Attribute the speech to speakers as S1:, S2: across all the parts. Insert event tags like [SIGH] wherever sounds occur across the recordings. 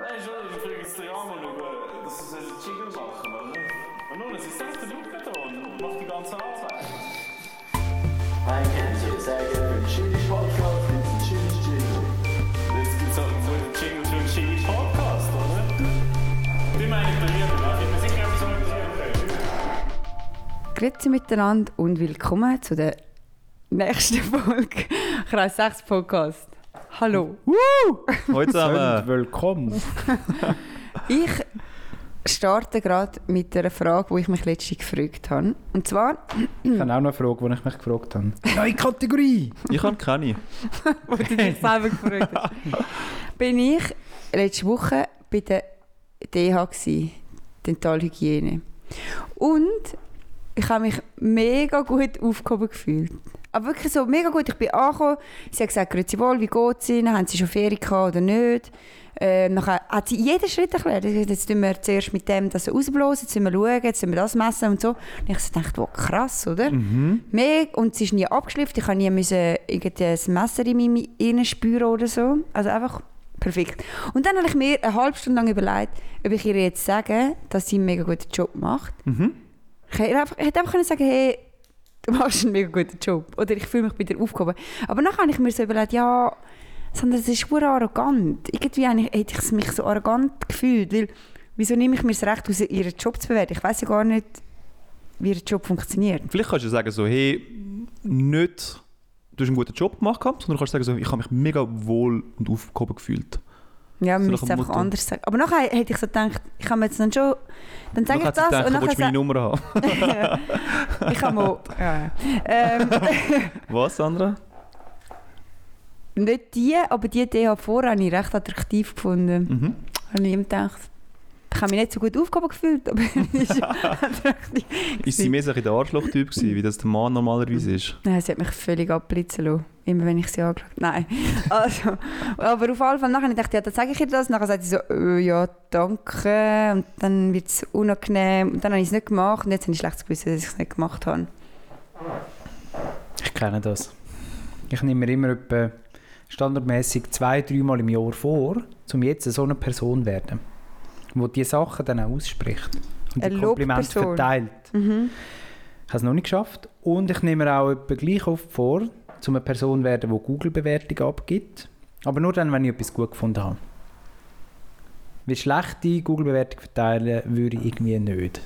S1: Nein, schon, ich kriege jetzt den Rahmen über. Das ist ein Jingle machen, oder? ne? Und nun, es ist selbst der Luftbeton und macht die ganze Arbeit.
S2: Ein Kännchen, sehr gerne. Chili Podcast mit dem Chili Chili.
S1: Jetzt gibt es halt so einen Jingle für einen Jingle Podcast, oder? Die meine ich bei mir, aber ich bin sicher, dass ich organisieren kann.
S3: Grüezi miteinander und willkommen zu der nächsten [LAUGHS] Folge Kreis 6 Podcast. Hallo. Woo!
S4: Hallo
S5: Und
S4: zusammen.
S5: willkommen.
S3: Ich starte gerade mit einer Frage, die ich mich letztens gefragt habe. Und zwar,
S5: Ich habe auch noch eine Frage, die ich mich gefragt habe. Neue Kategorie!
S4: Ich habe keine.
S3: wo du dich [LAUGHS] selber gefragt hast, bin ich letzte Woche bei der DH, gewesen, Dentalhygiene. Und ich habe mich mega gut aufgehoben gefühlt. Aber wirklich so mega gut. Ich bin angekommen, sie hat gesagt, «Grüezi wohl, wie geht's Ihnen? Haben Sie schon Ferien gehabt oder nicht?» ähm, nachher hat sie jeden Schritt erklärt. Sie hat gesagt, Jetzt tun wir zuerst mit dem das rausblasen, jetzt müssen wir schauen, jetzt müssen wir das messen und so. Und ich dachte, wow, krass, oder?
S5: Mhm.
S3: Mega. Und sie ist nie abgeschliffen, ich habe nie müssen irgendein Messer in meinem Inneren spüren oder so. Also einfach perfekt. Und dann habe ich mir eine halbe Stunde lang überlegt, ob ich ihr jetzt sage, dass sie einen mega guten Job macht. Ich hätte einfach, ich hätte einfach können sagen hey, du machst einen mega guten Job. Oder ich fühle mich bei dir aufgehoben. Aber nachher habe ich mir so überlegt, ja, sondern es ist sehr arrogant. Irgendwie habe ich- hätte ich mich so arrogant gefühlt, weil wieso nehme ich mir das Recht, aus ihren Job zu bewerten? Ich weiß ja gar nicht, wie ihr Job funktioniert.
S4: Vielleicht kannst du sagen so, hey, nicht, du hast einen guten Job gemacht, gehabt, sondern du kannst sagen so, ich habe mich mega wohl und aufgehoben gefühlt.
S3: Ja, man
S4: So
S3: müsste es
S4: nach dem
S3: einfach
S4: Motto.
S3: anders sagen. Aber nachher hätte ich so gedacht, ich kann mir jetzt dann schon, dann sage ich
S4: hat
S3: das
S4: gedacht,
S3: und
S4: du
S3: nachher
S4: willst meine
S3: sage
S4: Nummer haben.
S3: [LAUGHS] ich, kann mal, ja, ja. [LAUGHS] Ähm,
S4: Was, Sandra?
S3: nicht die, aber die DH vorher habe ich recht attraktiv gefunden.
S4: Mhm.
S3: [LAUGHS] Habe ich ihm gedacht. Ich habe mich nicht so gut aufgehoben [LAUGHS] gefühlt, aber es ist attraktiv.
S4: Ist sie mehr so ein bisschen der Arschloch-Typ gewesen, wie das der Mann normalerweise ist?
S3: Nein, sie hat mich völlig abblitzen lassen. Immer wenn ich sie angeschaut habe. Nein. [LAUGHS] Also, aber auf jeden Fall, nachher dachte ich, ja, dann sage ich ihr das. Nachher sagt sie so, «Äh, ja, danke. Und dann wird es unangenehm. Und dann habe ich es nicht gemacht. Und jetzt habe ich schlechtes Gewissen, dass ich es nicht gemacht habe.
S5: Ich kenne das. Ich nehme mir immer etwa standardmäßig zwei, dreimal im Jahr vor, um jetzt so eine Person zu werden, die diese Sachen dann auch ausspricht und
S3: Eine
S5: die Komplimente
S3: Lobperson.
S5: verteilt.
S3: Mhm.
S5: Ich habe es noch nicht geschafft. Und ich nehme mir auch etwa gleich oft vor, zu einer Person zu werden, die Google-Bewertungen abgibt. Aber nur dann, wenn ich etwas gut gefunden habe. Weil schlechte Google-Bewertungen verteilen würde ich irgendwie nicht.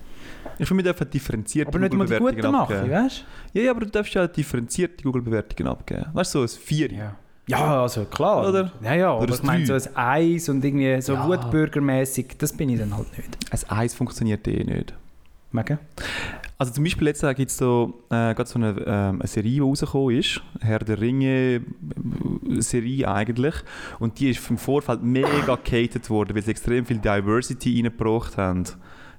S4: Ich finde, wir dürfen differenziert
S5: Aber nicht mal die
S4: Google-Bewertungen
S5: guten machen,
S4: abgeben.
S5: weißt
S4: Ja, ja, aber du darfst ja differenziert die Google-Bewertungen abgeben. Weißt du, so ein
S5: du?
S4: 4.
S5: Ja. Ja, also klar.
S4: Oder?
S5: Ja, ja,
S4: Oder ein
S5: aber ich meine so
S4: Drei.
S5: ein Eis und irgendwie so
S4: Ja.
S5: wutbürgermäßig, das bin ich dann halt nicht.
S4: Ein Eis funktioniert eh nicht.
S5: Mega?
S4: Also zum Beispiel letztes Jahr gibt es so, äh, gerade so eine, ähm, eine Serie, die rausgekommen ist. Herr der Ringe äh, Serie eigentlich. Und die ist im Vorfeld mega gehatet worden, weil sie extrem viel Diversity reingebracht haben,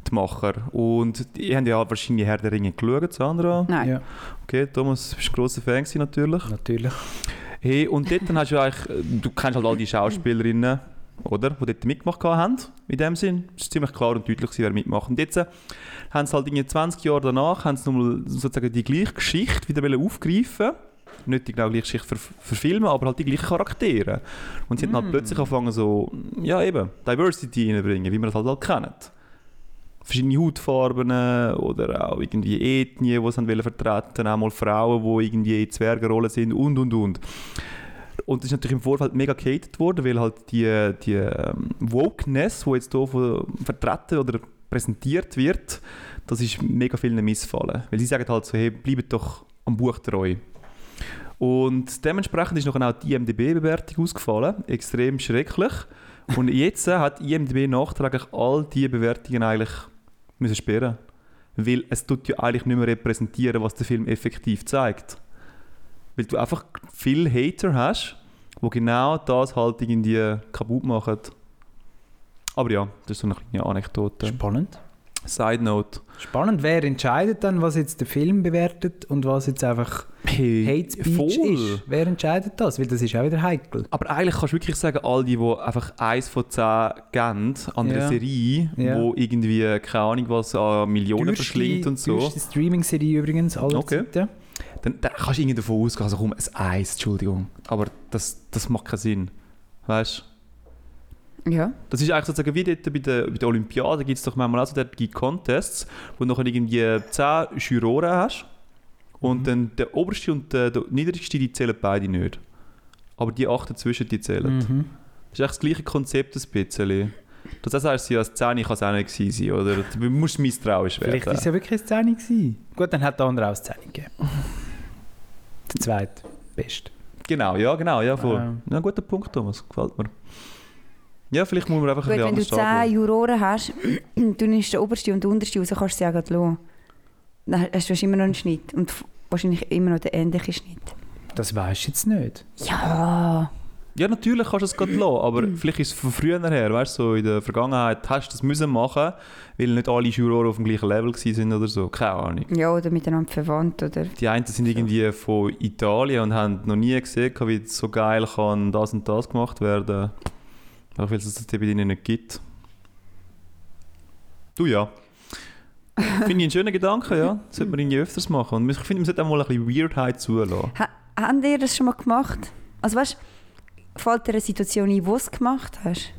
S4: die Macher. Und die haben ja wahrscheinlich Herr der Ringe geschaut, Sandra.
S3: Nein.
S5: Ja,
S4: Okay, Thomas, du bist ein grosser Fan gewesen, natürlich.
S5: natürlich.
S4: Hey, und dort dann hast du eigentlich, äh, du kennst halt all die Schauspielerinnen, oder? Die dort mitgemacht haben, in dem Sinn. Es war ziemlich klar und deutlich, gewesen, wer mitmacht. Und jetzt äh, haben sie halt irgendwie 20 Jahre danach, haben sie nochmal sozusagen die gleiche Geschichte wieder wollen aufgreifen nicht die genau gleiche Geschichte ver verfilmen, aber halt die gleichen Charaktere. Und sie haben halt plötzlich angefangen so, ja eben, Diversity reinbringen, wie man das halt, halt kennt. Verschiedene Hautfarben äh, oder auch irgendwie Ethnien, die sie haben wollen vertreten auch mal Frauen, die irgendwie in Zwergenrollen sind und, und, und. Und das ist natürlich im Vorfeld mega gehatet worden, weil halt die, die ähm, Wokeness, die jetzt hier von- vertreten oder präsentiert wird, das ist mega vielen missfallen. Weil sie sagen halt so, hey, bleibt doch am Buch treu. Und dementsprechend ist nachher auch die IMDb-Bewertung ausgefallen. Extrem schrecklich. Und jetzt äh, hat IMDb nachträglich all diese Bewertungen eigentlich müssen sperren. Weil es tut ja eigentlich nicht mehr repräsentieren, was der Film effektiv zeigt. Weil du einfach viele Hater hast, die genau das halt irgendwie kaputt machen. Aber ja, das ist so eine kleine Anekdote.
S5: Spannend.
S4: Side Note.
S5: Spannend, wer entscheidet dann, was jetzt der Film bewertet und was jetzt einfach
S4: Hey,
S5: Hate Speech ist. Wer entscheidet das? Weil das ist auch wieder heikel.
S4: Aber eigentlich kannst du wirklich sagen, all die, die einfach eins von zehn geben an einer
S5: Ja.
S4: Serie,
S5: Ja.
S4: wo irgendwie, keine Ahnung was, an Millionen verschlingt und so,
S5: Teuerste Streaming-Serie übrigens, aller
S4: Okay.
S5: Zeiten.
S4: dann, dann kannst du irgendwie davon ausgehen, also komm, ein Eis, Entschuldigung. Aber das, das macht keinen Sinn. Weißt du?
S3: Ja.
S4: Das ist eigentlich sozusagen wie dort bei der, bei der Olympiade, gibt es doch manchmal auch so derartige Contests, wo du nachher irgendwie 10 Juroren hast
S5: Mhm.
S4: und dann der oberste und der, der niedrigste, die zählen beide nicht. Aber die acht dazwischen, die zählen. Das
S5: Mhm.
S4: ist eigentlich das gleiche Konzept ein bisschen. Das heißt, ja, als 10 kann es auch nicht gewesen sein, oder? Du musst misstrauisch werden.
S5: Vielleicht war es ja wirklich eine Szene. Gewesen. Gut, dann hat der andere auch eine Szene gegeben. Der zweite. Best.
S4: Genau, ja, genau, ja, voll.
S5: Ähm.
S4: Ja, guter Punkt, Thomas, gefällt mir. Ja, vielleicht muss man einfach
S3: Gut,
S4: ein
S3: wenn du
S4: bisschen
S3: 10
S4: anders
S3: Juroren hast, [CLEARS THROAT] du nimmst den obersten und den untersten raus, kannst du sie auch gleich lassen. Dann hast du wahrscheinlich immer noch einen Schnitt. Und f- wahrscheinlich immer noch den ähnlichen Schnitt.
S5: Das weißt du jetzt nicht.
S3: Ja.
S4: Ja, natürlich kannst du es gerade lassen,
S3: [CLEARS THROAT]
S4: aber vielleicht ist es von früher her, weißt du, so in der Vergangenheit hast du das müssen machen, weil nicht alle Juroren auf dem gleichen Level gewesen sind oder so, keine Ahnung.
S3: Ja, oder miteinander verwandt. Oder.
S4: Die einen sind irgendwie von Italien und haben noch nie gesehen, wie so geil kann das und das gemacht werden. Auch weil es das bei ihnen nicht gibt. Du
S3: [LAUGHS]
S4: ja. Finde ich einen schönen Gedanken,
S3: Mhm.
S4: ja. Das sollte man irgendwie öfters machen. Und ich finde, man sollte auch mal ein bisschen Weirdheit zulassen.
S3: Ha habt ihr das schon mal gemacht? Also weißt du, fällt dir eine Situation ein, wo du es gemacht hast?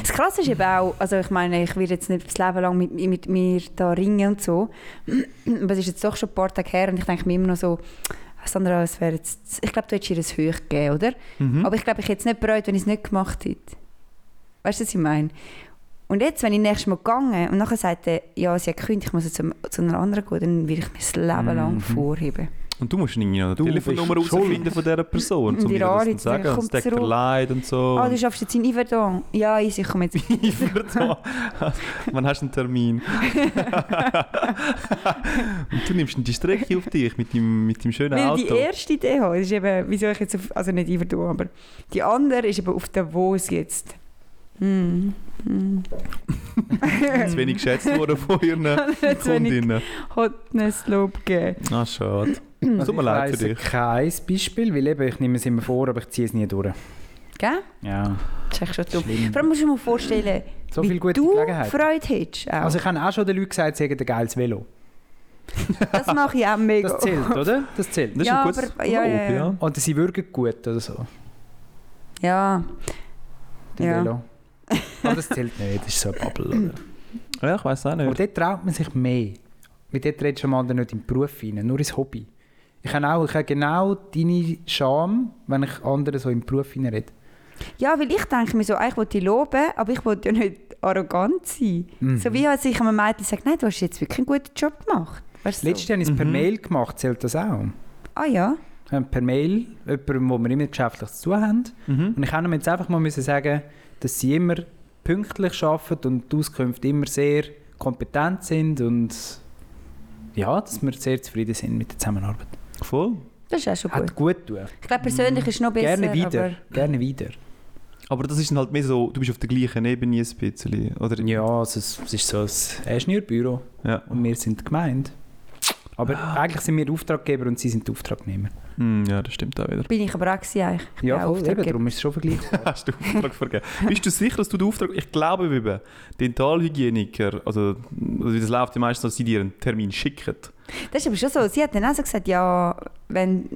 S3: Das Krasse ist eben auch, also ich meine, ich werde jetzt nicht das Leben lang mit, mit mir da ringen und so, [CLEARS THROAT] aber es ist jetzt doch schon ein paar Tage her und ich denke mir immer noch so, Sandra, es wäre jetzt, ich glaube, du hättest ihr ein Höch gegeben, oder?
S4: Mhm.
S3: Aber ich glaube, ich hätte es nicht bereut, wenn ich es nicht gemacht hätte. Weißt du, was ich meine? Und jetzt, wenn ich nächstes Mal gegangen und nachher sagt er, ja, sie hat gekündigt, ich muss jetzt zu, zu einer anderen gehen, dann will ich mir das Leben lang
S5: Mhm.
S3: vorheben.
S4: Und du musst irgendwie noch die
S5: Du
S4: Telefonnummer
S5: bist
S4: herausfinden von dieser Person, um
S3: Die
S4: dir das
S3: Rari
S4: zu
S3: zu
S4: sagen.
S3: sagen,
S4: Es deckt dir
S3: komm zurück.
S4: leid Oh, und so.
S3: Ah, du schaffst jetzt in Yverdon? Ja, easy, ich
S4: [LAUGHS]
S3: komme jetzt.
S4: Ich bin da. Wann hast du einen Termin? [LAUGHS] und du nimmst die Strecke auf dich mit dem, mit dem schönen
S3: Weil die
S4: Auto.
S3: erste Idee habe, ist eben, wieso ich jetzt auf, also nicht Yverdon, aber die andere ist eben auf Davos jetzt. Hm. Hm.
S4: [LAUGHS] Zu wenig
S3: [LAUGHS]
S4: geschätzt worden von ihren
S3: Zu wenig
S4: Kundinnen.
S3: Hotness-Lob gegeben.
S4: Ah,
S3: [LAUGHS]
S4: schade.
S3: Hm.
S5: Also
S4: Tut mir
S5: ich
S4: leid für
S5: weiss
S4: dich.
S5: kein Beispiel, weil eben, ich nehme es immer vor, aber ich ziehe es nie durch.
S3: Gell?
S5: Ja,
S3: Das ist echt schon dumm.
S5: schlimm.
S3: Vor allem musst du dir mal vorstellen,
S5: So
S3: wie
S5: viel gute
S3: du
S5: Gelegenheit.
S3: Freude hättest. Auch.
S5: Also ich habe auch schon den Leuten gesagt, sie hätten ein geiles Velo.
S3: das mache ich auch mega.
S5: [LAUGHS] Das zählt, oder? Das zählt.
S4: Das ist
S3: Ja,
S4: ein gutes
S3: aber- ja, ja,
S4: Lob,
S3: ja.
S5: Oder sie würgen gut oder so,
S3: Ja.
S5: den
S3: Ja.
S5: Velo. Aber
S3: [LAUGHS]
S5: das zählt nicht, das ist so eine Bubble. Oder?
S4: ja. Ja, ich weiß auch
S5: Aber
S4: nicht.
S5: dort traut man sich mehr. Weil dort redest du am anderen nicht im Beruf rein, nur ins Hobby. Ich habe auch ich habe genau deine Scham, wenn ich anderen so im Beruf rein rede.
S3: ja, weil ich denke mir so, ah, ich will dich loben, aber ich will ja nicht arrogant sein.
S5: Mhm.
S3: So wie als ich einem Mädchen sage, nein, du hast jetzt wirklich einen guten Job gemacht. Weißt du, so.
S5: Letztes Jahr habe ich es per
S4: Mhm.
S5: Mail gemacht, zählt das auch?
S3: Ah ja.
S5: Wir haben Ähm, per Mail jemandem, wo wir immer geschäftlich zu tun haben.
S4: Mhm.
S5: Und ich habe ihm jetzt einfach mal müssen sagen, dass sie immer pünktlich arbeiten und die Auskünfte immer sehr kompetent sind und ja, dass wir sehr zufrieden sind mit der Zusammenarbeit.
S4: Voll.
S3: Das ist auch schon gut.
S5: Hat gut getan.
S3: Ich glaube, persönlich ist es noch besser.
S5: Gerne wieder.
S3: aber-
S5: Gerne wieder.
S4: Aber das ist dann halt mehr so, du bist auf der gleichen Ebene ein bisschen. Oder?
S5: Ja, also es, es ist so ein Ingenieurbüro
S4: Ja.
S5: und wir sind die Gemeinde. Aber
S3: Ah.
S5: eigentlich sind wir die Auftraggeber und sie sind die Auftragnehmer.
S4: Hm, ja, das stimmt auch wieder.
S3: Bin ich aber auch gewesen, eigentlich. Ich bin
S5: Ja,
S3: auch
S5: voll, eben,
S3: Auftraggeber.
S5: darum ist es schon vergleichbar.
S4: [LAUGHS] Hast du den Auftrag vergeben? Bist du sicher, dass du den Auftrag... Ich glaube eben, Dentalhygieniker, also wie das läuft ja meistens, dass sie dir einen Termin schicken.
S3: Das ist aber schon so. Sie hat dann auch so gesagt, ja, wenn,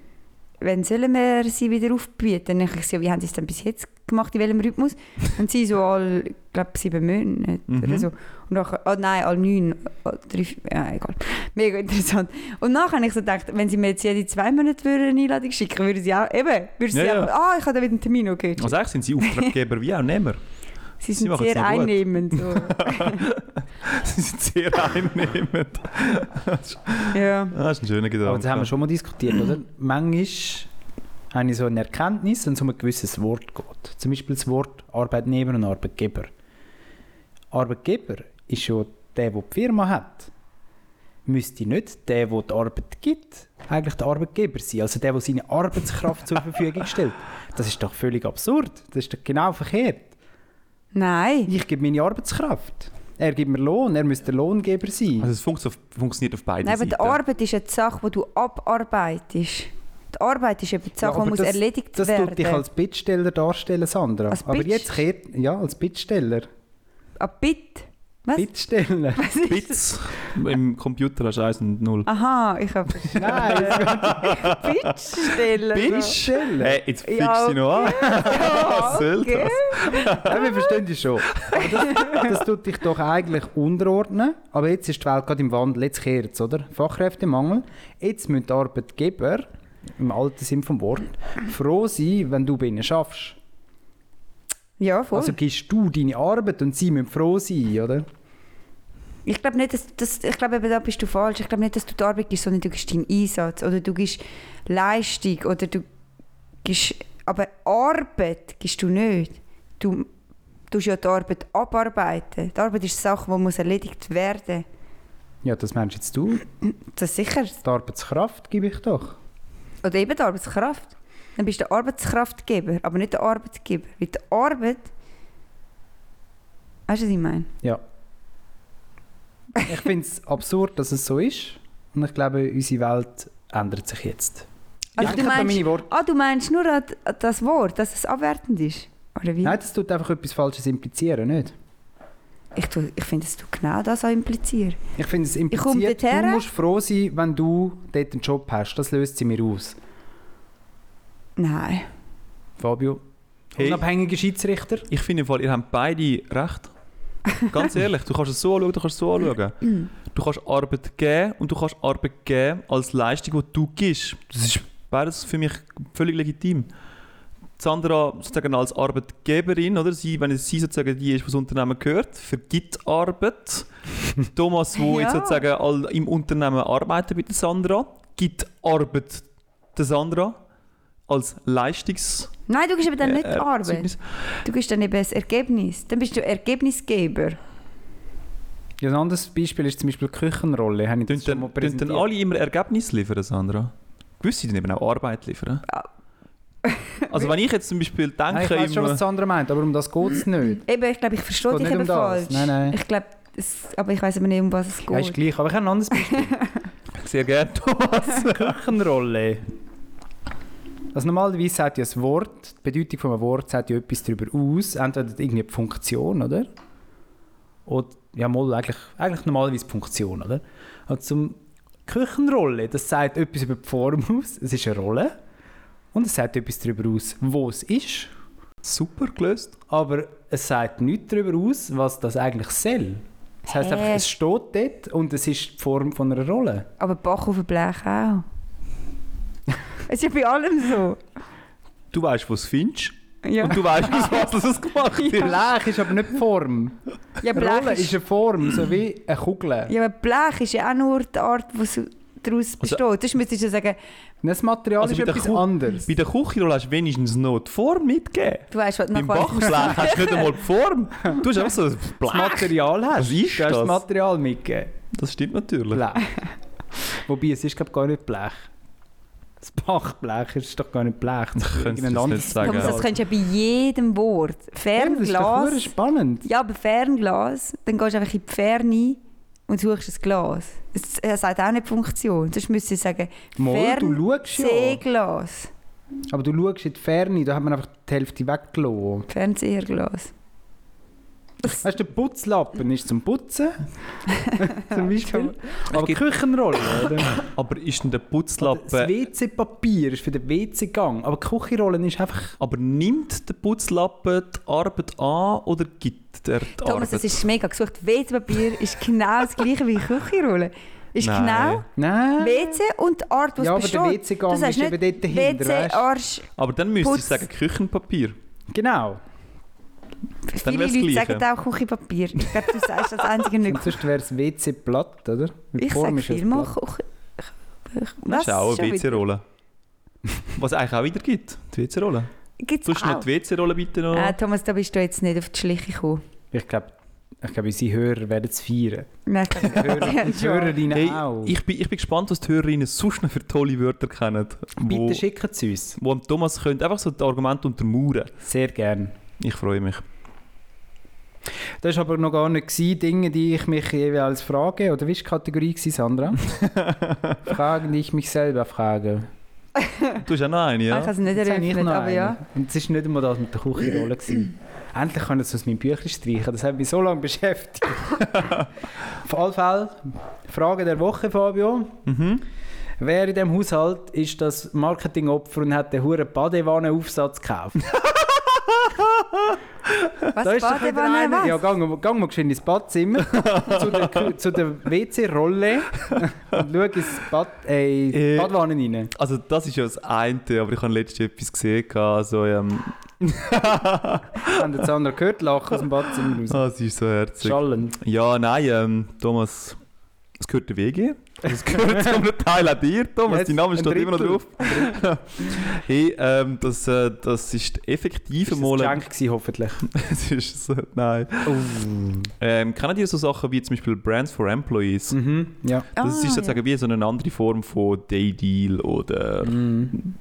S3: wenn sollen wir sie wieder aufbieten? Dann dachte ich so, wie haben sie es denn bis jetzt gemacht, in welchem Rhythmus? Und sie so all, ich glaube, sieben Monate oder
S4: Mhm.
S3: so. Und nachher, oh nein, all neun, oh, drei, vier- ja, egal. Mega interessant. Und nachher habe ich so gedacht, wenn sie mir jetzt jede zwei Monate würden eine Einladung schicken würden, würde sie auch, eben, würde sie
S4: Ja, ja.
S3: einfach, ah, ich habe da wieder einen Termin, okay.
S4: Also eigentlich sind sie Auftraggeber wie auch Nehmer.
S3: Sie
S4: sie
S3: sind
S4: machen's
S3: sehr
S4: noch gut.
S3: einnehmend. So.
S4: [LAUGHS] sie sind sehr einnehmend.
S3: ja.
S4: Ah, Das ist ein schöner Gedanke.
S5: Aber das haben wir schon mal diskutiert, oder? Manchmal habe ich so eine Erkenntnis, wenn es um ein gewisses Wort geht. Zum Beispiel das Wort Arbeitnehmer und Arbeitgeber. Arbeitgeber ist ja der, der die Firma hat. Müsste nicht der, der die Arbeit gibt, eigentlich der Arbeitgeber sein. Also der, der seine Arbeitskraft zur Verfügung stellt. Das ist doch völlig absurd. Das ist doch genau verkehrt.
S3: Nein.
S5: Ich gebe meine Arbeitskraft. Er gibt mir Lohn, er müsste der Lohngeber sein.
S4: Also es funktio- funktioniert auf beiden
S3: Nein, aber
S4: Seiten.
S3: die Arbeit ist eine Sache, die du abarbeitest. Die Arbeit ist eben die Sache,
S5: Ja,
S3: die
S5: aber
S3: muss
S5: das-
S3: erledigt
S5: Das
S3: werden.
S5: tut dich halt- als Bittsteller darstellen, Sandra.
S3: Als
S5: aber
S3: Bitt-
S5: jetzt kehrt, ja, als Bittsteller.
S3: Ein Bit. Ah, Was?
S5: Bits stellen.
S3: Was ist [LAUGHS] das?
S4: Bits im Computer hast du 1 und 0.
S3: Ah, Aha, ich
S5: [LAUGHS]
S3: habe
S5: [LAUGHS] Nein,
S3: Bitch stellen.
S5: Bits stellen.
S4: Hey, jetzt fickst
S3: Ja,
S4: du dich noch an. Was soll
S3: okay.
S4: das?
S5: Ja, wir verstehen dich schon. Aber Das, das tut dich doch eigentlich unterordnen. Aber jetzt ist die Welt gerade im Wandel. Jetzt kehrt es, oder? Fachkräftemangel. Jetzt müssen die Arbeitgeber, im alten Sinn vom Wort, froh sein, wenn du bei ihnen schaffst.
S3: Ja, voll.
S5: Also gibst du deine Arbeit und sie müssen froh sein, oder?
S3: ich glaube nicht, dass, dass ich glaube eben da bist du falsch. Ich glaube nicht, dass du die Arbeit gibst, sondern du gibst deinen Einsatz oder du gibst Leistung oder du gibst, aber Arbeit gibst du nicht. Du tust ja die Arbeit abarbeiten. Die Arbeit ist eine Sache, die muss erledigt werden.
S5: Ja, das meinst jetzt du.
S3: Das ist sicher.
S5: Die Arbeitskraft gebe ich doch.
S3: Oder eben die Arbeitskraft. Dann bist du der Arbeitskraftgeber, aber nicht der Arbeitgeber. Weil die Arbeit. Weißt du, was ich meine?
S5: Ja. Ich finde es absurd, dass es so ist. Und ich glaube, unsere Welt ändert sich jetzt.
S3: Also
S5: ich
S3: du
S5: habe da
S3: meinst-
S5: meine Worte.
S3: Ah, du meinst nur an d- an das Wort, dass es abwertend ist? Oder wie?
S5: Nein, das tut einfach etwas Falsches implizieren, nicht?
S3: Ich, tu- ich finde, dass du genau das auch implizierst.
S5: Ich finde, es
S3: Ich komm
S5: impliziert,
S3: dort
S5: du
S3: her.
S5: musst froh sein, wenn du dort einen Job hast. Das löst sie mir aus.
S3: Nein.
S5: Fabio,
S4: Hey.
S5: unabhängige Schiedsrichter.
S4: Ich finde im Fall, ihr habt beide
S3: [LAUGHS]
S4: recht. Ganz ehrlich, du kannst es so anschauen, du kannst es so anschauen.
S3: Mm.
S4: Du kannst Arbeit geben und du kannst Arbeit geben als Leistung, die du gibst. Das ist beides für mich völlig legitim. Sandra sozusagen als Arbeitgeberin, oder? Sie, wenn es sie sozusagen die ist, was das Unternehmen gehört, vergibt
S3: [LAUGHS]
S4: Arbeit. Thomas, wo
S3: Ja.
S4: jetzt sozusagen all im Unternehmen arbeitet mit der Sandra, gibt Arbeit der Sandra als Leistungs äh,
S3: Nein, du gibst eben dann nicht die Arbeit.
S4: Erzeugnisse.
S3: Du gibst dann eben das Ergebnis. Dann bist du Ergebnisgeber.
S5: Ja, ein anderes Beispiel ist zum Beispiel die Küchenrolle. Habe ich das
S4: Tun
S5: schon mal
S4: dann, tun
S5: präsentiert.
S4: dann alle immer Ergebnis liefern, Sandra? Gewisse dann eben auch Arbeit liefern. Also wenn ich jetzt zum Beispiel
S5: Ah. Nein, ich
S4: denke,
S5: weiß schon, was
S4: im,
S5: Sandra meint, aber um das geht es nicht.
S3: Eben, ich glaube, ich verstehe
S5: geht
S3: dich
S5: nicht
S3: eben
S5: um das.
S3: falsch.
S5: Nein, nein.
S3: Ich glaube, es- aber ich weiß aber nicht, um was es
S5: Ja, ist
S3: geht.
S5: gleich, aber ich habe ein anderes Beispiel.
S4: sehr gerne Thomas.
S5: Küchenrolle. Also normalerweise sagt ja das Wort, die Bedeutung von einem Wort sagt ja etwas darüber aus, entweder irgendwie die Funktion, oder? Oder, ja mal, eigentlich, eigentlich normalerweise die Funktion, oder? Und zum Küchenrolle, das sagt etwas über die Form aus, es ist eine Rolle, und es sagt etwas darüber aus, wo es ist,
S4: Super gelöst.
S5: aber es sagt nichts darüber aus, was das eigentlich soll. Das heisst
S3: Hä?
S5: einfach, es steht dort und es ist die Form von einer Rolle.
S3: Aber Bach auf dem Blech
S5: [LAUGHS]
S3: auch. es ist ja bei allem so.
S4: Du weißt, was du findest
S3: Ja,
S4: und du weißt, aus
S5: [LAUGHS]
S4: was das gemacht ist.
S5: Blech ist aber nicht die Form.
S3: ja
S5: Eine Rolle
S3: Blech
S5: ist
S3: ist,
S5: eine Form, so wie eine Kugel.
S3: ja, aber Blech ist ja auch nur die Art, die
S5: Also-
S3: daraus besteht. Sonst müsstest du sagen,
S5: Das Material
S4: Also
S5: ist
S4: bei der
S5: etwas
S4: Ku-
S5: anderes.
S4: Bei der Küchenrolle hast du wenigstens noch die Form mitgegeben.
S3: du weißt, was
S4: Beim
S3: nach was
S4: Bachblech hast du nicht einmal die Form. Du hast einfach so ein
S5: Das
S4: Blech.
S5: Material hast
S4: Was ist
S5: du. hast
S4: das?
S5: Also das Material mitgegeben.
S4: Das stimmt natürlich.
S5: Blech. [LAUGHS] Wobei, es ist glaub, gar nicht Blech. Das Bachblech ist doch gar nicht Blech. Das
S4: Ich
S5: ist
S4: könnte es jetzt
S5: irgendein
S4: nicht
S5: anderes
S4: sagen.
S3: Thomas, das könntest du ja bei jedem Wort.
S5: also. Ja, Das ist doch verdammt
S3: Fernglas.
S5: spannend.
S3: Ja, aber Fernglas, dann gehst du einfach in die Ferne und suchst ein Glas. Es, es hat auch nicht Funktion. Sonst müsste ich sagen,
S5: Mal,
S3: Fern-
S5: du schaust ja.
S3: Seeglas.
S5: Aber du schaust in die Ferne, da hat man einfach die Hälfte weggelassen.
S3: Fernseherglas.
S5: Weißt du, der Putzlappen ist zum
S3: [LAUGHS]
S5: Putzen. zum Beispiel. Aber
S4: gibt-
S5: Küchenrolle, oder?
S4: Aber ist denn der
S5: Das
S4: Putzlappen...
S5: WC-Papier ist für den WC-Gang, aber die Küchenrolle ist einfach...
S4: Aber nimmt der Putzlappen die Arbeit an oder gibt er die
S3: Thomas,
S4: Arbeit?
S3: es ist mega gesucht. WC-Papier ist genau das gleiche wie Küchenrolle. Ist
S4: Nein.
S3: genau
S5: Nein.
S3: WC und die Art, was
S5: ja, aber
S3: besteht.
S5: der WC-Gang
S3: das
S5: ist
S3: heißt
S5: eben
S3: nicht
S5: dort dahinter,
S3: WC,
S5: weißt
S3: Arsch.
S4: Aber dann müsste ich
S3: Putz.
S4: sagen Küchenpapier.
S5: du? Genau.
S3: Viele
S4: wär's
S3: Leute
S4: Gleiche.
S3: sagen auch Küchenpapier. Ich glaube, du sagst das einzige nicht.
S5: Und sonst wäre es WC-Platt, oder? Weil die
S3: Ich
S5: Form
S3: sage
S5: ist ja das
S3: viermal
S5: Platt.
S3: Küche.
S4: Das ist auch eine WC-Rolle. [LAUGHS] Was eigentlich auch wieder gibt, die WC-Rolle.
S3: Gibt's
S4: Du hast
S3: auch.
S4: nicht die WC-Rolle bitte noch.
S3: Ah, Thomas, da bist du jetzt nicht auf die Schliche gekommen.
S5: Ich glaube, ich glaub, unsere Hörer werden es feiern.
S3: [LAUGHS] Nein, ich
S5: Die Hörer,
S3: [LAUGHS] Ja,
S5: die
S3: schon.
S5: Hörerinnen
S4: hey,
S5: auch.
S4: ich, bin, ich bin gespannt, was die Hörerinnen sonst noch für tolle Wörter kennen. Wo,
S5: Bitte schicken sie uns.
S4: wo am Thomas könnt einfach so die Argumente untermauern.
S5: Sehr gern.
S4: Ich freue mich.
S5: Das war aber noch gar nicht gewesen, Dinge, die ich mich jeweils frage. Oder wie war die Kategorie, gewesen, Sandra? Fragen, die ich mich selber frage.
S4: Du hast auch noch eine,
S3: Ah, Ich
S4: ja?
S3: kann es nicht
S5: Jetzt habe ich
S3: eröffnet,
S5: noch
S3: aber
S5: eine.
S3: ja.
S5: Und es war nicht einmal das mit der Küchenrolle. gewesen. Endlich kann ich es aus meinem Büchlein streichen. Das hat mich so lange beschäftigt. Auf alle Fälle, Frage der Woche, Fabio.
S4: Mhm.
S5: Wer in diesem Haushalt ist das Marketingopfer und hat den huren Badewannenaufsatz gekauft?
S3: Was Badewanne, was?
S5: Ja, gang, mal- gang mal geschwind ins Badzimmer
S4: [LAUGHS]
S5: zu der, Kü- zu der WC-Rolle und schau ins Bad, äh, in die
S4: Äh.
S5: Badwanne rein.
S4: Also das ist ja das eine, aber ich habe letztens etwas gesehen, also ähm,
S5: Haben den Sandra gehört, lachen aus dem Badzimmer raus.
S4: ah, es ist so herzig.
S5: Schallen.
S4: Ja, nein, ähm, Thomas, es gehört der WG. Also es gehört zum Teil auch dir, Thomas,
S5: Jetzt
S4: dein Name
S5: ein
S4: steht immer noch
S5: Drittel.
S4: drauf. [LAUGHS] hey, ähm, das, äh, das ist effektiv
S5: Das war
S4: [LAUGHS]
S5: ein Geschenk, gewesen, hoffentlich.
S4: Es ist so, nein. Ähm, kennt ihr so Sachen wie zum Beispiel Brands for Employees?
S5: Mhm, ja.
S4: Das
S3: Ah,
S4: ist sozusagen wie so eine andere Form von Day Deal oder
S5: Mhm.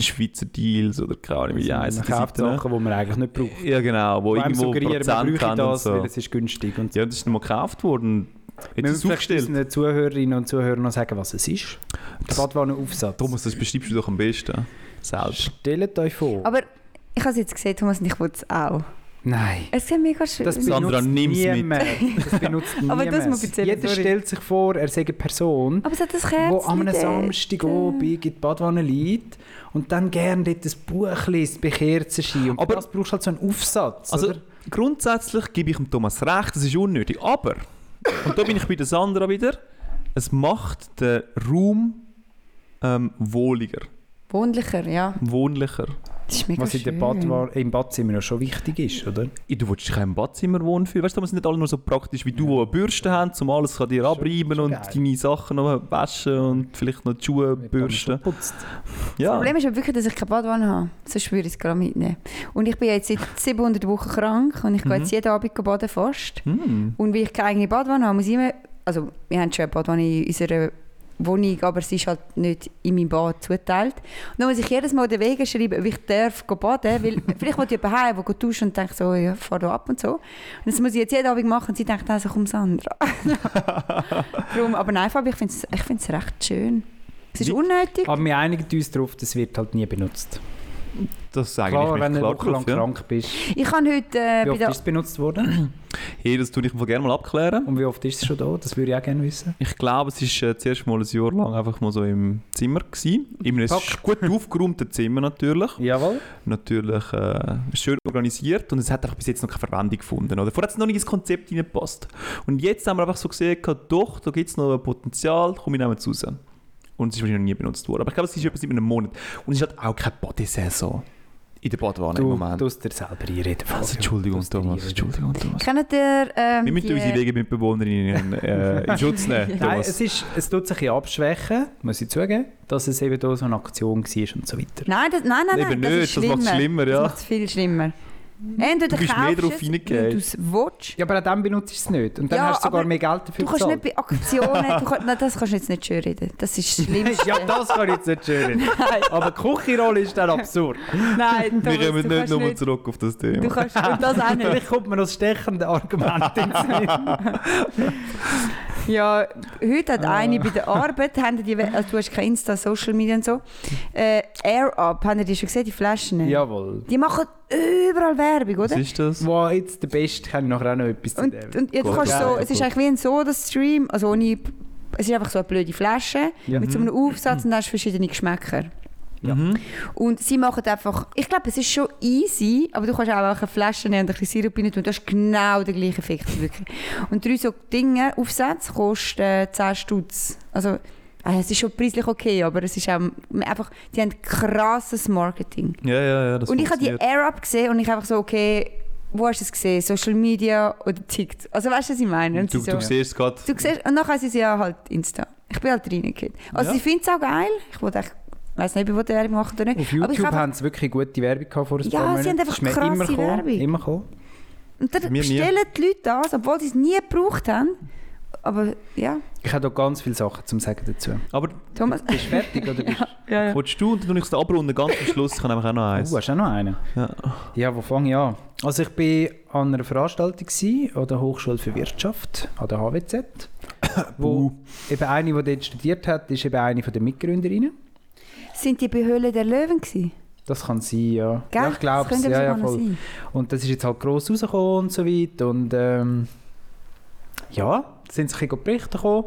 S4: Schweizer Deals oder keine Ahnung, wie die
S5: Also Man
S4: heißen. die
S5: kauft
S4: Seiten.
S5: Sachen, die man eigentlich nicht braucht.
S4: Ja, genau, wo
S5: Vor allem
S4: irgendwo
S5: suggerieren, man
S4: Prozent
S5: bräuche
S4: haben und
S5: das,
S4: so.
S5: weil es ist günstig. Und
S4: Ja, das ist nochmal gekauft worden.
S5: wir
S4: Jetzt ist es
S5: müssen vielleicht
S4: aufgestellt.
S5: unseren Zuhörerinnen und Zuhörern noch sagen, was es ist. Der Badwannenaufsatz.
S4: Thomas, das beschreibst du doch am besten. Selbst.
S5: Stellt euch vor.
S3: Aber ich habe es jetzt gesehen, Thomas, und ich wollte es auch.
S5: Nein.
S3: Es sieht mega schön
S5: Das
S3: aus.
S5: benutzt
S4: Sandra, nimm's mit.
S5: niemand. Das benutzt
S3: [LAUGHS] Aber
S5: niemand.
S3: das muss ich erzählen,
S5: Jeder
S3: sorry.
S5: stellt sich vor, er sei eine Person,
S3: Aber es hat ein
S5: die
S3: Kerz.
S5: an einem Samstagabend in die Badwanne liegt und dann gerne dort ein Buch liest, bei Kerzenschein. Und
S4: Aber-
S5: Aber das brauchst du halt so einen Aufsatz,
S4: Also
S5: oder?
S4: grundsätzlich gebe ich dem Thomas recht, das ist unnötig. Aber, und da bin ich bei der Sandra wieder, es macht den Raum ähm, wohliger,
S3: Wohnlicher, ja.
S4: wohnlicher.
S3: Das ist mega
S5: Was in der
S3: schön.
S5: Badwanne, im Badzimmer ja schon wichtig ist, oder?
S4: Ja, Du willst dich auch im Badzimmer wohnen fühlen. Weißt du, Thomas, sind nicht alle nur so praktisch wie du, die eine Bürste haben, um alles kann dir abreiben
S5: schon
S4: und
S5: geil.
S4: deine Sachen noch waschen und vielleicht noch die Schuhe
S5: Wird dann schon
S4: bürsten.
S5: geputzt.
S3: Das
S4: Ja.
S3: Problem ist aber wirklich, dass ich keine Badwanne habe. Sonst würde ich es gerade mitnehmen. Und ich bin jetzt seit 700 Wochen krank und ich
S5: Mhm.
S3: gehe jetzt jeden Abend baden fast.
S4: Hm.
S3: Und weil ich keine eigene Badwanne habe, muss ich immer... Also, wir haben schon eine Badwanne in unserer Wohnung, aber sie ist halt nicht in meinem Bad zugeteilt. Und dann muss ich jedes Mal den Weg schreiben, ob ich darf gehen
S4: [LAUGHS]
S3: baden weil vielleicht will ich jemanden heim, der geht duschen und denkt so, ja, fahr da ab und so. Und das muss ich jetzt jeden Abend machen und sie denkt, also komm Sandra.
S4: [LAUGHS]
S3: Darum, aber nein, Fabi, ich finde es ich find's recht schön. Es ist
S4: Wie- Ah.
S3: unnötig.
S5: Aber wir einigen uns darauf, das wird halt nie benutzt.
S4: Das sage ich
S5: Klar,
S4: mit
S5: wenn du
S4: Klarkopf,
S5: wochenlang
S4: ja.
S5: krank bist.
S3: Ich habe heute äh,
S5: Wie
S3: bei
S5: oft
S3: der
S5: ist es benutzt worden?
S4: Hey, das tue ich im Fall gerne mal abklären.
S5: Und wie oft ist es schon da? Das würde ich auch gerne wissen.
S4: Ich glaube, es war äh, zuerst mal ein Jahr lang einfach mal so im Zimmer. Gewesen. In einem
S5: Pack.
S4: gut aufgeräumten Zimmer natürlich.
S5: Jawohl.
S4: Natürlich äh, schön organisiert und es hat einfach bis jetzt noch keine Verwendung gefunden. Oder? Vorher hat es noch nicht ins Konzept hineingepasst. Und jetzt haben wir einfach so gesehen, gehabt, doch, da gibt es noch ein Potenzial, komm, wir nehmen es raus. Und es ist wahrscheinlich noch nie benutzt worden. Aber ich glaube, es ist etwas in einem Monat. Und es ist halt auch keine Bodysaison in der Badwanne im
S5: Du
S4: Moment.
S5: musst dir selber einreden. Fabio.
S4: also, Entschuldigung,
S5: Du musst
S4: Thomas.
S5: dir einreden.
S4: Entschuldigung, Thomas.
S3: Kennt ihr ähm,
S4: Wir müssen
S3: die-
S4: unsere Wegemitbewohnerinnen äh, in Schutz nehmen,
S5: [LAUGHS] Nein,
S4: Thomas.
S5: es, ist, es tut sich ein bisschen abschwächen, muss ich zugeben, dass es eben da so eine Aktion war und so weiter.
S3: Nein, das, nein, nein, nein,
S4: Eben
S3: das
S4: nicht,
S3: ist
S4: das
S3: schlimmer.
S4: macht's schlimmer, ja.
S3: Das macht es viel schlimmer. Entweder
S4: Du bist mehr
S3: kaufst
S4: drauf
S3: es,
S4: reingegangen.
S3: weil du es willst.
S5: Ja, aber an dem benutzt du es nicht. Und dann
S3: Ja,
S5: hast du sogar
S3: aber
S5: mehr Geld
S3: Du
S5: dafür
S3: kannst nicht
S5: bezahlt.
S3: bei Aktionen... du kannst, nein, das kannst du jetzt nicht schön reden. Das
S4: [LAUGHS]
S3: ist das Schlimmste.
S5: [LAUGHS] ja, das kann ich jetzt nicht schön.
S3: Nein,
S5: Aber die Küchenrolle ist dann absurd.
S3: [LAUGHS] nein,
S4: Wir kommen
S3: Thomas, du
S4: nicht
S3: kannst
S4: nochmal zurück auf das Thema.
S3: Du kannst und das auch
S4: [LAUGHS]
S3: nicht.
S5: Vielleicht kommt mir noch das stechende
S3: [LAUGHS]
S5: Argument in den Sinn.
S3: Ja,
S4: Ah.
S3: heute hat eine bei der Arbeit, haben die, also du hast kein Insta, Social Media und so, äh, Air Up, haben die schon gesehen, die Flaschen?
S5: Jawohl.
S3: Die machen überall Werbung,
S4: Was
S3: oder?
S4: ist das?
S5: Wow, jetzt der Beste, kann ich nachher auch noch etwas zu
S3: Und,
S5: dem.
S3: und jetzt
S4: Gut.
S3: kannst du so,
S4: Ja,
S3: es ist
S4: gut.
S3: eigentlich wie ein Soda-Stream, also ohne, es ist einfach so eine blöde Flasche
S5: Ja.
S3: mit so einem Aufsatz und dann hast du verschiedene Geschmäcker.
S5: Ja.
S4: Mhm.
S3: Und sie machen einfach, ich glaube, es ist schon easy, aber du kannst auch einfach eine Flasche nehmen und ein bisschen Sirup rein tun, du hast genau den gleichen Effekt, wirklich. Und drei so Dinge, Aufsätze, kosten äh, 10 Stutz. Also, äh, es ist schon preislich okay, aber es ist auch einfach, die haben krasses Marketing.
S4: Ja, ja, ja, das
S3: und ich habe die
S4: funktioniert.
S3: Air-Up gesehen und ich einfach so, okay, wo hast du es gesehen? Social Media oder TikTok? Also weißt du, was ich meine? Und
S4: Du,
S3: sie so,
S4: du siehst es gerade.
S3: du siehst, und nachher sind sie ja halt Insta. Ich bin halt reingegangen. Also
S4: Ja.
S3: sie finden es auch geil. Ich wollte echt, weiß nicht, ob ich wollte Werbung machen oder nicht.
S5: Auf
S3: Aber ich
S5: YouTube
S3: habe-
S5: haben sie wirklich gute Werbung gehabt vor ein
S3: Ja,
S5: paar Monaten.
S3: sie haben einfach
S5: Ist mir
S3: krasse
S5: immer gekommen,
S3: Werbung.
S5: Immer gekommen.
S3: Und dann
S4: Mir nie.
S3: bestellen die Leute das, obwohl sie es nie gebraucht haben. Aber ja,
S5: Ich habe da ganz viele Sachen zum Sagen dazu.
S4: Aber
S3: Thomas.
S5: Bist du fertig oder
S3: [LAUGHS]
S5: bist
S3: Ja,
S4: willst du, und dann tue ich es abrunden, ganz am Schluss, ich habe nämlich auch noch eins.
S5: du... Oh, hast du auch noch einen?
S4: Ja.
S5: Ja, wo fange ich an? Also ich war an einer Veranstaltung gewesen, an der Hochschule für Wirtschaft, an der HWZ, wo eben eine, die dort studiert hat, ist eben eine von den Mitgründerinnen.
S3: Sind die bei Höhle der Löwen gewesen?
S5: Das kann sein, ja.
S3: Gell?
S5: Ja, ich glaube
S3: Das
S5: es.
S3: könnte
S5: Ja, ja,
S3: sogar noch
S5: voll.
S3: sein.
S5: Und das ist jetzt halt gross rausgekommen und so weiter. Und ähm, ja, da sind sich ein bisschen Berichte gekommen.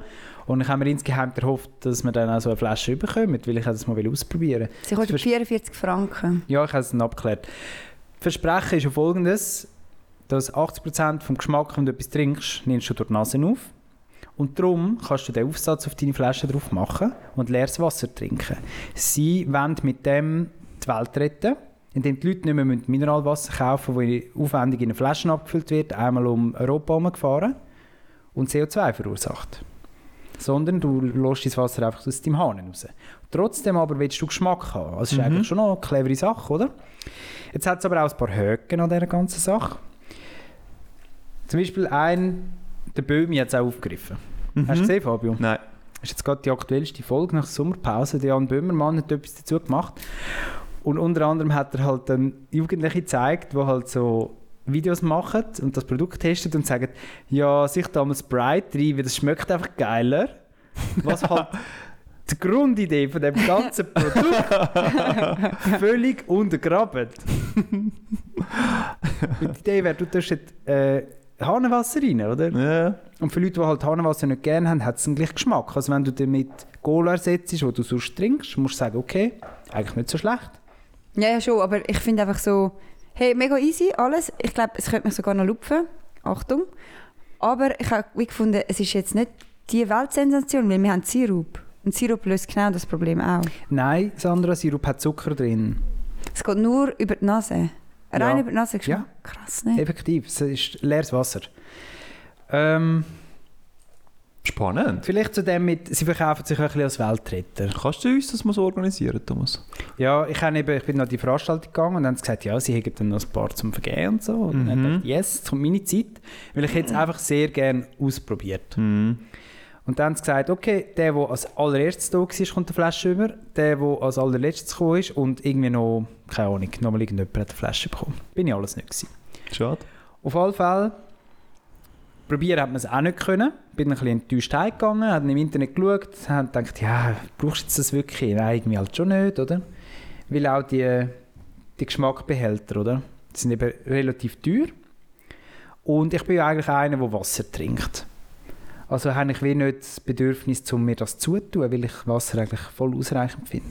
S5: Und ich habe mir insgeheim erhofft, dass wir dann auch so eine Flasche bekommen, weil ich das mal will ausprobieren
S3: Sie kostet
S5: Vers-
S3: 44 Franken.
S5: Ja, ich habe es dann abgeklärt. Versprechen ist ja folgendes, dass 80% vom Geschmack, wenn du etwas trinkst, nimmst du durch die Nase auf. Und darum kannst du den Aufsatz auf deine Flasche drauf machen und leeres Wasser trinken. Sie wollen mit dem die Welt retten, indem die Leute nicht mehr müssen Mineralwasser kaufen müssen, das aufwendig in Flaschen abgefüllt wird, einmal um Europa herumgefahren und CO2 verursacht. Sondern du lässt das Wasser einfach aus deinem Hahn raus. Trotzdem aber willst du Geschmack haben. Also ist eigentlich schon noch eine clevere Sache, oder? Jetzt hat es aber auch ein paar Höken an dieser ganzen Sache. Zum Beispiel ein, der Böhmi hat es auch aufgegriffen. Hast du gesehen, Fabio?
S4: Nein.
S5: Das ist jetzt gerade die aktuellste Folge nach der Sommerpause. Der Jan Böhmermann hat etwas dazu gemacht. Und unter anderem hat er halt dann Jugendliche gezeigt, die halt so Videos machen und das Produkt testen und sagen, ja, sich da mal Sprite rein, weil das schmeckt einfach geiler. Was halt die Grundidee von dem ganzen Produkt völlig untergraben. Und die Idee wäre, du tust jetzt, äh, Hahnenwasser rein, oder?
S4: Ja.
S5: Und für Leute, die halt Hahnenwasser nicht gerne haben, hat es den gleichen Geschmack. Also wenn du damit Cola ersetzt, wo du sonst trinkst, musst du sagen, okay, eigentlich nicht so schlecht.
S3: Ja, ja, schon, aber ich finde einfach so, hey, mega easy alles. Ich glaube, es könnte mich sogar noch lupfen. Achtung. Aber ich habe wie gefunden, es ist jetzt nicht die Weltsensation, weil wir haben Sirup. Und Sirup löst genau das Problem auch.
S5: Nein, Sandra, Sirup hat Zucker drin.
S3: Es geht nur über die Nase. Rein
S5: Ja.
S3: über die Nase geschmeckt.
S5: Ja.
S3: Krass, ne?
S5: Effektiv, es ist leeres Wasser. Ähm,
S4: Spannend.
S5: vielleicht zu dem mit, sie verkaufen sich auch ein bisschen als Weltretter.
S4: Kannst du uns das mal so organisieren, Thomas?
S5: Ja, ich, habe eben, ich bin an die Veranstaltung gegangen und dann haben sie gesagt, ja, sie hätten dann noch ein paar zum Vergehen und so. Und dann
S4: Mhm.
S5: habe ich gedacht, yes, jetzt kommt meine Zeit, weil ich jetzt einfach sehr gerne ausprobiert.
S4: Mhm.
S5: Und dann haben sie gesagt, okay, der, der als allererstes da war, kommt eine Flasche über. Der, der als allerletztes gekommen ist und irgendwie noch, keine Ahnung, nochmal irgendjemand hat eine Flasche bekommen. Bin ich alles nicht gewesen.
S4: Schade.
S5: Auf alle Fälle, probieren hat man es auch nicht können. Bin ein bisschen enttäuscht heimgegangen, habe im Internet geschaut, habe gedacht, ja, brauchst du jetzt das wirklich? Nein, irgendwie halt schon nicht, oder? Weil auch die, die Geschmackbehälter, oder? Die sind eben relativ teuer. Und ich bin ja eigentlich einer, der Wasser trinkt. Also habe ich wie nicht das Bedürfnis, um mir das zuzutun, weil ich Wasser eigentlich voll ausreichend finde.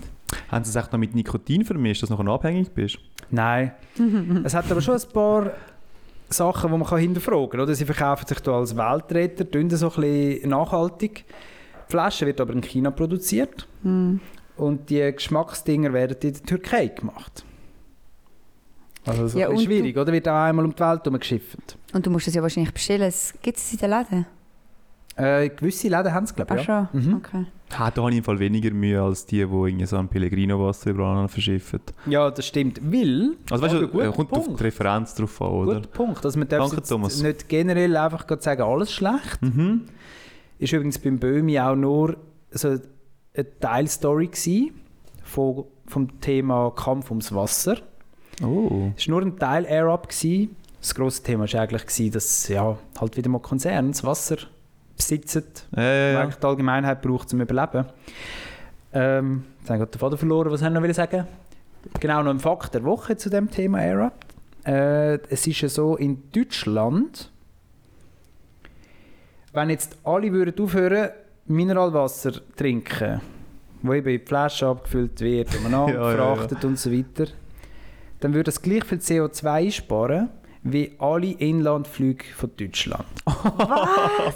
S4: Haben sie es echt noch mit Nikotin vermischt, dass du nachher abhängig bist?
S5: Nein. es hat aber schon ein paar Sachen, die man kann hinterfragen kann. Oder? Sie verkaufen sich hier als Weltretter, tun das so ein bisschen nachhaltig. Die Flasche wird aber in China produziert
S3: Hm.
S5: und die Geschmacksdinger werden in der Türkei gemacht. Also so
S3: Ja,
S5: ein bisschen
S3: und du-
S5: schwierig, oder? Wird auch einmal um die Welt herumgeschifft.
S3: [LAUGHS] Und du musst es ja wahrscheinlich bestellen. Es- Gibt es in den Läden?
S5: Äh, gewisse Läden haben es, glaube
S3: Ach
S5: ich. Ja.
S3: schon?
S5: Mhm.
S3: Okay.
S4: Ha, da habe ich im Fall weniger Mühe als die, die irgendwie so ein Pellegrino-Wasser überall verschiffen.
S5: ja, das stimmt. Weil,
S4: Also
S3: Ah,
S4: weißt
S5: Aber
S4: du,
S5: guter
S4: äh, kommt auf
S5: Punkt.
S4: die Referenz drauf an, oder?
S5: guter Punkt, also man darf
S4: Danke,
S5: jetzt
S4: Thomas.
S5: nicht generell einfach gerade sagen, alles schlecht.
S4: Mhm.
S5: ist übrigens beim Böhmi auch nur so eine Teilstory gsi von, vom Thema Kampf ums Wasser.
S4: Oh.
S5: Es war nur ein Teil Air-Up. gsi. Das grosse Thema war eigentlich, gsi, dass ja, halt wieder mal Konzerne das Wasser besitzen,
S4: Ja, ja,
S5: ja.
S4: ja.
S5: eigentlich die Allgemeinheit braucht, um überleben. Ähm, jetzt haben wir gerade den Faden verloren, was haben wir noch sagen Genau, noch ein Fakt der Woche zu dem Thema Air-Up. Äh, es ist ja so, in Deutschland, wenn jetzt alle würden aufhören, Mineralwasser zu trinken, wo eben in die Flasche abgefüllt wird
S4: [LAUGHS]
S5: und man
S4: Ja, ja,
S5: verachtet und so weiter, dann würde das gleich viel CO2 einsparen, wie alle Inlandflüge von Deutschland. Was?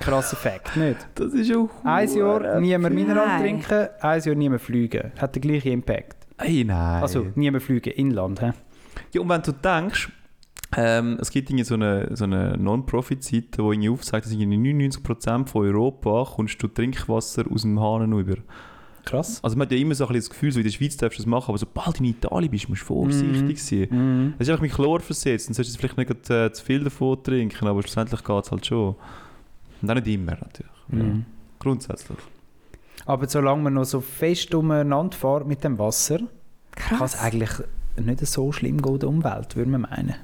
S5: Krasser Fakt, nicht?
S4: [LAUGHS] Das ist auch.
S5: Ein
S4: äh,
S5: Jahr niemand Mineral
S3: Nein.
S5: trinken, ein Jahr niemand fliegen. Hat den gleichen Impact.
S4: Ey, nein.
S5: Also niemand fliegen, Inland. He?
S4: Ja, und wenn du denkst, ähm, es gibt irgendwie so eine, so eine Non-Profit-Seite, die irgendwie aufzeigt, dass irgendwie 99% von Europa kommst du Trinkwasser aus dem Hahn über.
S5: Krass.
S4: Also man hat ja immer so ein bisschen das Gefühl, so in der Schweiz darfst du das machen, aber sobald du in Italien bist, musst du vorsichtig sein.
S5: Mhm.
S4: Es ist einfach mit Chlor versetzt, dann solltest du vielleicht nicht gerade, äh, zu viel davon trinken, aber schlussendlich geht es halt schon. Und auch nicht immer natürlich. Ja.
S5: Mhm.
S4: Grundsätzlich.
S5: Aber solange man noch so fest umeinander fährt mit dem Wasser, kann es
S3: Krass.
S5: eigentlich nicht so schlimm gehen der Umwelt, würde man meinen.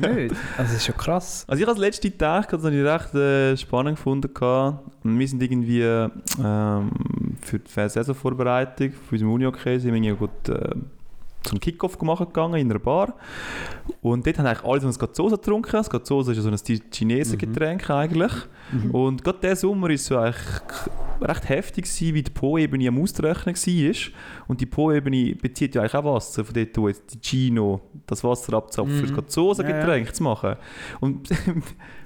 S5: nicht? Also das ist schon krass.
S4: Also ich als letzte Tag das habe ich recht äh, spannend gefunden. gehabt. Und wir sind irgendwie ähm, für die Fe- Saisonvorbereitung für unseren Uni-Hockey sind wir irgendwie gut, äh, so einen Kickoff gemacht gegangen in einer Bar. Und dort haben eigentlich alle so ein Gazosa getrunken. Das Gazosa ist ja so ein Chi- Chinesengetränk eigentlich. Und gerade diesen Sommer war es so eigentlich recht heftig, gewesen, wie die Po-Ebene am Ausrechnen war. Und die Po-Ebene bezieht ja eigentlich auch Wasser, von dort, wo jetzt die Chino das Wasser abzapft, für das
S5: Mhm.
S4: Gazosa-Getränk zu machen. Und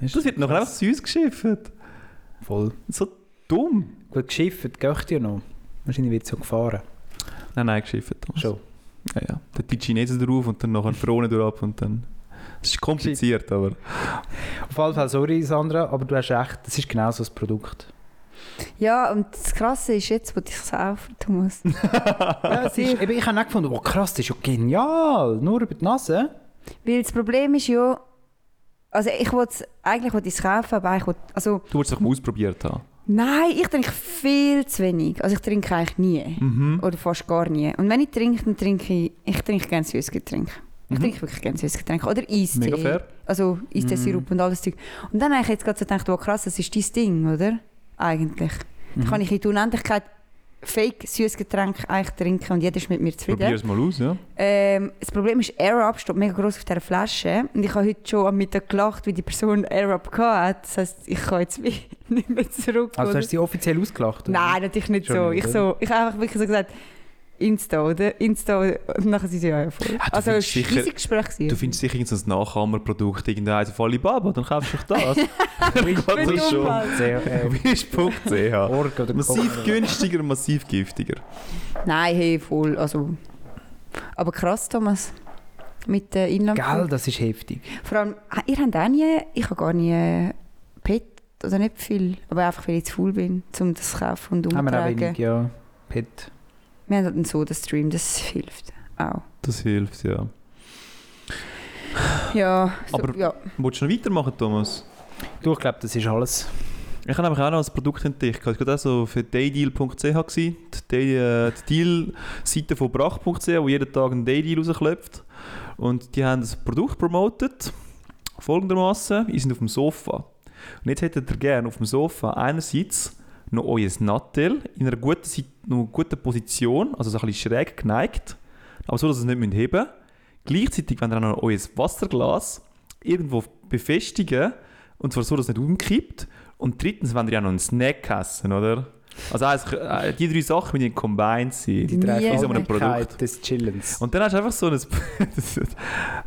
S4: das wird nachher einfach
S5: krass.
S4: süß geschifft.
S5: Voll.
S4: So dumm.
S5: Gut, geschifft geht ja noch. Wahrscheinlich wird es so gefahren.
S4: Nein, nein, geschifft.
S5: Schon.
S4: Ja, ja. Dann die Chinesen drauf und dann nachher die Drohne drauf und dann... Es ist kompliziert, aber...
S5: Auf jeden Fall, sorry Sandra, aber du hast recht, das ist genau so ein Produkt.
S3: Ja, und das Krasse ist jetzt, wo ich es saufen, Thomas.
S5: Ja, es ist, eben, ich habe auch gefunden, wow, krass, das ist ja genial, nur über die Nase.
S3: Weil das Problem ist ja, also ich wollte eigentlich wollte ich es kaufen, aber ich wollte, also
S4: Du wolltest es doch mal ausprobiert haben.
S3: nein, ich trinke viel zu wenig. Also ich trinke eigentlich nie
S4: Mhm.
S3: oder fast gar nie. Und wenn ich trinke, dann trinke ich, ich trinke gerne Süßgetränke. Ich
S4: Mhm.
S3: trinke wirklich gerne Süßgetränke oder Eistee.
S4: Mega fair. Mhm.
S3: Also Eistee-Sirup
S5: Mm.
S3: und alles Zeug. Und dann habe ich jetzt gerade so gedacht, wow, krass, das ist dein Ding, oder? Eigentlich.
S4: Mhm.
S3: Dann kann ich in die Unendlichkeit fake Süßgetränke eigentlich trinken und jeder ist mit mir
S4: Probier
S3: zufrieden.
S4: es mal aus, ja.
S3: Ähm, das Problem ist, Airab steht mega groß auf dieser Flasche. Und ich habe heute schon am Mittag gelacht, wie die Person Airab hatte. Das heisst, ich kann jetzt [LAUGHS] wie nicht mehr zurück.
S5: Also
S3: oder?
S5: hast du sie offiziell ausgelacht? oder?
S3: Nein, natürlich nicht
S5: Schon
S3: so.
S5: nicht,
S3: Ich, so. ich habe einfach wirklich so gesagt, Insta, oder? Insta, oder? Und nachher sind sie ja voll.
S4: Ah, du findest
S3: also, es war ein
S4: sicher-
S3: riesiges Gespräch. gewesen.
S4: Du findest sicher irgendein Nachhammerprodukt, irgendeins auf Alibaba, dann kaufst du doch das.
S3: Für
S4: das
S3: den
S4: schon.
S3: Unfall.
S5: Sehr, [LAUGHS] äh, Oh,
S4: Wisch.ch
S5: Org oder
S4: Massiv
S5: Kopf.
S4: günstiger, massiv giftiger.
S3: Nein, hey, voll. Also. Aber krass, Thomas. Mit der Inland.
S5: Gell, das ist heftig.
S3: Vor allem, ah, ihr habt auch nie, ich habe gar nie Pet oder nicht viel, aber einfach, weil ich zu faul bin, um das zu kaufen und
S5: Haben wir auch
S3: umzutragen.
S5: wenig, ja. Pet.
S3: Wir haben halt einen Soda-Stream, das hilft auch.
S4: Das hilft, ja.
S3: Ja, so,
S4: Aber-
S3: ja.
S4: Wolltest du noch weitermachen, Thomas?
S5: Du, ich glaube, das ist alles.
S4: Ich habe nämlich auch noch ein Produkt entdeckt. Das war auch so für daydeal.ch. gewesen. Die, Day- äh, die Deal-Seite von brach.ch, wo jeden Tag ein Daydeal rausklopft. Und die haben das Produkt promotet. Folgendermaßen: Ihr seid auf dem Sofa. Und jetzt hättet ihr gerne auf dem Sofa einerseits noch euer Nattel in einer guten, Sit- noch guten Position, also so ein bisschen schräg geneigt, aber so, dass ihr es nicht müsst heben müsst. Gleichzeitig wollt ihr auch noch euer Wasserglas irgendwo befestigen, und zwar so, dass es nicht umkippt. Und drittens wollt ihr ja noch einen Snack essen, oder? Also eins- äh, die drei Sachen müssen combined sein.
S5: Die drei
S3: Nie.
S4: Ist aber ein
S5: Möglichkeiten
S4: Produkt.
S5: des Chillens.
S4: Und dann hast du einfach so ein, [LAUGHS]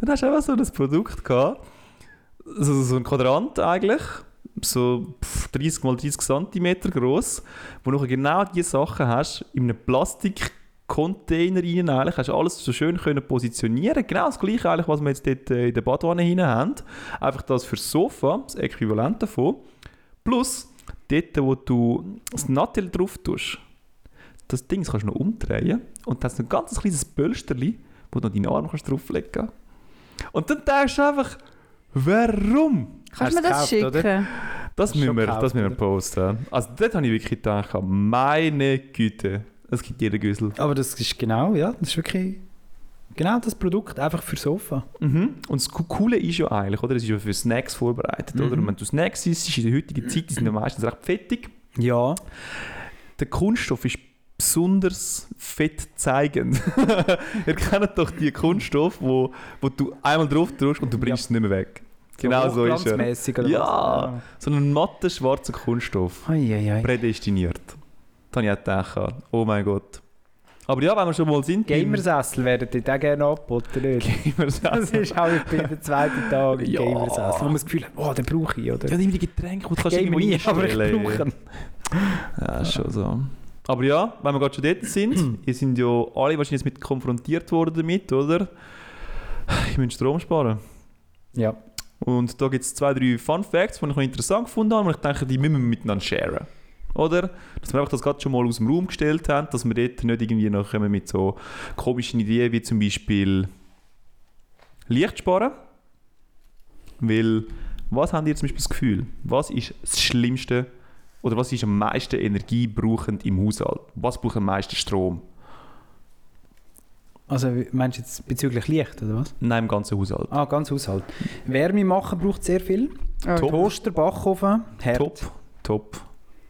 S4: dann hast du einfach so ein Produkt gehabt, so, so ein Quadrant eigentlich, so pff, 30 mal 30 cm groß, wo du nachher genau diese Sachen hast, in einem Plastikcontainer rein eigentlich, hast du alles so schön können positionieren genau das gleiche eigentlich, was wir jetzt dort äh, in der Badwanne rein haben, einfach das fürs Sofa, das Äquivalent davon, plus dort, wo du das Nattel drauf tust, das Ding das kannst du noch umdrehen und dann hast du ein ganz kleines Pölsterli, wo du noch deinen Arm kannst drauflegen kannst. Und dann denkst du einfach, warum?
S3: Kannst du mir das
S5: Hast du
S3: schicken?
S5: gekauft,
S4: Das
S5: Hast du
S4: müssen,
S5: schon
S4: wir,
S5: gekauft,
S4: das müssen wir
S5: oder?
S4: posten. Also dort habe ich wirklich gedacht, meine Güte, es gibt jeden Güssel.
S5: Aber das ist genau, ja, das ist wirklich genau das Produkt, einfach für Sofa.
S4: Mhm. Und das Co- Coole ist ja eigentlich, oder? Es ist ja für Snacks vorbereitet, oder?
S5: Mhm.
S4: Und wenn du Snacks isst, ist in der heutigen Zeit, die sind ja meistens recht fettig.
S5: Ja.
S4: Der Kunststoff ist besonders fett zeigend. [LAUGHS] Ihr kennt doch die Kunststoff, wo, wo du einmal drauf drückst und du bringst es nicht mehr weg. Genau so ist er.
S5: hochglanzmässig oder
S4: Ja. So ein matter schwarzer Kunststoff.
S5: was? Ei, ei, ei. Prädestiniert.
S4: Prädestiniert. Das habe ich auch gedacht. Oh mein Gott. Aber ja, wenn wir schon mal sind.
S5: Gamersessel werden dort auch gerne angeboten, nicht?
S4: Gamers.
S5: Das ist auch etwa der zweite Tag im
S4: Ja.
S5: Gamersessel, wo man das Gefühl hat, oh, den brauche ich, oder?
S4: Ja, die Getränke, die du kannst irgendwo
S5: Gamer nie, aber ich
S4: einstellen.
S5: brauche ihn.
S4: Ja, ist schon so. Aber ja, wenn wir gerade schon dort [CLEARS THROAT] sind, ihr sind ja alle wahrscheinlich jetzt mit konfrontiert worden damit, oder? Ich muss Strom sparen.
S5: Ja.
S4: Und da gibt es zwei, drei Fun Facts, die ich noch interessant gefunden habe und ich denke, die müssen wir miteinander sharen. Oder? Dass wir einfach das gerade schon mal aus dem Raum gestellt haben, dass wir dort nicht irgendwie noch kommen mit so komischen Ideen wie zum Beispiel Licht sparen. Weil, was habt ihr zum Beispiel das Gefühl? Was ist das Schlimmste oder was ist am meisten energiebrauchend im Haushalt? Was braucht am meisten Strom?
S5: Also wie- meinst du jetzt bezüglich Licht, oder was?
S4: Nein, im ganzen Haushalt.
S5: Ah, ganz Haushalt. Wärme machen braucht sehr viel.
S3: Oh,
S4: Top.
S5: Toaster, Backofen, Herd.
S4: Top, top.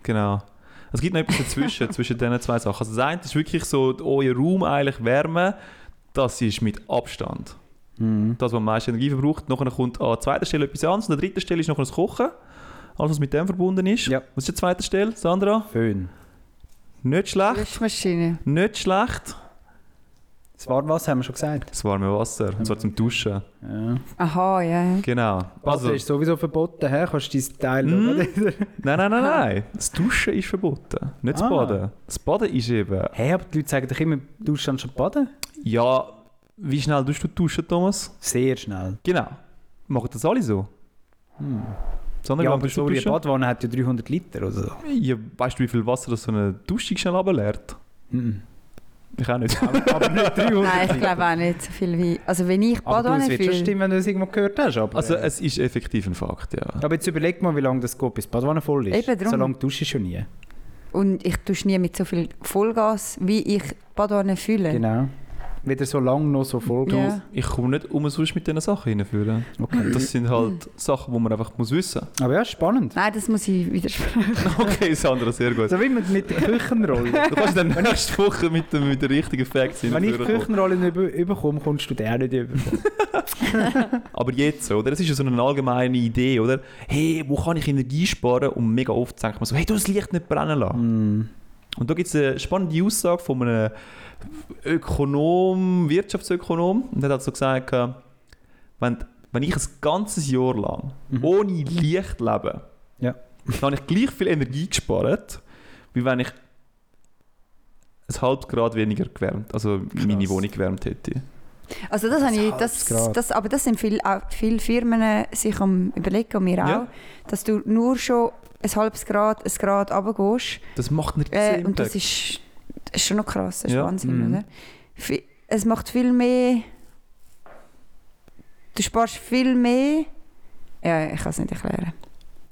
S4: Genau. Es gibt noch etwas
S5: [LAUGHS]
S4: dazwischen, zwischen diesen zwei Sachen. Also das eine ist wirklich so, euer Raum eigentlich wärmen, das ist mit Abstand.
S5: Mhm.
S4: Das, was am meisten Energie verbraucht. Nachher kommt an zweiter Stelle etwas anderes. An der dritten Stelle ist noch das Kochen. Alles, was mit dem verbunden ist.
S5: Ja.
S4: Was ist die zweite Stelle, Sandra?
S5: Föhn.
S4: Nicht schlecht.
S3: Waschmaschine.
S4: Nicht schlecht.
S5: Das Warmwasser haben wir schon gesagt.
S4: Das warme Wasser. Und zwar zum Duschen.
S5: Ja.
S3: Aha, ja.
S4: Genau.
S5: Wasser
S4: Also,
S5: ist sowieso verboten, hä? kannst du dein Teil
S4: Mhm.
S5: oder?
S4: nein, nein, nein, nein. Das Duschen ist verboten. Nicht das
S5: Ah.
S4: Baden. Das Baden ist eben.
S5: [LAUGHS] Hä, aber die Leute sagen doch immer, du duschst anstatt baden?
S4: Ja, wie schnell tust du duschen, Thomas?
S5: Sehr schnell.
S4: Genau. Machen das alle so? Sondern
S5: Hm. Ja,
S4: wie
S5: aber
S4: lange
S5: so
S4: tust
S5: eine
S4: du duschen?
S5: Badwanne hat ja 300 Liter oder so.
S4: Ja, weißt du, wie viel Wasser das so eine Dusche schnell runterleert?
S5: Mhm.
S4: Ich auch nicht.
S5: Aber nicht 300
S3: [LAUGHS] Nein, ich glaube auch nicht so viel wie. Also, wenn ich
S5: Aber du,
S3: Badewanne
S5: es wird schon
S3: fülle.
S5: stimmen, wenn du es irgendwo gehört hast. Aber,
S4: Also
S5: äh,
S4: es ist effektiv ein Fakt, ja.
S5: aber jetzt überleg mal, wie lange das geht, bis die Badwanne voll ist.
S3: Eben drum.
S5: So lange duschst du schon nie.
S3: Und ich tue nie mit so viel Vollgas, wie ich Badewanne fülle.
S5: Genau. Weder so lange noch so voll.
S3: Ja.
S4: Ich komme nicht um sonst mit diesen Sachen hinführen.
S5: Okay.
S4: Das sind halt Sachen, die man einfach muss
S5: [LAUGHS]
S4: wissen
S5: Aber ja, spannend.
S3: Nein, das muss ich widersprechen.
S4: muss. Okay, Sandra, sehr gut.
S5: So wie mit, mit der
S4: [LAUGHS]
S5: Küchenrolle.
S4: Du kannst dann nächste Woche mit, dem, mit den richtigen Facts
S5: wenn ich die
S4: hinführen.
S5: Küchenrolle nicht über- überkomme, kommst du den auch nicht über.
S4: Aber jetzt, oder? Es ist ja so eine allgemeine Idee, oder? Hey, wo kann ich Energie sparen? Und mega oft denkt man so, hey, du hast das Licht nicht brennen lassen. Und da gibt es eine spannende Aussage von einem Ökonom, Wirtschaftsökonom. Und der hat so gesagt, äh, wenn, wenn ich ein ganzes Jahr lang ohne Licht lebe,
S5: Mhm. Ja.
S4: dann habe ich gleich viel Energie gespart, wie wenn ich ein halbes Grad weniger gewärmt, also meine
S5: Krass.
S4: Wohnung gewärmt hätte.
S3: Also, das habe ich. Das,
S5: halbes Grad.
S3: das, aber das sind viele, auch viele Firmen äh, sich am Überlegen, und wir auch,
S4: Ja.
S3: dass du nur schon ein halbes Grad, ein Grad runtergehst.
S4: Das macht einen riesen
S3: Äh, und das
S4: Impact.
S3: ist, das ist schon noch krass, das ist
S4: Ja.
S3: Wahnsinn,
S5: Mhm.
S3: oder? Fi- Es macht viel mehr. Du sparst viel mehr. Ja, ich kann es nicht erklären.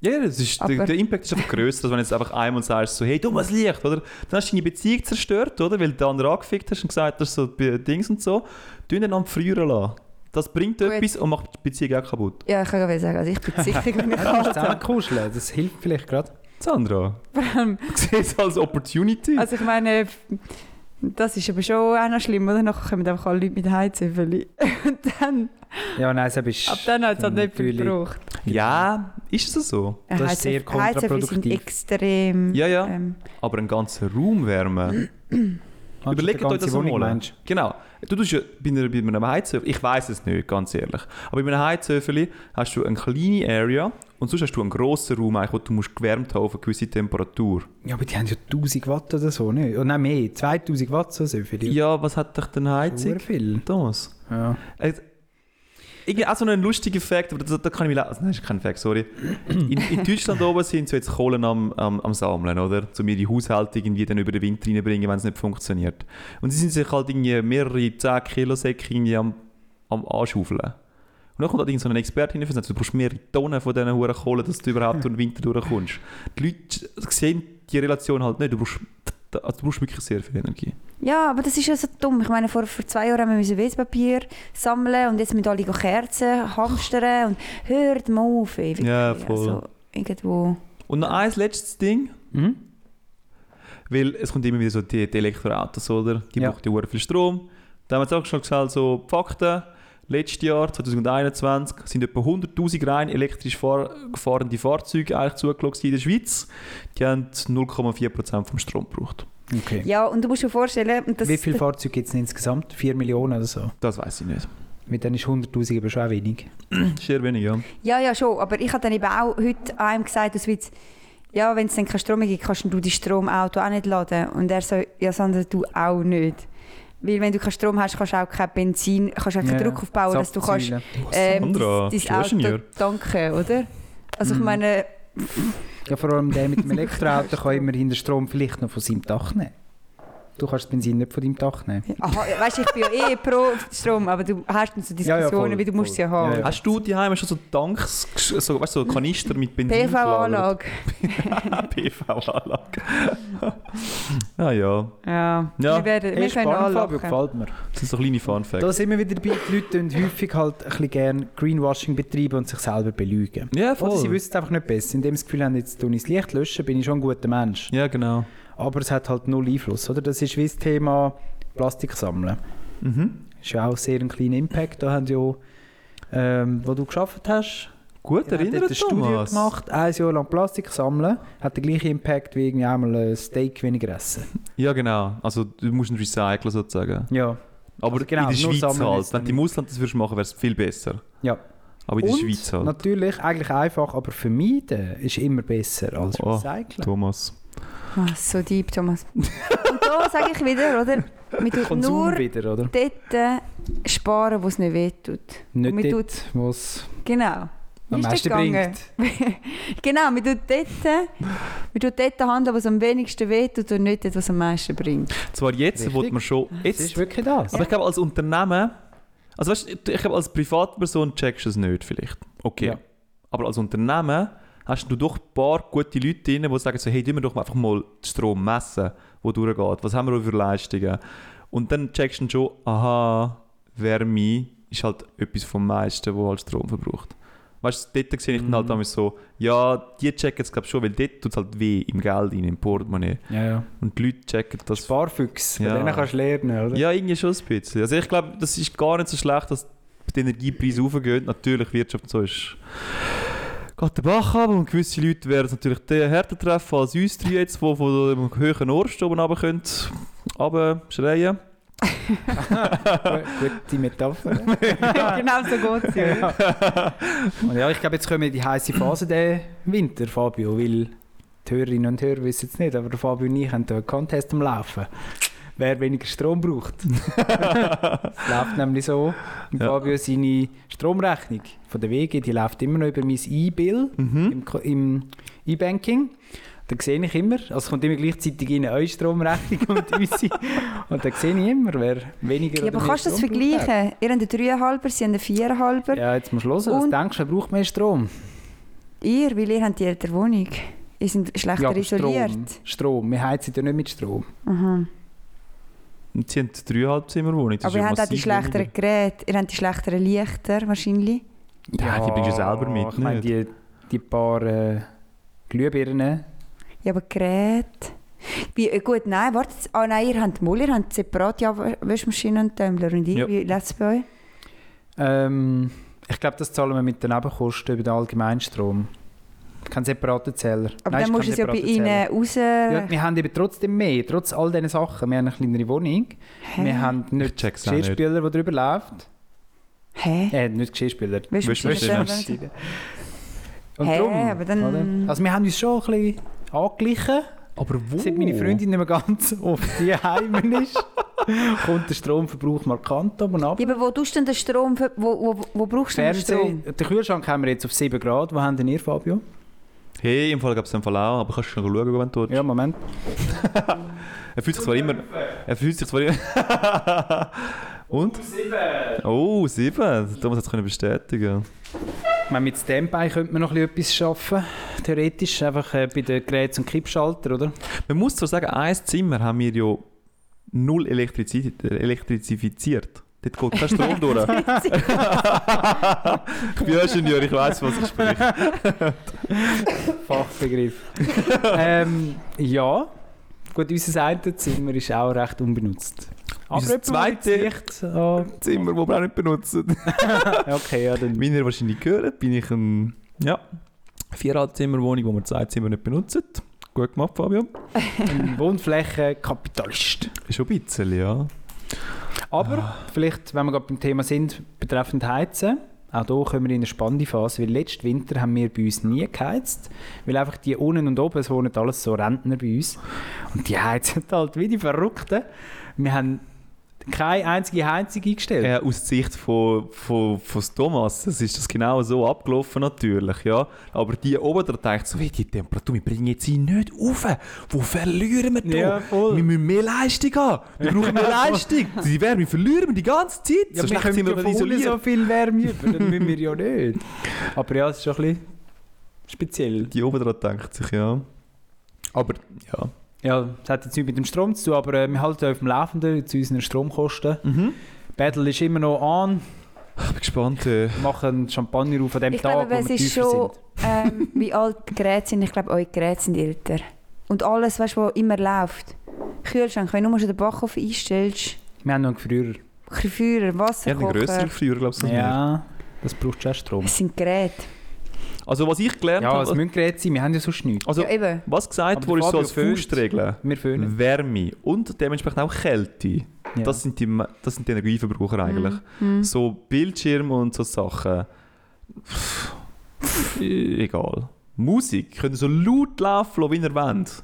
S4: Ja, ja, das ist,
S3: Aber-
S4: der, der Impact ist einfach grösser, als wenn du jetzt einfach einmal sagst, so, hey, du machst Licht, oder? Dann hast du deine Beziehung zerstört, oder? Weil du den anderen angefickt hast und gesagt hast, so die Dings und so. Du ihn dann frieren lassen. Das bringt
S3: Gut.
S4: etwas und macht die Beziehung auch kaputt.
S3: Ja, ich kann gerade sagen, also ich bin sicher, wenn ich
S5: [LAUGHS] Ja, du musst zusammen kuscheln, das hilft vielleicht gerade.
S4: Sandra,
S3: [LAUGHS] kann.
S4: du siehst es als Opportunity.
S3: Also ich meine, das ist aber schon auch noch schlimm, oder? Nachher kommen einfach alle Leute mit Heizöffel. [LAUGHS] Und dann,
S5: Ja, nein, so bist
S3: ab dann hat es halt nicht viel
S5: Natürlich.
S3: gebraucht.
S4: ja, ist es so?
S5: Das ist
S3: Heizöffel-
S5: sehr
S3: Heizöffel sind
S5: kontraproduktiv.
S3: extrem...
S4: Ja, ja.
S3: Ähm,
S4: Aber einen ganzen Raum wärmen.
S5: Anstatt
S4: Überlegt
S5: die
S4: euch
S5: also ganze
S4: das
S5: Wohnung,
S4: mal.
S5: meinst du?
S4: Genau. Du tust ja bei, einer, bei einem Heizöffel, ich weiß es nicht, ganz ehrlich, aber bei einem Heizöffel hast du eine kleine Area und sonst hast du einen grossen Raum, eigentlich, wo du musst gewärmt haben auf eine gewisse Temperatur.
S5: Ja, aber die haben ja 1000 Watt oder so, nicht? Oder nein, mehr, 2000 Watt, so so für die.
S4: Ja, was hat dich denn
S5: Sehr
S4: Heizung?
S5: viel.
S4: Thomas?
S5: Ja.
S4: Also, irgendwie auch so ein lustiger Fakt, aber da, da kann ich mich... la- Also, nein, das ist kein Fakt, sorry. In, in Deutschland oben sind sie jetzt Kohlen am, am, am Sammeln, oder? Um ihre Haushalte irgendwie dann über den Winter reinbringen, wenn es nicht funktioniert. Und sie sind sich halt irgendwie mehrere 10 Kilo Säcke irgendwie am, am Anschaufeln. Und dann kommt halt irgend so ein Experte hin und sagt, du brauchst mehrere Tonnen von diesen Huren Kohlen, dass du überhaupt durch den Winter durchkommst. Die Leute sehen die Relation halt nicht. Du brauchst, also du brauchst wirklich sehr viel Energie.
S3: Ja, aber das ist ja so dumm. Ich meine, vor, vor zwei Jahren haben wir Wespapier sammeln und jetzt müssen alle go Kerzen hamstern und hört mal auf. Ey, wirklich.
S4: Ja, voll.
S3: Also, irgendwo.
S4: Und noch ein letztes Ding.
S5: Mhm.
S4: Weil es kommt immer wieder so die, die Elektroautos, oder? Die
S5: Ja.
S4: brauchen ja verdammt viel Strom. Da haben wir jetzt auch schon gesagt, so die Fakten. Letztes Jahr, 2021, sind etwa 100'000 rein elektrisch fahr gefahrende Fahrzeuge eigentlich zugelassen in der Schweiz. Die haben 0,4% vom Strom gebraucht.
S5: Okay.
S3: Ja, und du musst dir vorstellen, und das,
S5: Wie viele Fahrzeuge gibt es insgesamt? 4 Millionen oder so.
S4: Das weiß ich nicht.
S5: Mit denen ist 100'000 aber schon auch wenig.
S4: Sehr wenig, ja.
S3: ja, ja, schon. Aber ich habe dann eben auch heute einem gesagt, aus Witz, ja, wenn es dann keinen Strom mehr gibt, kannst du dein Stromauto auch nicht laden. Und er so, ja, Sandra, du auch nicht. Weil wenn du keinen Strom hast, kannst du auch kein Benzin, kannst auch keinen
S5: Ja.
S3: Druck aufbauen, dass du kannst
S5: Zapfsäulen.
S3: ähm,
S4: Sandra,
S3: dein,
S4: bist du
S3: dein
S4: Ingenieur? Mhm.
S3: Auto tanken, oder? Also ich meine...
S5: Ja, vor allem der mit dem Elektroauto kann immer hinter Strom vielleicht noch von seinem Dach nehmen. Du kannst das Benzin nicht von deinem Dach nehmen.
S3: Aha, ja, weißt du, ich bin ja eh pro Strom, aber du hast dann so
S5: Ja, ja,
S3: Diskussionen,
S5: voll,
S3: wie du musst sie
S5: voll.
S3: haben.
S5: Ja, ja.
S4: Hast du die Heime schon so Tanks, so, weißt, du, so Kanister mit Benzin? gelagert?
S3: PV-Anlage.
S4: [LAUGHS] PV-Anlage. ah ja,
S3: Ja.
S4: Ja.
S3: wir, werden, wir können
S5: Hey, spannend, Fabio,
S3: anlachen.
S5: gefällt mir.
S4: das sind so kleine Funfacts.
S5: Da sind wir wieder dabei, die Leute tun häufig halt ein bisschen gerne Greenwashing betreiben und sich selber belügen.
S4: Ja,
S5: Oder sie
S4: voll.
S5: wissen es einfach nicht besser. Indem sie das Gefühl haben, jetzt tue ich das Licht löschen, bin ich schon ein guter Mensch.
S4: Ja, genau.
S5: Aber es hat halt null Einfluss, oder? Das ist wie das Thema Plastik sammeln.
S4: Mhm.
S5: ist ja auch sehr ein kleiner Impact. Da haben ja, ähm, wo du geschafft hast,
S4: Gut,
S5: hat dort
S4: erinnert
S5: eine
S4: dich
S5: Studie
S4: Thomas.
S5: gemacht, ein Jahr lang Plastik sammeln, hat den gleichen Impact wie irgendwie einmal ein Steak weniger essen.
S4: Ja, genau. Also du musst ihn recyceln sozusagen.
S5: Ja,
S4: Aber
S5: Also genau,
S4: in der
S5: nur
S4: Schweiz
S5: sammeln
S4: halt.
S5: ist
S4: Wenn
S5: dann-
S4: du im Ausland das würdest machen, wäre es viel besser.
S5: ja.
S4: Aber in der
S5: Und
S4: Schweiz halt.
S5: natürlich, eigentlich einfach, aber vermeiden ist immer besser als
S4: Oh,
S5: recyceln.
S4: Thomas.
S3: Ah, so deep, Thomas. Und da sage ich wieder, oder? Man tut
S5: Konsum
S3: nur
S5: wieder, oder?
S3: dort äh, sparen, wo es nicht wehtut.
S5: Nicht
S3: man
S5: dort, wo es
S3: Genau. Wie
S5: am
S3: ist
S5: meisten
S3: das gegangen?
S5: bringt.
S3: [LAUGHS] genau, man tut dort, äh, man tut dort handeln, was am wenigsten wehtut und nicht dort, was am meisten
S5: [LAUGHS]
S3: bringt.
S4: Zwar jetzt,
S5: Richtig.
S4: wo man schon.
S5: Es
S4: Jetzt,
S5: ist wirklich das.
S4: Aber ich glaube, als Unternehmen, also weißt, du, ich glaube, als Privatperson checkst du es nicht vielleicht. Okay.
S5: Ja.
S4: Aber als Unternehmen hast du doch ein paar gute Leute drin, die sagen so, hey, tun wir doch einfach mal den Strom messen, wo durchgeht. Was haben wir für Leistungen? Und dann checkst du schon, aha, Wärme ist halt etwas vom meisten, wo halt Strom verbraucht. Weißt du, dort sehe ich dann halt
S5: Mhm.
S4: damals so, ja, die checken es glaube schon, weil dort tut es halt weh im Geld, rein, im Portemonnaie.
S5: Ja, ja.
S4: Und die Leute checken das
S5: Sparfüchs, von
S4: Ja.
S5: denen kannst du lernen, [LAUGHS] oder?
S4: ja, irgendwie schon ein bisschen. Also ich glaube, das ist gar nicht so schlecht, dass die Energiepreise raufgehen. Natürlich, Wirtschaft und so ist... Geht der Bach ab und gewisse Leute werden es natürlich der härter treffen als uns drei jetzt, die von dem höheren Ort oben runter können, runter schreien.
S5: Gu- Gute Metapher.
S4: [LAUGHS]
S5: [LAUGHS]
S3: genau so geht es ja.
S5: Und ja, ich glaube, jetzt kommen wir in die heiße Phase den Winter, Fabio, weil die Hörerinnen und Hörer wissen es nicht, aber der Fabio und ich haben da einen Contest am Laufen. Wer weniger Strom braucht. es läuft nämlich so, und
S4: Ja.
S5: Fabio, seine Stromrechnung von der WG, die läuft immer noch über mein E-Bill
S4: Mhm.
S5: im, Ko- im E-Banking. Da sehe ich immer, also es kommt immer gleichzeitig in eure Stromrechnung [LAUGHS] und unsere. Und da sehe ich immer, wer weniger
S3: ja aber
S5: oder mehr
S3: kannst du das
S5: Strom braucht.
S3: vergleichen? Ihr habt einen 3,5er, sie haben einen 4,5er.
S5: Ja, jetzt musst du hören, was
S3: Und-
S5: denkst du, wer braucht mehr Strom?
S3: Ihr, weil ihr habt die ältere Wohnung. Ihr seid schlechter
S5: aber Strom,
S3: isoliert.
S5: Strom. Wir heizen ja nicht mit Strom.
S3: Aha.
S4: Und sie haben dreieinhalb Zimmerwohnung. das
S3: Aber
S4: ist
S3: ihr
S4: ja
S3: habt auch die
S4: massiv
S3: schlechteren
S4: weniger.
S3: Geräte, ihr habt die schlechteren Lichter wahrscheinlich.
S4: Ja, die bringst du selber mit,
S5: Ich meine,
S4: nicht?
S5: die, die paar äh, Glühbirnen.
S3: Ja, aber Geräte. Wie, äh, gut, nein, wartet. Ah nein, ihr habt Mull, ihr habt separat ja, Wäschmaschine und Tumbler. Und ich,
S4: Ja.
S3: wie lässt es bei euch?
S5: Ähm, ich glaube, das zahlen wir mit den Nebenkosten über den Allgemeinstrom. Kein separaten Zähler.
S3: Aber
S5: Nein,
S3: dann
S5: ist
S3: musst du
S5: kein
S3: es ja bei
S5: separater
S3: ihnen äh, raus...
S5: Zähler. Ja, wir haben eben trotzdem mehr, trotz all diesen Sachen. Wir haben eine kleinere Wohnung.
S3: Hä?
S5: Wir haben
S4: Ich
S5: nicht
S4: check's auch nicht.
S5: Geschirrspüler, der drüber läuft.
S3: Hä?
S5: Äh, nicht Geschirrspüler.
S3: Wäschmaschine
S4: Wäschmaschine.
S3: und Tumbler?
S5: Geschirrspüler. Und
S3: Hä,
S5: drum,
S3: aber dann-
S5: oder? Uh. Also wir haben uns schon ein bisschen angeglichen.
S4: Aber wo?
S5: Seit meine Freundin nicht mehr ganz [LAUGHS] auf die Heimen ist, kommt der Stromverbrauch markant oben ab.
S3: Ja, aber wo tust du denn den Strom... ver- Wo, wo, wo brauchst du denn den
S5: Fernsehen,
S3: Strom?
S5: den Kühlschrank haben wir jetzt auf 7 Grad. Wo haben denn ihr, Fabio?
S4: Hey, im Fall gab es den Fall auch, aber kannst du schon schauen, wenn du willst.
S5: Ja, Moment.
S4: Er fühlt sich zwar immer... Er fühlt sich zwar immer... [LAUGHS] und? Oh, sieben. Thomas hat es können bestätigen.
S5: Ich meine, mit Standby könnte man noch ein bisschen etwas schaffen. Theoretisch, einfach äh, bei den Geräten und Kippschalter, oder?
S4: Man muss zwar sagen, ein Zimmer haben wir ja null elektrizi elektrifiziert. Dort geht kein [LAUGHS] Strom durch. ich bin Ingenieur, ich weiß, was ich spreche.
S3: [LAUGHS]
S5: Fachbegriff. ähm, ja. Gut, unser eine Zimmer ist auch recht unbenutzt.
S4: Unser
S5: jemand, der jetzt
S4: zweite-
S5: Licht an-
S4: Zimmer, das wir auch nicht benutzen.
S5: Okay, Ah, ja, dann...
S4: Wie ihr wahrscheinlich gehört, bin ich ein... Ja. Vierhalbzimmerwohnung, wo wir zwei Zimmer nicht benutzen. Gut gemacht, Fabio.
S5: Ein Wohnflächenkapitalist.
S4: Schon ein bisschen, ja.
S5: Aber
S4: Ah.
S5: vielleicht, wenn wir gerade beim Thema sind, betreffend Heizen, auch hier kommen wir in eine spannende Phase, weil letzten Winter haben wir bei uns nie geheizt, weil einfach die unten und oben, es wohnen [LAUGHS] alles so Rentner bei uns und die heizen halt wie die Verrückten. Wir haben keine einzige Heizung eingestellt.
S4: Äh, aus der Sicht von, von, von Thomas das ist das genau so abgelaufen natürlich, ja. Aber die oben da denkt so, wie die Temperatur, wir bringen jetzt sie nicht rauf. Wo verlieren wir da?
S5: Ja, voll.
S4: wir müssen mehr Leistung haben.
S5: [LAUGHS]
S4: Wir brauchen mehr Leistung. Die Wärme verlieren wir die ganze Zeit. so
S5: Ja, wir
S4: schlecht
S5: können
S4: sind wir
S5: ja
S4: dann
S5: von unten
S4: isoliert.
S5: so viel Wärme über, dann müssen wir ja nicht. Aber ja, es ist schon ein bisschen speziell.
S4: Die oben da denkt sich, ja. Aber, ja.
S5: Ja, es hat jetzt nichts mit dem Strom zu tun, aber äh, wir halten auf dem Laufenden zu unseren Stromkosten.
S4: Mhm.
S5: Battle ist immer noch an,
S4: Ich bin gespannt. Äh,
S5: wir machen Champagner auf an dem
S3: Ich
S5: Tag,
S3: glaube,
S5: wo
S3: es
S5: wir
S3: ist
S5: tiefer
S3: schon,
S5: sind.
S3: ähm, wie alt die Geräte sind. Ich glaube, eure Geräte sind älter. Und alles, weißt du, was immer läuft. Kühlschrank, wenn du nur schon den Backofen einstellst,
S5: Wir haben noch einen Gefrierer.
S3: Gefrierer,
S4: ich habe einen grösseren
S3: Wasserkocher.
S4: früher, glaube ich. als wir.
S5: Ja, das braucht schon auch Strom.
S3: Es sind Geräte.
S4: Also was ich gelernt
S5: Ja, es
S4: habe,
S5: müssen Geräte sein, wir haben ja sonst nichts.
S4: also
S3: ja, eben.
S4: was gesagt
S5: Aber
S4: wurde, ist so
S5: Fabio
S4: als
S5: föhnt.
S4: Faustregel.
S5: Wir föhnen.
S4: Wärme und dementsprechend auch Kälte.
S5: Ja.
S4: Mhm.
S5: Mhm.
S4: Das, sind die, Me- das sind die Energieverbraucher eigentlich. So Bildschirme und so Sachen. Pff, e- egal. Musik könnt ihr so laut laufen lassen, wie ihr wollt.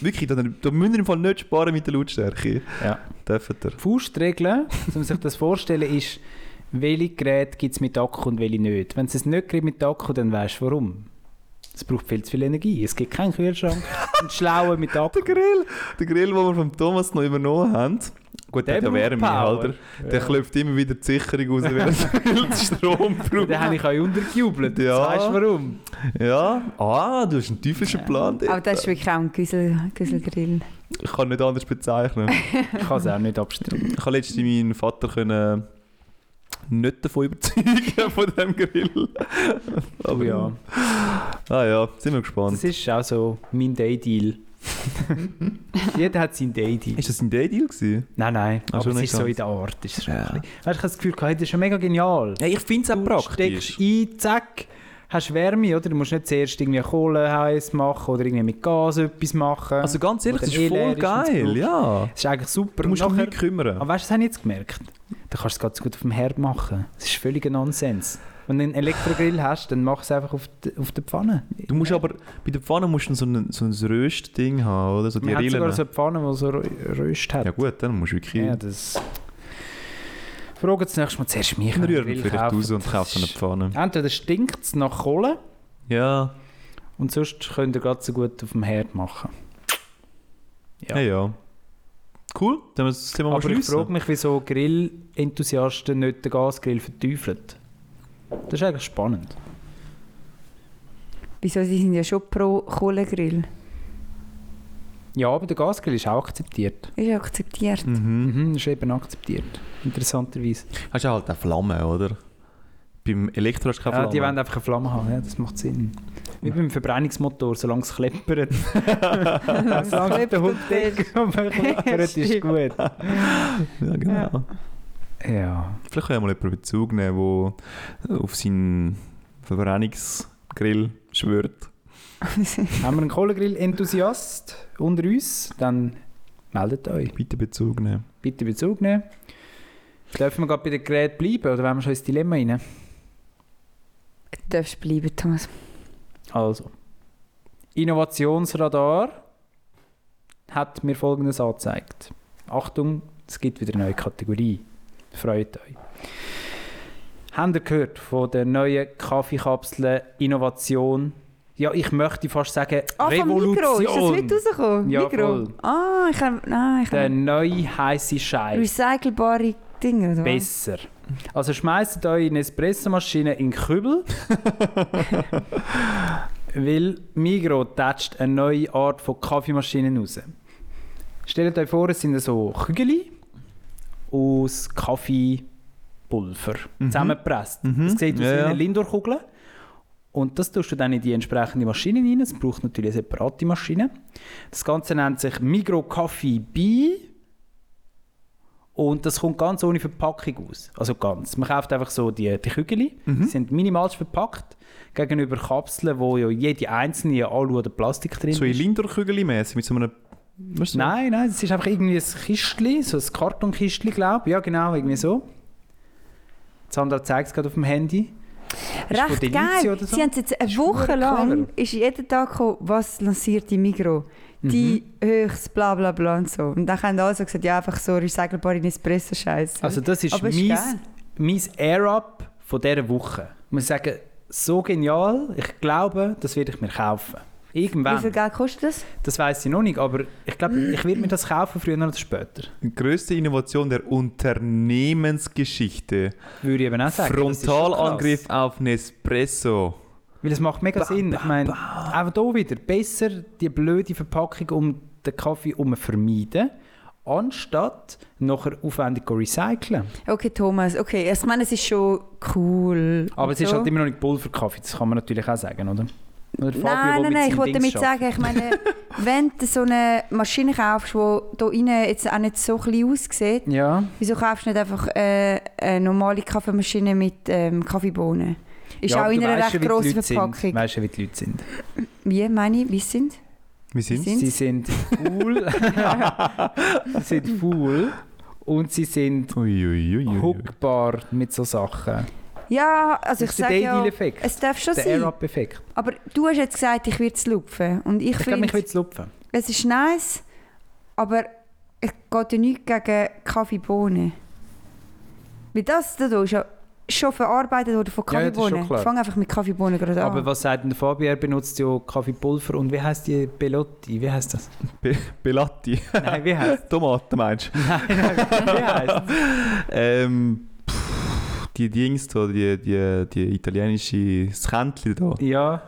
S4: Wirklich, da, da müsst ihr im Fall nicht sparen mit der Lautstärke.
S5: Ja.
S4: Dürft ihr.
S5: Faustregeln, [LAUGHS] um sich das vorzustellen, ist, welche Geräte gibt es mit Akku und welche nicht. Wenn es es nicht gibt mit Akku, dann weißt du warum. Es braucht viel zu viel Energie. Es gibt keinen Kühlschrank. Einen schlauen mit Akku.
S4: Der Grill, der Grill, den wir vom Thomas noch übernommen haben. Gut, der, hat ja
S5: braucht
S4: Wärme,
S5: Power.
S4: Alter. Der
S5: Ja.
S4: klopft immer wieder die Sicherung raus,
S5: [LAUGHS]
S4: weil er Strom braucht.
S5: Den habe ich euch untergejubelt.
S4: Ja.
S5: Ja. Weißt du warum?
S4: Ja, ah, du hast einen teuflischen Plan.
S5: äh,
S4: dort.
S3: Aber das ist wirklich auch ein Güssel, Güsselgrill.
S4: Ich kann nicht anders bezeichnen.
S5: Ich kann es auch nicht abstellen.
S4: Ich habe letztens meinen Vater können äh, nicht davon überzeugen [LAUGHS] von diesem Grill.
S5: Aber Oh ja,
S4: Ah ja, sind wir gespannt.
S5: das ist auch so mein Day-Deal. Jeder hat seinen Day-Deal.
S4: Ist das ein Day-Deal gewesen?
S5: Nein, nein.
S4: Ah,
S5: aber
S4: schon
S5: es
S4: nicht
S5: ist so
S4: ganz.
S5: in der Art. Ist so ein bisschen- Weißt du, ich habe das Gefühl, gehabt, das ist schon mega genial.
S4: Ja, ich finde es auch
S5: steckst ein, zack, hast Wärme, oder? Du musst nicht zuerst irgendwie Kohle heiß machen oder irgendwie mit Gas etwas machen.
S4: Also ganz ehrlich,
S5: Wo
S4: das ist
S5: dann eh
S4: voll
S5: leer ist und
S4: geil,
S5: es
S4: ja.
S5: es ist eigentlich super.
S4: Du musst dich
S5: Und
S4: nicht kümmern.
S5: aber weißt du, das habe ich jetzt gemerkt. Da kannst du es ganz gut auf dem Herd machen. Das ist völliger Nonsens. Wenn du einen Elektrogrill hast, dann mach es einfach auf, die, auf der Pfanne.
S4: Du musst aber, bei der Pfanne musst du so ein, so ein Röstding haben, oder? So die
S5: Man hat sogar
S4: Rillen.
S5: so eine Pfanne, die so Rö- Röst hat.
S4: Ja gut, dann musst du wirklich
S5: Ja, das... Frage das nächste Mal zuerst mich.
S4: einen
S5: wenn ihr
S4: Rühren
S5: Grill
S4: vielleicht
S5: kauft.
S4: raus und
S5: Das
S4: kaufen eine
S5: ist-
S4: Pfanne.
S5: Entweder stinkt es nach Kohle
S4: Ja,
S5: und sonst könnt ihr ganz so gut auf dem Herd machen. Ja.
S4: ja, ja. Cool, dann haben wir das Thema mal
S5: Aber ich
S4: schliessen.
S5: frage mich, wieso Grill-Enthusiasten nicht den Gasgrill verteufeln. Das ist eigentlich spannend.
S3: Wieso, sie sind ja schon pro Kohlegrill.
S5: Ja, aber der Gasgrill ist auch akzeptiert.
S3: Ist ja akzeptiert.
S4: Mhm.
S5: Mhm, ist eben akzeptiert. Interessanterweise.
S4: Hast du halt eine Flamme, oder? Beim Elektro hast du keine
S5: Ja,
S4: Flamme.
S5: die wollen einfach eine Flamme haben, ja, das macht Sinn. Wie beim Verbrennungsmotor, solange es kleppert. solange der Hund [LAUGHS] deckt und man kleppert, ist gut.
S4: ja, genau.
S5: Ja.
S4: Vielleicht können wir mal jemanden Bezug nehmen, der auf seinen Verbrennungsgrill schwört.
S5: Haben wir einen Kohlegrill-Enthusiast unter uns, dann meldet euch.
S4: Bitte Bezug nehmen.
S5: Bitte Bezug nehmen. Dürfen wir gerade bei den Geräten bleiben oder wollen wir schon ins Dilemma rein?
S3: [LAUGHS] Du darfst bleiben, Thomas.
S5: Also. Innovationsradar hat mir folgendes angezeigt. Achtung, es gibt wieder eine neue Kategorie. Freut euch. Habt ihr gehört von der neuen Kaffeekapsel Innovation? Ja, ich möchte fast sagen
S3: Ah, vom Mikro. Ist das
S5: Revolution.
S3: heute rausgekommen?
S5: Ja,
S3: Mikro.
S5: voll.
S3: Ah, ich habe... Nein, ich
S5: der
S3: habe...
S5: neue heiße Scheiß.
S3: Recycelbare Dinger, oder was?
S5: besser. Also schmeißt eure Nespresso-Maschine in den Kübel.
S4: [LAUGHS]
S5: weil Migro tätscht eine neue Art von Kaffeemaschinen raus. Stellt euch vor, es sind so Kügeli aus Kaffeepulver zusammengepresst.
S4: Mhm.
S5: Es sieht aus
S4: Ja,
S5: wie
S4: ja.
S5: eine Lindor-Kugel. Und das tust du dann in die entsprechende Maschine rein. Es braucht natürlich eine separate Maschine. Das Ganze nennt sich Migro Kaffee Bee. Und das kommt ganz ohne Verpackung aus. Also ganz. Man kauft einfach so die, die Kügeli.
S4: Mhm.
S5: Die sind minimalst verpackt. Gegenüber Kapseln, wo ja jede einzelne ja Alu oder Plastik drin
S4: So in
S5: ist.
S4: lindor mäßig mit so einem... Weißt du?
S5: Nein, nein, es ist einfach irgendwie ein Kistli, so ein Kartonkistli, glaube ich. Ja, genau, irgendwie so. Sandra zeigt es gerade auf dem Handy. von
S3: Recht
S5: Delizio
S3: geil.
S5: oder so?
S3: Sie haben es jetzt eine
S5: Ist
S3: Woche
S5: verdammt
S3: lang
S5: clever.
S3: ist jeden Tag gekommen, was lanciert die Migro. die
S5: Mhm.
S3: höchst bla bla bla und so. Und dann haben alle so gesagt, ja einfach sorry, Segelbar in Espresso scheiße.
S5: Also das ist
S3: Aber ist
S5: mein,
S3: geil.
S5: mein Air-Up von dieser Woche. Ich muss sagen, so genial, ich glaube, das werde ich mir kaufen.
S3: Wie viel
S5: Irgendwann.
S3: Geld kostet das?
S5: Das weiß ich noch nicht, aber ich glaube, ich werde mir das kaufen, früher oder später.
S4: Die grösste Innovation der Unternehmensgeschichte.
S5: Würde ich eben auch sagen. Ah, das ist schon krass.
S4: Frontalangriff auf Nespresso.
S5: Weil es macht mega Sinn. Ich meine, auch hier wieder, besser die blöde Verpackung um den Kaffee um vermeiden, anstatt nachher aufwendig zu recyceln.
S3: Okay, Thomas, okay. Also, Ich meine, es ist schon cool.
S5: Aber es
S3: und
S5: ist
S3: so.
S5: halt immer noch nicht Pulverkaffee, das kann man natürlich auch sagen, oder? oder Fabio,
S3: Nein, nein,
S5: wo
S3: nein,
S5: mit
S3: ich
S5: seinem
S3: wollte
S5: Dings
S3: damit sagen, ich meine,
S5: [LAUGHS]
S3: wenn du so eine Maschine kaufst, die hier innen jetzt auch nicht so klein aussieht,
S5: arbeitet. Ja.
S3: Wieso kaufst du nicht einfach äh, eine normale Kaffeemaschine mit ähm, Kaffeebohnen? Ist
S5: ja,
S3: auch
S5: aber
S3: in
S5: du
S3: einer
S5: weisst ja,
S3: recht
S5: wie die
S3: grossen
S5: Leute Sind.
S3: Verpackung.
S5: Weißt du, wie die Leute sind?
S3: Wie meine ich? Wie sind?
S4: Wir sind
S3: Sind-
S5: Sie sind
S3: [LAUGHS]
S5: cool. sie sind cool. Und sie sind hookbar mit so Sachen.
S3: Ja, also ich
S5: Das ist der
S3: sage ja,
S5: Daydeel-Effekt.
S3: es darf schon
S5: Der
S3: sein.
S5: Air-Up-Effekt.
S3: Aber du hast jetzt gesagt, ich würde es lupfen. Und ich,
S5: Ich glaube,
S3: finde,
S5: mich würde es lupfen.
S3: es ist nice, aber es geht ja nichts gegen Kaffeebohnen. Weil das da ist ja schon verarbeitet worden von
S5: Ja, ja, das ist schon
S3: Kaffeebohnen.
S5: klar.
S3: Fang einfach mit Kaffeebohnen gerade an.
S5: Aber was sagt denn der Fabian? Er benutzt ja Kaffeepulver und wie heißt die Belotti? Wie heißt das?
S4: Be Belatti. [LAUGHS]
S5: Nein,
S3: [LAUGHS]
S5: wie heißt
S4: Tomaten meinst du?
S5: Wie heißt
S4: [LAUGHS] Ähm, pff, die Dings da, die, die, die italienische das Kännchen da.
S5: Ja,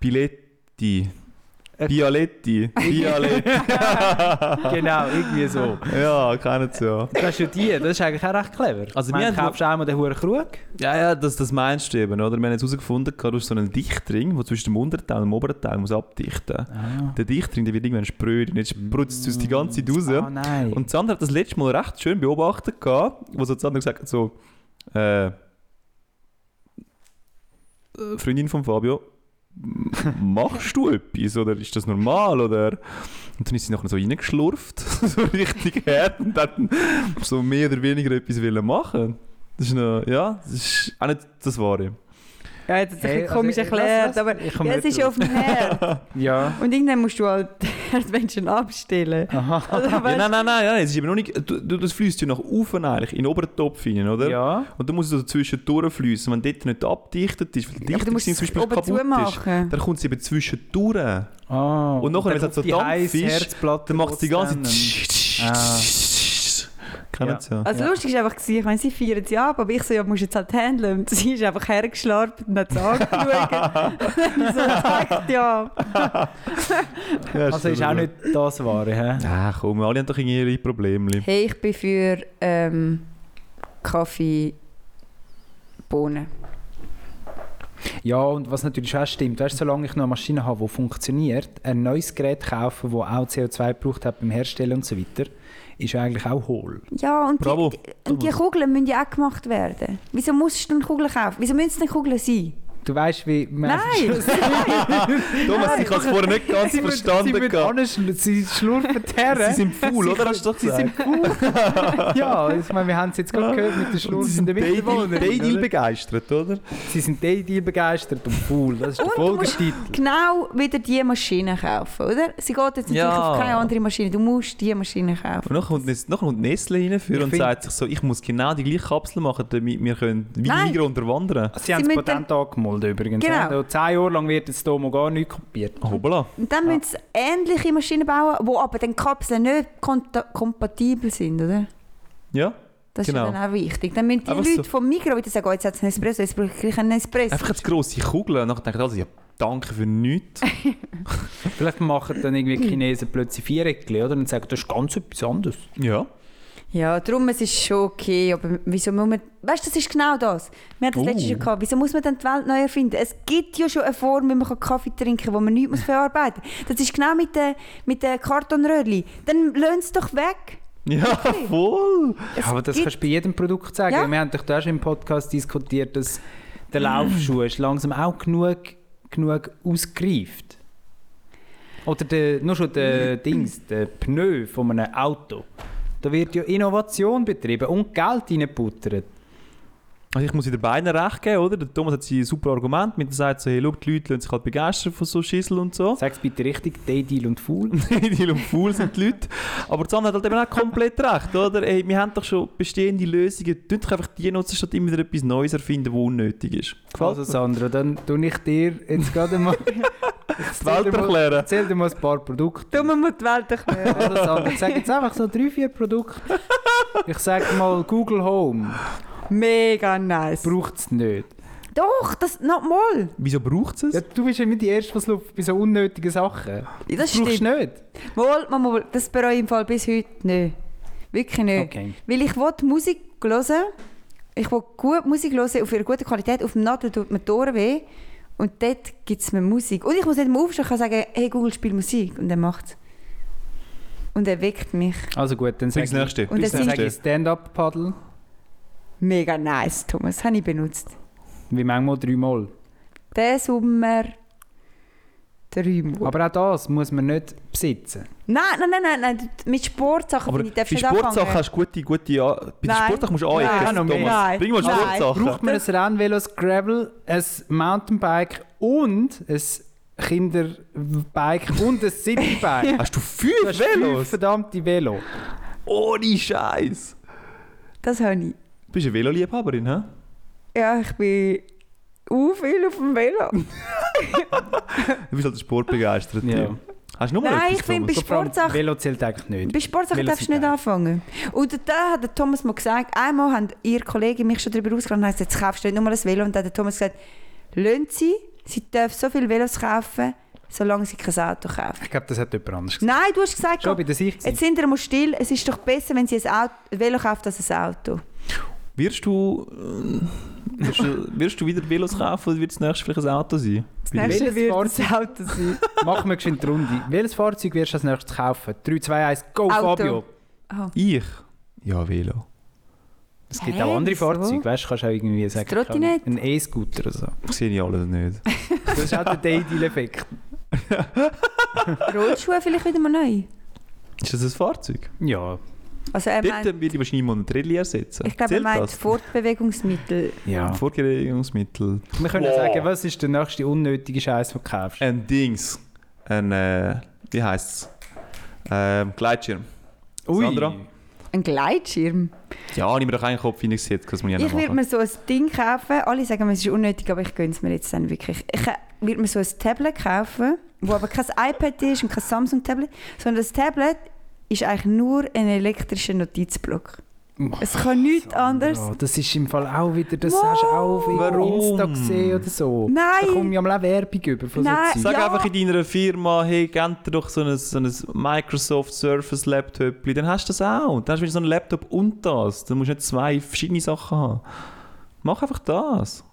S4: Biletti.
S5: Äh. [LAUGHS]
S4: Bialetti. Bialetti.
S5: genau, irgendwie so.
S4: [LAUGHS] ja, kennen sie ja.
S5: Das ist ja die, das ist eigentlich auch recht clever.
S4: Also
S5: Also, man
S4: wir haben-
S5: kaufst einmal den Huren Krug.
S4: Ja, ja, das, das meinst du eben, oder? Wir haben jetzt herausgefunden, du hast so einen Dichtring, der zwischen dem Unterteil und dem Oberteil muss abdichten
S5: Ah,
S4: Der Dichtring der wird irgendwann spröde und jetzt sprutzt es uns die ganze Zeit raus.
S5: Mm, ah nein.
S4: Und Sandra hat das letzte Mal recht schön beobachtet, gehabt, wo so die Sandra gesagt hat, so, äh, äh, Freundin von Fabio, m- machst du etwas oder ist das normal? Oder? Und dann ist sie nachher so reingeschlurft, [LAUGHS] so richtig hart und hat dann so mehr oder weniger etwas wollen machen. Das ist noch, ja, das ist auch nicht das Wahre.
S3: ja, jetzt hat es ein
S5: Hey,
S3: bisschen komisch
S5: also, lass-
S3: erklärt,
S5: lass-
S3: aber
S5: ich komm
S3: ja,
S5: nicht
S3: es ist
S5: drauf.
S3: auf dem Herd.
S5: ja.
S3: Und irgendwann musst du halt [LAUGHS] die Menschen abstellen.
S5: Aha.
S3: Also,
S4: Ja,
S3: weißt-
S4: nein, nein, nein, nein, es ist eben noch nicht, du, du, das fließt ja nach oben eigentlich, in den oberen Topf hinein, oder?
S5: Ja.
S4: Und dann muss es also zwischendurch fließen. Wenn dort nicht abdichtet ist, weil die
S3: Ja, aber
S4: Dichtung
S3: du musst
S4: zum
S3: es
S4: Beispiel
S3: oben
S4: kaputt ist,
S3: zumachen.
S4: dann kommt es eben zwischendurch.
S5: Ah,
S4: Und nachher, wenn es
S5: dann
S4: so
S5: auf die
S4: Dampf
S5: heiße
S4: ist,
S5: Herzplatte
S4: Dann macht es die ganze
S5: geht's Ah.
S4: Zeit. [LAUGHS] Kennen
S5: Ja.
S4: Sie ja.
S3: Also
S5: Ja.
S3: lustig war einfach, gewesen, ich meine, sie feiern sie ab, aber ich so, ja, musst jetzt halt handeln. Und sie ist einfach hergeschlarpt und hat es angeschaut. [LAUGHS] Und dann habe ich so gesagt, ja.
S5: dann. Also ist auch nicht das Wahre. He?
S4: Ah, komm, alle haben doch irgendwie ihre Probleme.
S3: Hey, ich bin für ähm, Kaffee, Bohnen.
S5: Ja, und was natürlich auch stimmt, weißt, du, solange ich noch eine Maschine habe, die funktioniert, ein neues Gerät kaufen, das auch CO2 gebraucht hat beim Herstellen und so weiter, ist eigentlich auch hohl.
S3: Ja, und die,
S4: Bravo.
S3: und die Kugeln müssen ja auch gemacht werden. Wieso musst du denn Kugeln kaufen? Wieso müssen es denn Kugeln sein?
S5: Du weißt, wie
S4: [LAUGHS]
S5: man
S3: Nein!
S4: Thomas, ich habe es vorher nicht ganz
S5: [LAUGHS] Sie müssen-
S4: verstanden. gehabt.
S5: Sie, müssen anschl- sie schlurfen die Herren.
S4: Sie sind faul, oder? Hast du doch
S5: Sie
S4: gesagt?
S5: sind cool. ja, ich meine, wir haben es jetzt gerade gehört mit den schlurfenden Mitbewohnern.
S4: Daydil
S5: oder?
S4: begeistert, oder?
S5: Sie sind Daydeel begeistert und cool. Das ist der
S3: Und du musst-
S5: Folgetitel.
S3: genau wieder diese Maschine kaufen, oder? Sie geht jetzt natürlich
S4: Ja.
S3: auf keine andere Maschine. Du musst diese Maschine kaufen.
S4: Und nachher kommt, Nes- nachher kommt Nestle rein für
S5: Ich
S4: und
S5: find-
S4: sagt sich so, ich muss genau die gleiche Kapsel machen, damit wir können wie die
S3: Nein.
S4: Migros unterwandern
S5: Sie haben das
S3: müssen-
S5: Patent angemeldet übrigens.
S3: Genau.
S5: Also, Zehn Jahre lang wird jetzt Domo gar nicht kopiert.
S4: können. Hoppla.
S3: Und dann müssen sie ähnliche Maschinen bauen, wo aber dann die Kapseln nicht konta- kompatibel sind, oder?
S4: Ja.
S3: Das
S4: Genau.
S3: ist ja dann auch wichtig. Dann müssen die
S4: Einfach
S3: Leute
S4: so.
S3: vom Mikro wieder sagen, oh, jetzt hat es einen Espresso, jetzt brauche ich einen Espresso.
S4: Einfach eine grosse Kugel. Und dann denkt also, ja, danke für
S3: [LAUGHS]
S4: nichts.
S5: Vielleicht machen dann irgendwie die Chinesen plötzlich Viereckchen, oder? Und sagen, das ist ganz etwas anderes.
S4: ja.
S3: Ja, darum, es ist schon okay, aber wieso muss man... Weißt du, das ist genau das. Wir hatten das
S4: Oh.
S3: letztes Jahr gehabt. Wieso muss man dann die Welt neu erfinden? Es gibt ja schon eine Form, wie man kann Kaffee trinken kann, wo
S4: [LAUGHS]
S3: man nichts muss verarbeiten muss. Das ist genau mit den, mit den Kartonröhrchen. Dann löhnt es doch weg.
S4: Ja, voll.
S3: Es
S5: aber das
S3: gibt-
S5: kannst du bei jedem Produkt sagen.
S3: Ja.
S5: Wir haben doch da schon im Podcast diskutiert, dass der Laufschuh ist langsam auch genug, genug ausgereift. Oder der, nur schon der Dings, der Pneu von einem Auto. Da wird ja Innovation betrieben und Geld reingebuttert.
S4: Also ich muss in den beiden recht geben, oder? Der Thomas hat sein super Argument mit, er sagt so, hey, schau, die Leute lassen sich halt begeistern von so Schissel und so. [LAUGHS]
S5: Sag es bitte richtig, Deidil und Fool.
S4: Deal und faul sind die Leute. Aber Sam hat halt eben auch komplett recht, oder? Ey, wir haben doch schon bestehende Lösungen. Tut doch einfach die nutzen, statt immer wieder etwas Neues erfinden, das unnötig ist.
S5: Also Sandro, dann tue ich dir jetzt
S3: [LAUGHS]
S5: gerade mal...
S4: Die Welt erklären.
S5: Erzähl dir mal ein paar Produkte.
S3: Tun wir mal die Welt
S5: [LAUGHS]
S3: erklären.
S5: Also Sandro, sag jetzt einfach so drei, vier Produkte. Ich sag mal, Google Home
S3: Mega nice.
S5: braucht es nicht.
S3: Doch, das nochmal.
S4: Wieso braucht es
S5: Ja,
S4: es?
S5: du bist immer die Erste, was läuft bei so unnötigen Sachen.
S3: Das
S5: brauchst
S3: stimmt.
S5: du nicht.
S3: Mal, mal, mal, das bereue ich im Fall bis heute nicht. Wirklich nicht.
S5: Okay.
S3: Weil ich will Musik hören. Ich will gut Musik hören, auf ihre gute Qualität. Auf dem Nadel tut mir die Ohren weh. Und dort gibt es mir Musik. Und ich muss nicht mal aufstehen, ich kann sagen, hey Google, spiel Musik. Und er macht es. Und er weckt mich.
S5: Also gut, dann sag
S4: Bring's
S5: ich,
S4: das nächste.
S3: Und
S4: Bring's
S3: das
S4: das
S5: dann sag ich
S4: nächste.
S5: Stand-Up-Paddle.
S3: Mega nice, Thomas. Das habe ich benutzt.
S5: Wie manchmal dreimal.
S3: Diesen Sommer dreimal.
S5: Aber auch das muss man nicht besitzen.
S3: Nein, nein, nein, nein, nein. Mit Sportsachen
S4: Aber
S3: finde ich,
S4: bei
S3: darfst du nicht anfangen.
S4: Sportsachen hast du gute, gute... Ja bei den
S3: Nein.
S4: Sportsachen musst du
S3: Nein.
S4: anecken,
S5: Ja, noch mehr.
S4: Thomas.
S3: Nein.
S4: Bring mal
S3: Nein.
S5: Braucht
S4: Sportsachen.
S5: man ein Rennvelo, ein Gravel, ein Mountainbike und ein Kinderbike und
S3: [LAUGHS]
S5: ein Citybike?
S4: Hast du fünf
S5: Das ist fünf
S4: Velos?
S5: verdammte Velo.
S4: Ohne Scheiß.
S3: Das habe ich.
S4: Du bist eine Veloliebhaberin, hä?
S3: Ja, ich bin u viel auf dem Velo.
S4: Du bist halt ein sportbegeisterter
S5: Ja.
S4: Typ. Hast du noch mal
S3: Nein,
S4: etwas,
S3: ich finde,
S4: Thomas?
S3: bei
S5: So, Also vor allem,
S3: Sportsachen-
S5: Velo zählt eigentlich nicht.
S3: Bei Sportsachen
S5: Velo
S3: darfst du
S5: sind
S3: nicht
S5: geil.
S3: anfangen. Und da hat der Thomas mal gesagt, einmal haben ihr Kollege mich schon darüber ausgelassen und hat gesagt, jetzt kaufst du nicht nur ein Velo. Und dann hat der Thomas gesagt, lönt sie, sie dürfen so viele Velos kaufen, solange sie kein Auto kaufen.
S5: Ich glaube, das hat jemand anders gesagt.
S3: Nein, du hast gesagt,
S5: Schon bei der Sicht.
S3: jetzt sind wir mal still, es ist doch besser, wenn sie ein, Auto, ein Velo kauft, als ein Auto.
S4: Wirst du, äh, wirst, du, wirst du wieder Velos kaufen oder wird das nächste vielleicht ein Auto sein?
S3: Das
S4: Bei dir?
S5: nächste
S3: nächste wird
S5: Sports-
S3: ein Auto sein.
S5: Machen wir geschwind die Runde. Welches Fahrzeug wirst du als nächstes kaufen? 3, 2, 1, go
S3: Auto.
S5: Fabio!
S3: Ah,
S4: Ich? Ja, Velo.
S5: Es gibt
S3: Hä,
S5: auch andere
S3: wieso?
S5: Fahrzeuge, weißt du, kannst auch irgendwie sagen,
S3: Trottinett?
S5: ein E-Scooter oder so.
S4: Ich sehe ich alles nicht.
S5: Das ist
S3: [LAUGHS]
S5: auch der Day-Deal-Effekt.
S3: Rollschuhe vielleicht wieder mal neu.
S4: Ist das ein Fahrzeug?
S5: Ja.
S3: Also er
S4: Dort
S3: meint,
S4: würde ich wahrscheinlich mal einen Trilli ersetzen.
S3: ich glaube, er
S4: Zählt
S3: meint
S4: das?
S3: Fortbewegungsmittel.
S5: ja.
S4: Fortbewegungsmittel.
S5: Wir können sagen, was ist der nächste unnötige Scheiß, den du kaufst?
S4: Ein Dings. Ein, äh, wie heisst es? Ähm, Gleitschirm. Sandra?
S3: Ein Gleitschirm.
S4: Ja, ich mir doch einen Kopf Phoenix jetzt, das muss ich auch
S3: Ich
S4: noch
S3: würde
S4: machen.
S3: mir so ein Ding kaufen. Alle sagen, mir, es ist unnötig, aber ich gönne es mir jetzt dann wirklich. Ich äh, würde mir so ein Tablet kaufen, wo aber kein [LAUGHS] iPad ist und kein Samsung-Tablet, sondern das Tablet ist eigentlich nur ein elektrischer Notizblock. Es kann nichts anderes.
S5: Ja, das ist im Fall auch wieder, das
S3: Wow.
S5: hast du auch auf
S4: Warum?
S5: Insta gesehen oder so.
S3: Nein.
S5: Da komme ich einmal auch Werbung über von
S3: Nein.
S5: so Zeug.
S4: Sag
S3: Ja.
S4: einfach in deiner Firma, hey, gebt dir doch so ein, so ein Microsoft Surface Laptop, dann hast du das auch. Dann hast du wieder so einen Laptop und das. Dann musst du nicht zwei verschiedene Sachen haben. Mach einfach das.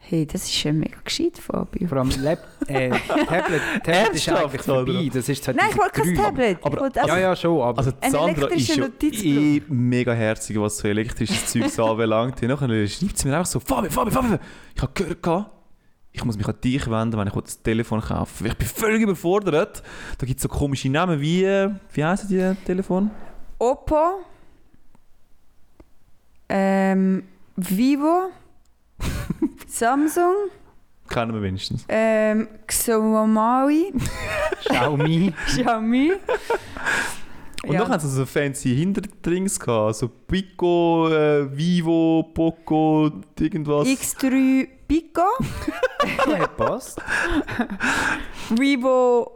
S3: Hey, das ist schon mega gescheit, Fabio.
S5: Vor allem Lab
S3: [LAUGHS]
S5: äh, Tablet, Tablet ist
S4: Ernsthaft,
S5: eigentlich
S4: Sandra?
S5: vorbei. Das ist
S3: Nein, ich wollte kein
S5: 2003.
S3: Tablet.
S4: aber-
S3: ich wollte einfach
S5: Ja, ja, schon, aber
S4: Also
S3: Ein
S4: Sandra ist
S3: elektrischer
S4: ja eh
S3: Notizblock.
S4: mega herzig, was so elektrisches Zeug anbelangt. Und Nachher schreibt sie mir einfach so, Fabio, Fabio, Fabio, ich habe gehört, gehabt, ich muss mich an dich wenden, wenn ich das Telefon kaufe. Ich bin völlig überfordert. Da gibt es so komische Namen wie, äh, wie heißen die Telefon?
S3: Oppo, ähm, Vivo, Samsung,
S4: Kennen wir wenigstens.
S3: ähm, Xiaomi,
S5: [LAUGHS] Xiaomi.
S3: Xiaomi.
S4: Und dann haben sie so fancy Hinterdrings gehabt, so Pico, äh, Vivo, Poco, irgendwas.
S3: X3 Pico,
S5: Hat passt.
S3: Vivo,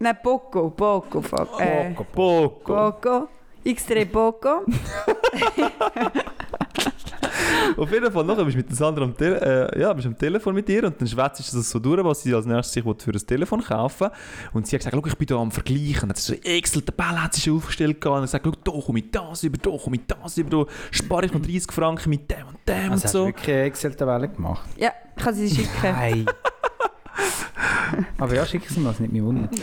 S3: nein Poco, Poco, Fab, äh,
S5: Poco.
S4: Poco.
S3: Poco, X3 Poco,
S4: Auf jeden Fall, nachher bist du mit den Sandra am, Tele äh, ja, bist am Telefon mit ihr und dann schwätzt du das so durch, was sie als nächstes sich will für ein Telefon kaufen Und sie hat gesagt, «Schau, ich bin da am Vergleichen. Und hat sie so Excel-Tabelle hat sie schon aufgestellt gehabt. und hat gesagt, «Schau, da komme ich das über, da komme ich das über, da spare ich noch 30 Franken mit dem und dem
S5: Also hast du
S4: und
S5: wirklich eine Excel-Tabelle gemacht?
S3: ja, ich kann sie schicken.
S5: Nein. [LAUGHS] aber ja, schick es mir, das nicht mich wundern.
S4: so.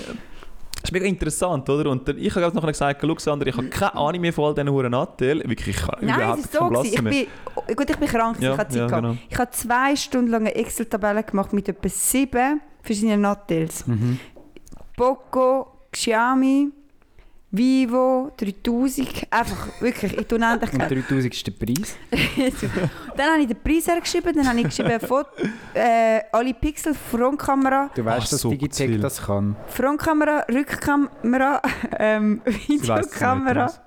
S4: Das ist mega interessant, oder? Und dann, ich habe glaub ich, nachher gesagt, «Schau, Sandra, ich habe keine Ahnung mehr von all diesen Huren Anteil. Wirklich, ich habe
S3: Nein,
S4: überhaupt
S3: es war so.
S4: keinen
S3: gewesen.
S4: Blassen
S3: Ich
S4: mehr.
S3: bin, oh, gut, ich bin krank, gewesen,
S4: Ja,
S3: ich hatte Zeit.
S4: ja,
S3: gehabt.
S4: genau.
S3: Ich habe zwei Stunden lang eine Excel-Tabelle gemacht mit etwa
S4: Mhm.
S3: sieben verschiedenen Nutels. Poco, Xiaomi, Vivo, 3000, einfach wirklich in die
S5: Und
S3: Unendlichkeit.
S5: 3000 ist der Preis.
S3: dann habe ich den Preis hergeschrieben, dann habe ich geschrieben,
S5: [LAUGHS]
S3: Foto, äh, alle Pixel, Frontkamera,
S5: Du
S4: Ach,
S5: weißt, dass
S4: so
S5: Digitec
S4: Ziel.
S5: das kann.
S3: Frontkamera, [LAUGHS] Rückkamera, ähm,
S4: Ich weiss es nicht,
S3: Videokamera.
S4: was.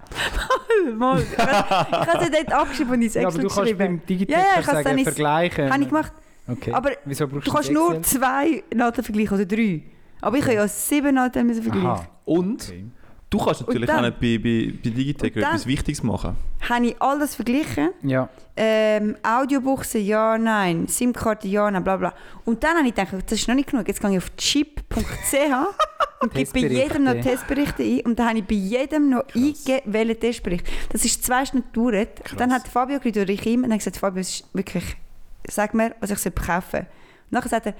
S3: Mal, ich habe es dort abgeschrieben und ins
S5: [LAUGHS] Ja,
S3: Excel
S5: aber du kannst
S3: geschrieben.
S5: beim Digitec
S3: Ja, ja, ich
S5: kannst
S3: kann's dann
S5: sagen,
S3: ins-
S5: vergleichen.
S3: Habe ich gemacht.
S5: Okay.
S3: Aber
S5: Wieso brauchst
S3: Du kannst
S5: das
S3: nur
S5: Excel?
S3: zwei Noten vergleichen oder drei. Aber ich habe ja sieben Noten müssen vergleichen.
S5: Aha.
S4: Und
S5: Okay.
S4: du kannst natürlich
S3: dann-
S4: auch nicht bei, bei, bei Digitec
S3: Und dann-
S4: etwas Wichtiges machen.
S3: Habe ich alles verglichen?
S5: Ja.
S3: Ähm, Audiobuchse, ja, nein. SIM-Karte, ja, nein, bla bla. Und dann habe ich gedacht, das ist noch nicht genug. Jetzt gehe ich auf chip.ch und gebe bei jedem noch
S5: Testberichte.
S3: Testberichte ein. Und dann habe ich bei jedem noch eingegeben, welchen Testbericht. Das ist zwei Stunden gedauert. Dann hat Fabio gerufen durch ihm und hat gesagt, Fabio, es ist wirklich, sag mir, was ich soll kaufen soll. Nachher sagt er,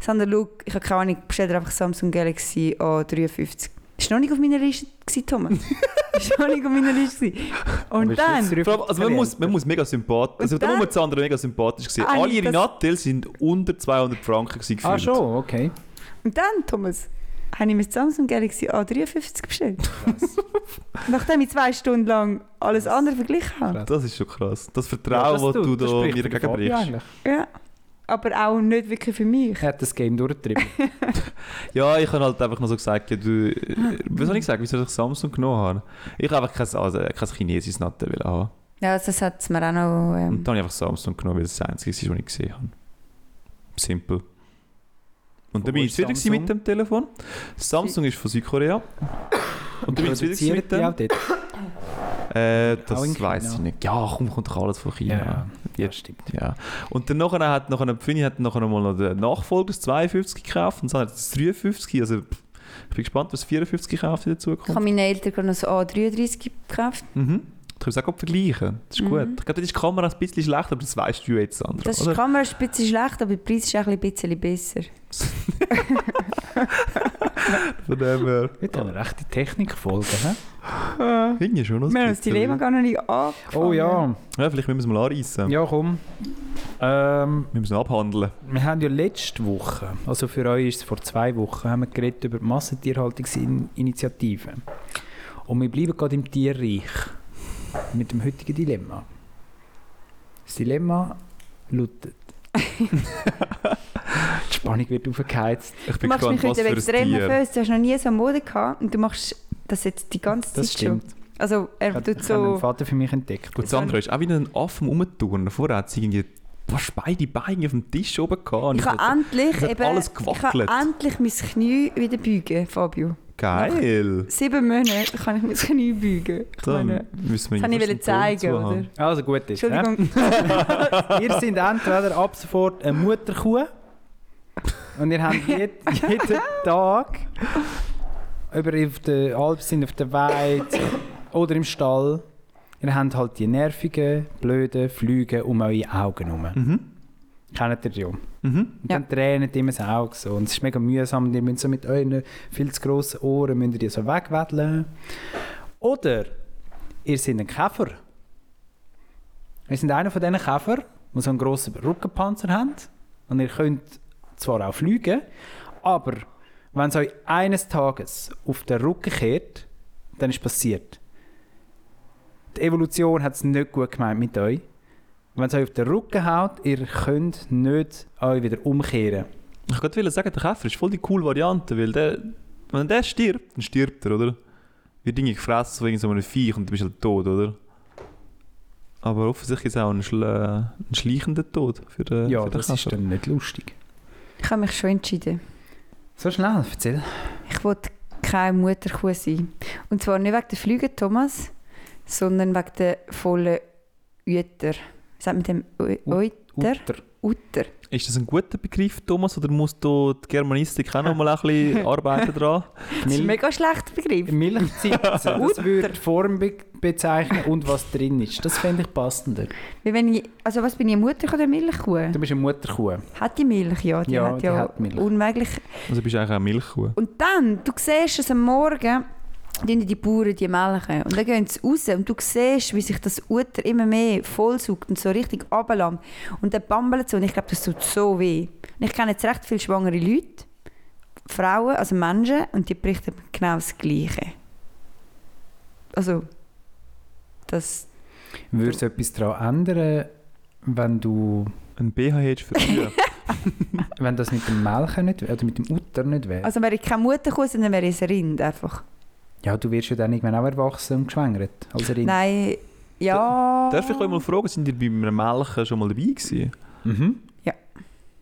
S3: Sander, schau, ich habe keine Ahnung, bestell dir einfach Samsung Galaxy A53. Ist noch nicht auf meiner Liste, gewesen,
S5: [LAUGHS]
S3: Thomas. ist noch nicht auf meiner Liste. gewesen.
S5: Aber
S3: Und
S5: ist jetzt
S3: dann...
S5: drüber
S4: Vor allem, also man, muss, man muss mega sympathisch, also der
S3: dann-
S4: Nummer zu anderen mega sympathisch gewesen.
S3: Ah,
S4: Alle ihre
S3: das-
S4: Nattel sind unter 200 Franken gewesen,
S5: Ah,
S4: gefühlt.
S5: schon, okay.
S3: Und dann, Thomas, habe ich mir das Samsung Galaxy A53 bestellt. [LAUGHS] Nachdem ich zwei Stunden lang alles andere verglichen habe.
S4: Das ist schon krass. Das
S5: Ja,
S4: Vertrauen,
S5: das
S4: das du,
S5: das
S4: da mir
S5: spricht für
S4: gegen
S5: Fabio
S4: brichst.
S5: eigentlich.
S3: Ja. Aber auch nicht wirklich für mich.
S5: Er hat das Game [LAUGHS] durchgetrieben.
S4: Ja, ich habe halt einfach nur so gesagt, ja, du,
S3: Ah.
S4: äh, was soll ich sagen, wieso ich Samsung genommen habe? Ich habe einfach kein, also, kein chinesisches Nattel wollen haben.
S3: Ja, also das hat es mir auch noch. ähm,
S4: Und dann habe ich einfach Samsung genommen, weil das das einzige ist, was ich gesehen habe. Simple. Und
S5: Von
S4: dann
S5: wo
S4: bin ich
S5: ist
S4: zufrieden gewesen
S5: Samsung?
S4: mit dem Telefon. Samsung ist von Südkorea. Und dann bin ich zufrieden gewesen mit
S5: Produziert die
S4: dem.
S5: auch dort?
S4: Äh,
S5: Auch in
S4: das
S5: China?
S4: weiß ich nicht. Ja, komm, kommt doch alles von China.
S5: Ja, ja,
S4: Jetzt-
S5: stimmt.
S4: Ja. Und dann nachher hat nachher, die Fini hat nachher mal noch den Nachfolger, das 52 gekauft und dann hat das 53. Also pff, ich bin gespannt, was 54 gekauft in der
S3: Ich
S4: Zukunft.
S3: habe meinen Eltern gerade noch so A33 gekauft.
S4: Mhm. Du kannst es auch gut vergleichen. Das ist
S3: Mhm.
S4: gut. Ich glaube, dort ist die Kamera ein bisschen schlechter, aber das weißt du jetzt, Sandra.
S3: Das ist, die
S4: oder?
S3: Kamera ist ein bisschen schlecht, aber der Preis ist auch ein bisschen besser.
S4: Von dem her.
S5: Heute haben wir rechte Technikfolge. hä?
S4: Finde ich schon noch
S3: wir haben
S4: ein
S3: das
S4: bisschen.
S3: Dilemma gar noch nicht angefangen.
S5: Oh ja,
S4: Ja, vielleicht müssen wir es mal anreißen.
S5: ja komm. Ähm,
S4: Wir müssen es abhandeln.
S5: wir haben ja letzte Woche, also für euch ist es vor zwei Wochen, haben wir geredet über die Massentierhaltungsinitiative. Und wir bleiben gerade im Tierreich. Mit dem heutigen Dilemma. Das Dilemma lautet.
S3: [LAUGHS]
S5: die Spannung wird aufgeheizt.
S4: Ich
S3: Du
S4: bin
S3: machst mich
S4: gespannt, was
S3: heute
S4: für ein
S3: extrem
S4: Tier.
S3: nervös. Du hast noch nie so Mode gehabt und du machst das jetzt die ganze Zeit
S5: Das stimmt.
S3: schon. Also,
S5: Ich
S3: er
S5: habe
S3: tut
S5: ich habe einen
S3: so. Also
S5: Vater für mich entdeckt.
S4: Gut, Sandra ist auch wieder ein Affen rumgeturnen. Vorher hat sie irgendwie fast beide Beine auf dem Tisch oben gehabt. Und
S3: Ich habe
S4: dachte,
S3: endlich,
S4: es hat
S3: eben,
S4: alles
S3: ich habe
S4: gewackelt.
S3: endlich mein Knie wieder beugen, Fabio.
S4: Geil!
S3: Sieben Monate kann ich mein Knie beugen. Ich
S4: Da
S3: meine,
S4: müssen wir
S3: das kann ich
S4: fast einen
S3: wollte
S4: Ton
S3: zeigen,
S4: zu haben.
S3: oder?
S5: Also gut ist. hä?
S3: Entschuldigung.
S5: Ihr seid entweder ab sofort eine Mutterkuh und ihr habt jed, jeden Tag über auf der Alp sind auf der Weide oder im Stall. Ihr habt halt die nervigen, blöden Flüge um eure Augen herum.
S4: Mhm.
S5: Kennt ihr ja. Und
S4: Mhm.
S5: dann tränen die immer das Auge so. Und es ist mega mühsam. Ihr müsst so mit euren viel zu grossen Ohren müsst ihr die so wegwedeln. Oder ihr seid ein Käfer. Ihr seid einer von diesen Käfer, die so einen grossen Rückenpanzer haben. Und ihr könnt zwar auch fliegen, aber wenn es euch eines Tages auf den Rücken kehrt, dann ist es passiert. Die Evolution hat es nicht gut gemeint mit euch. Wenn es euch auf den Rücken haut, ihr könnt nicht euch wieder umkehren.
S4: Ich wollte sagen, der Käfer ist voll die coole Variante, weil der, wenn der stirbt, dann stirbt er, oder? Wird irgendwie gefressen wegen so einem Viech und du bist halt tot, oder? Aber offensichtlich ist es auch ein, schle ein schleichender Tod für, den-
S5: Ja,
S4: für den
S5: das ist dann nicht lustig.
S3: Ich habe mich schon entschieden.
S5: So schnell, erzähl.
S3: Ich wollte keine Mutterkuh sein. Und zwar nicht wegen der Flüge, Thomas, sondern wegen der vollen Uter. Was sagt man dem? Ü-
S5: Ut-
S3: Ut- Der?
S5: Utter.
S3: Uter.
S4: Ist das ein guter Begriff, Thomas, oder muss da die Germanistik auch noch mal ein
S5: [LAUGHS]
S4: bisschen arbeiten dran?
S3: Das ist ein mega schlechter Begriff. [LAUGHS]
S5: Milchzipfen, das würde die Form be bezeichnen und was drin ist. Das fände ich passender.
S3: Weil wenn ich, also was bin ich, eine Mutter oder Milchkuh?
S5: Du bist eine Mutterkuh.
S3: Hat die Milch, ja. Die
S5: Ja,
S3: hat
S5: die
S3: ja
S5: hat Milch.
S3: unmöglich
S4: Also bist du eigentlich eine Milchkuh.
S3: Und dann, du siehst es am Morgen, tun die Bauern die melken. Und dann gehen sie raus und du siehst, wie sich das Uter immer mehr vollsaugt und so richtig runterlangt. Und dann bambelt so und ich glaube, das tut so weh. Und ich kenne jetzt recht viele schwangere Leute, Frauen, also Menschen, und die berichten mir genau das Gleiche. Also, das.
S5: Würde es etwas daran ändern, wenn du
S4: Ein BH hättest für
S5: [LAUGHS]
S4: früher.
S5: wenn das mit dem Melken nicht wär- oder mit dem Utter nicht wäre?
S3: Also wäre ich keine Mutterkuh, sondern wäre ich ein Rind einfach.
S5: ja, du wirst ja dann irgendwann auch erwachsen und geschwängert. Also
S3: Nein, ja.
S4: Darf ich euch mal fragen, sind ihr bei einem Melken schon mal dabei gewesen?
S5: Mhm.
S3: Ja.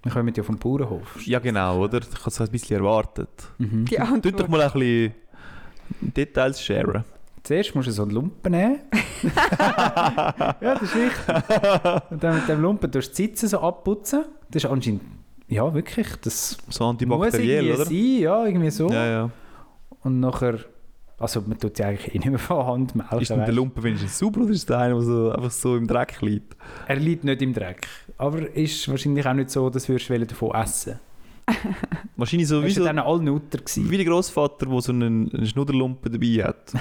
S5: Wir kommen ja vom Bauernhof.
S4: Ja, genau, oder? Ich habe es ein bisschen erwartet.
S5: Mhm.
S3: Die
S4: Tut doch
S3: Antwort.
S4: mal ein bisschen Details [LAUGHS] sharen.
S5: Zuerst musst du so einen Lumpen nehmen. ja, das ist
S4: [LAUGHS]
S5: wichtig. Und dann mit dem Lumpen tust du die Sitze so abputzen. Das ist anscheinend, ja wirklich, das
S4: So
S5: muss
S4: antibakteriell,
S5: irgendwie
S4: oder?
S5: sein, ja, irgendwie so.
S4: Ja, ja.
S5: Und nachher, also man tut sie eigentlich eh nicht mehr von Hand melken.
S4: Ist denn der
S5: weißt.
S4: Lumpen wenigstens sauber oder ist der eine, der so, einfach so im Dreck liegt?
S5: Er liegt nicht im Dreck. Aber ist wahrscheinlich auch nicht so, dass würdest du davon essen
S4: Wahrscheinlich
S5: wolltest. Ist
S4: sowieso
S5: ja dann alle Nutter gewesen.
S4: wie der Großvater, der so einen, einen Schnudderlumpen dabei
S5: [LAUGHS]
S4: hat.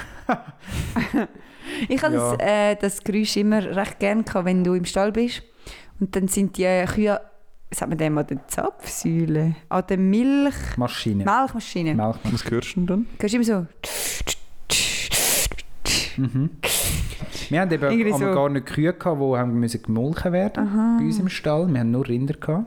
S3: Ich habe
S5: Ja.
S3: das, äh, das Geräusch immer recht gern gehabt, wenn du im Stall bist. Und dann sind die äh, Kühe, sagt man dem an den Zapfsäulen, an der Milch,
S5: Maschine.
S3: Milchmaschine.
S5: Melk.
S4: Was hörst du denn dann?
S3: Gehst du immer so.
S5: Mhm. Wir haben eben
S3: Irgendwie
S5: einmal
S3: so.
S5: gar nicht Kühe gehabt, die haben müssen gemolken werden
S3: Aha.
S5: bei uns im Stall. Wir haben nur Rinder gehabt.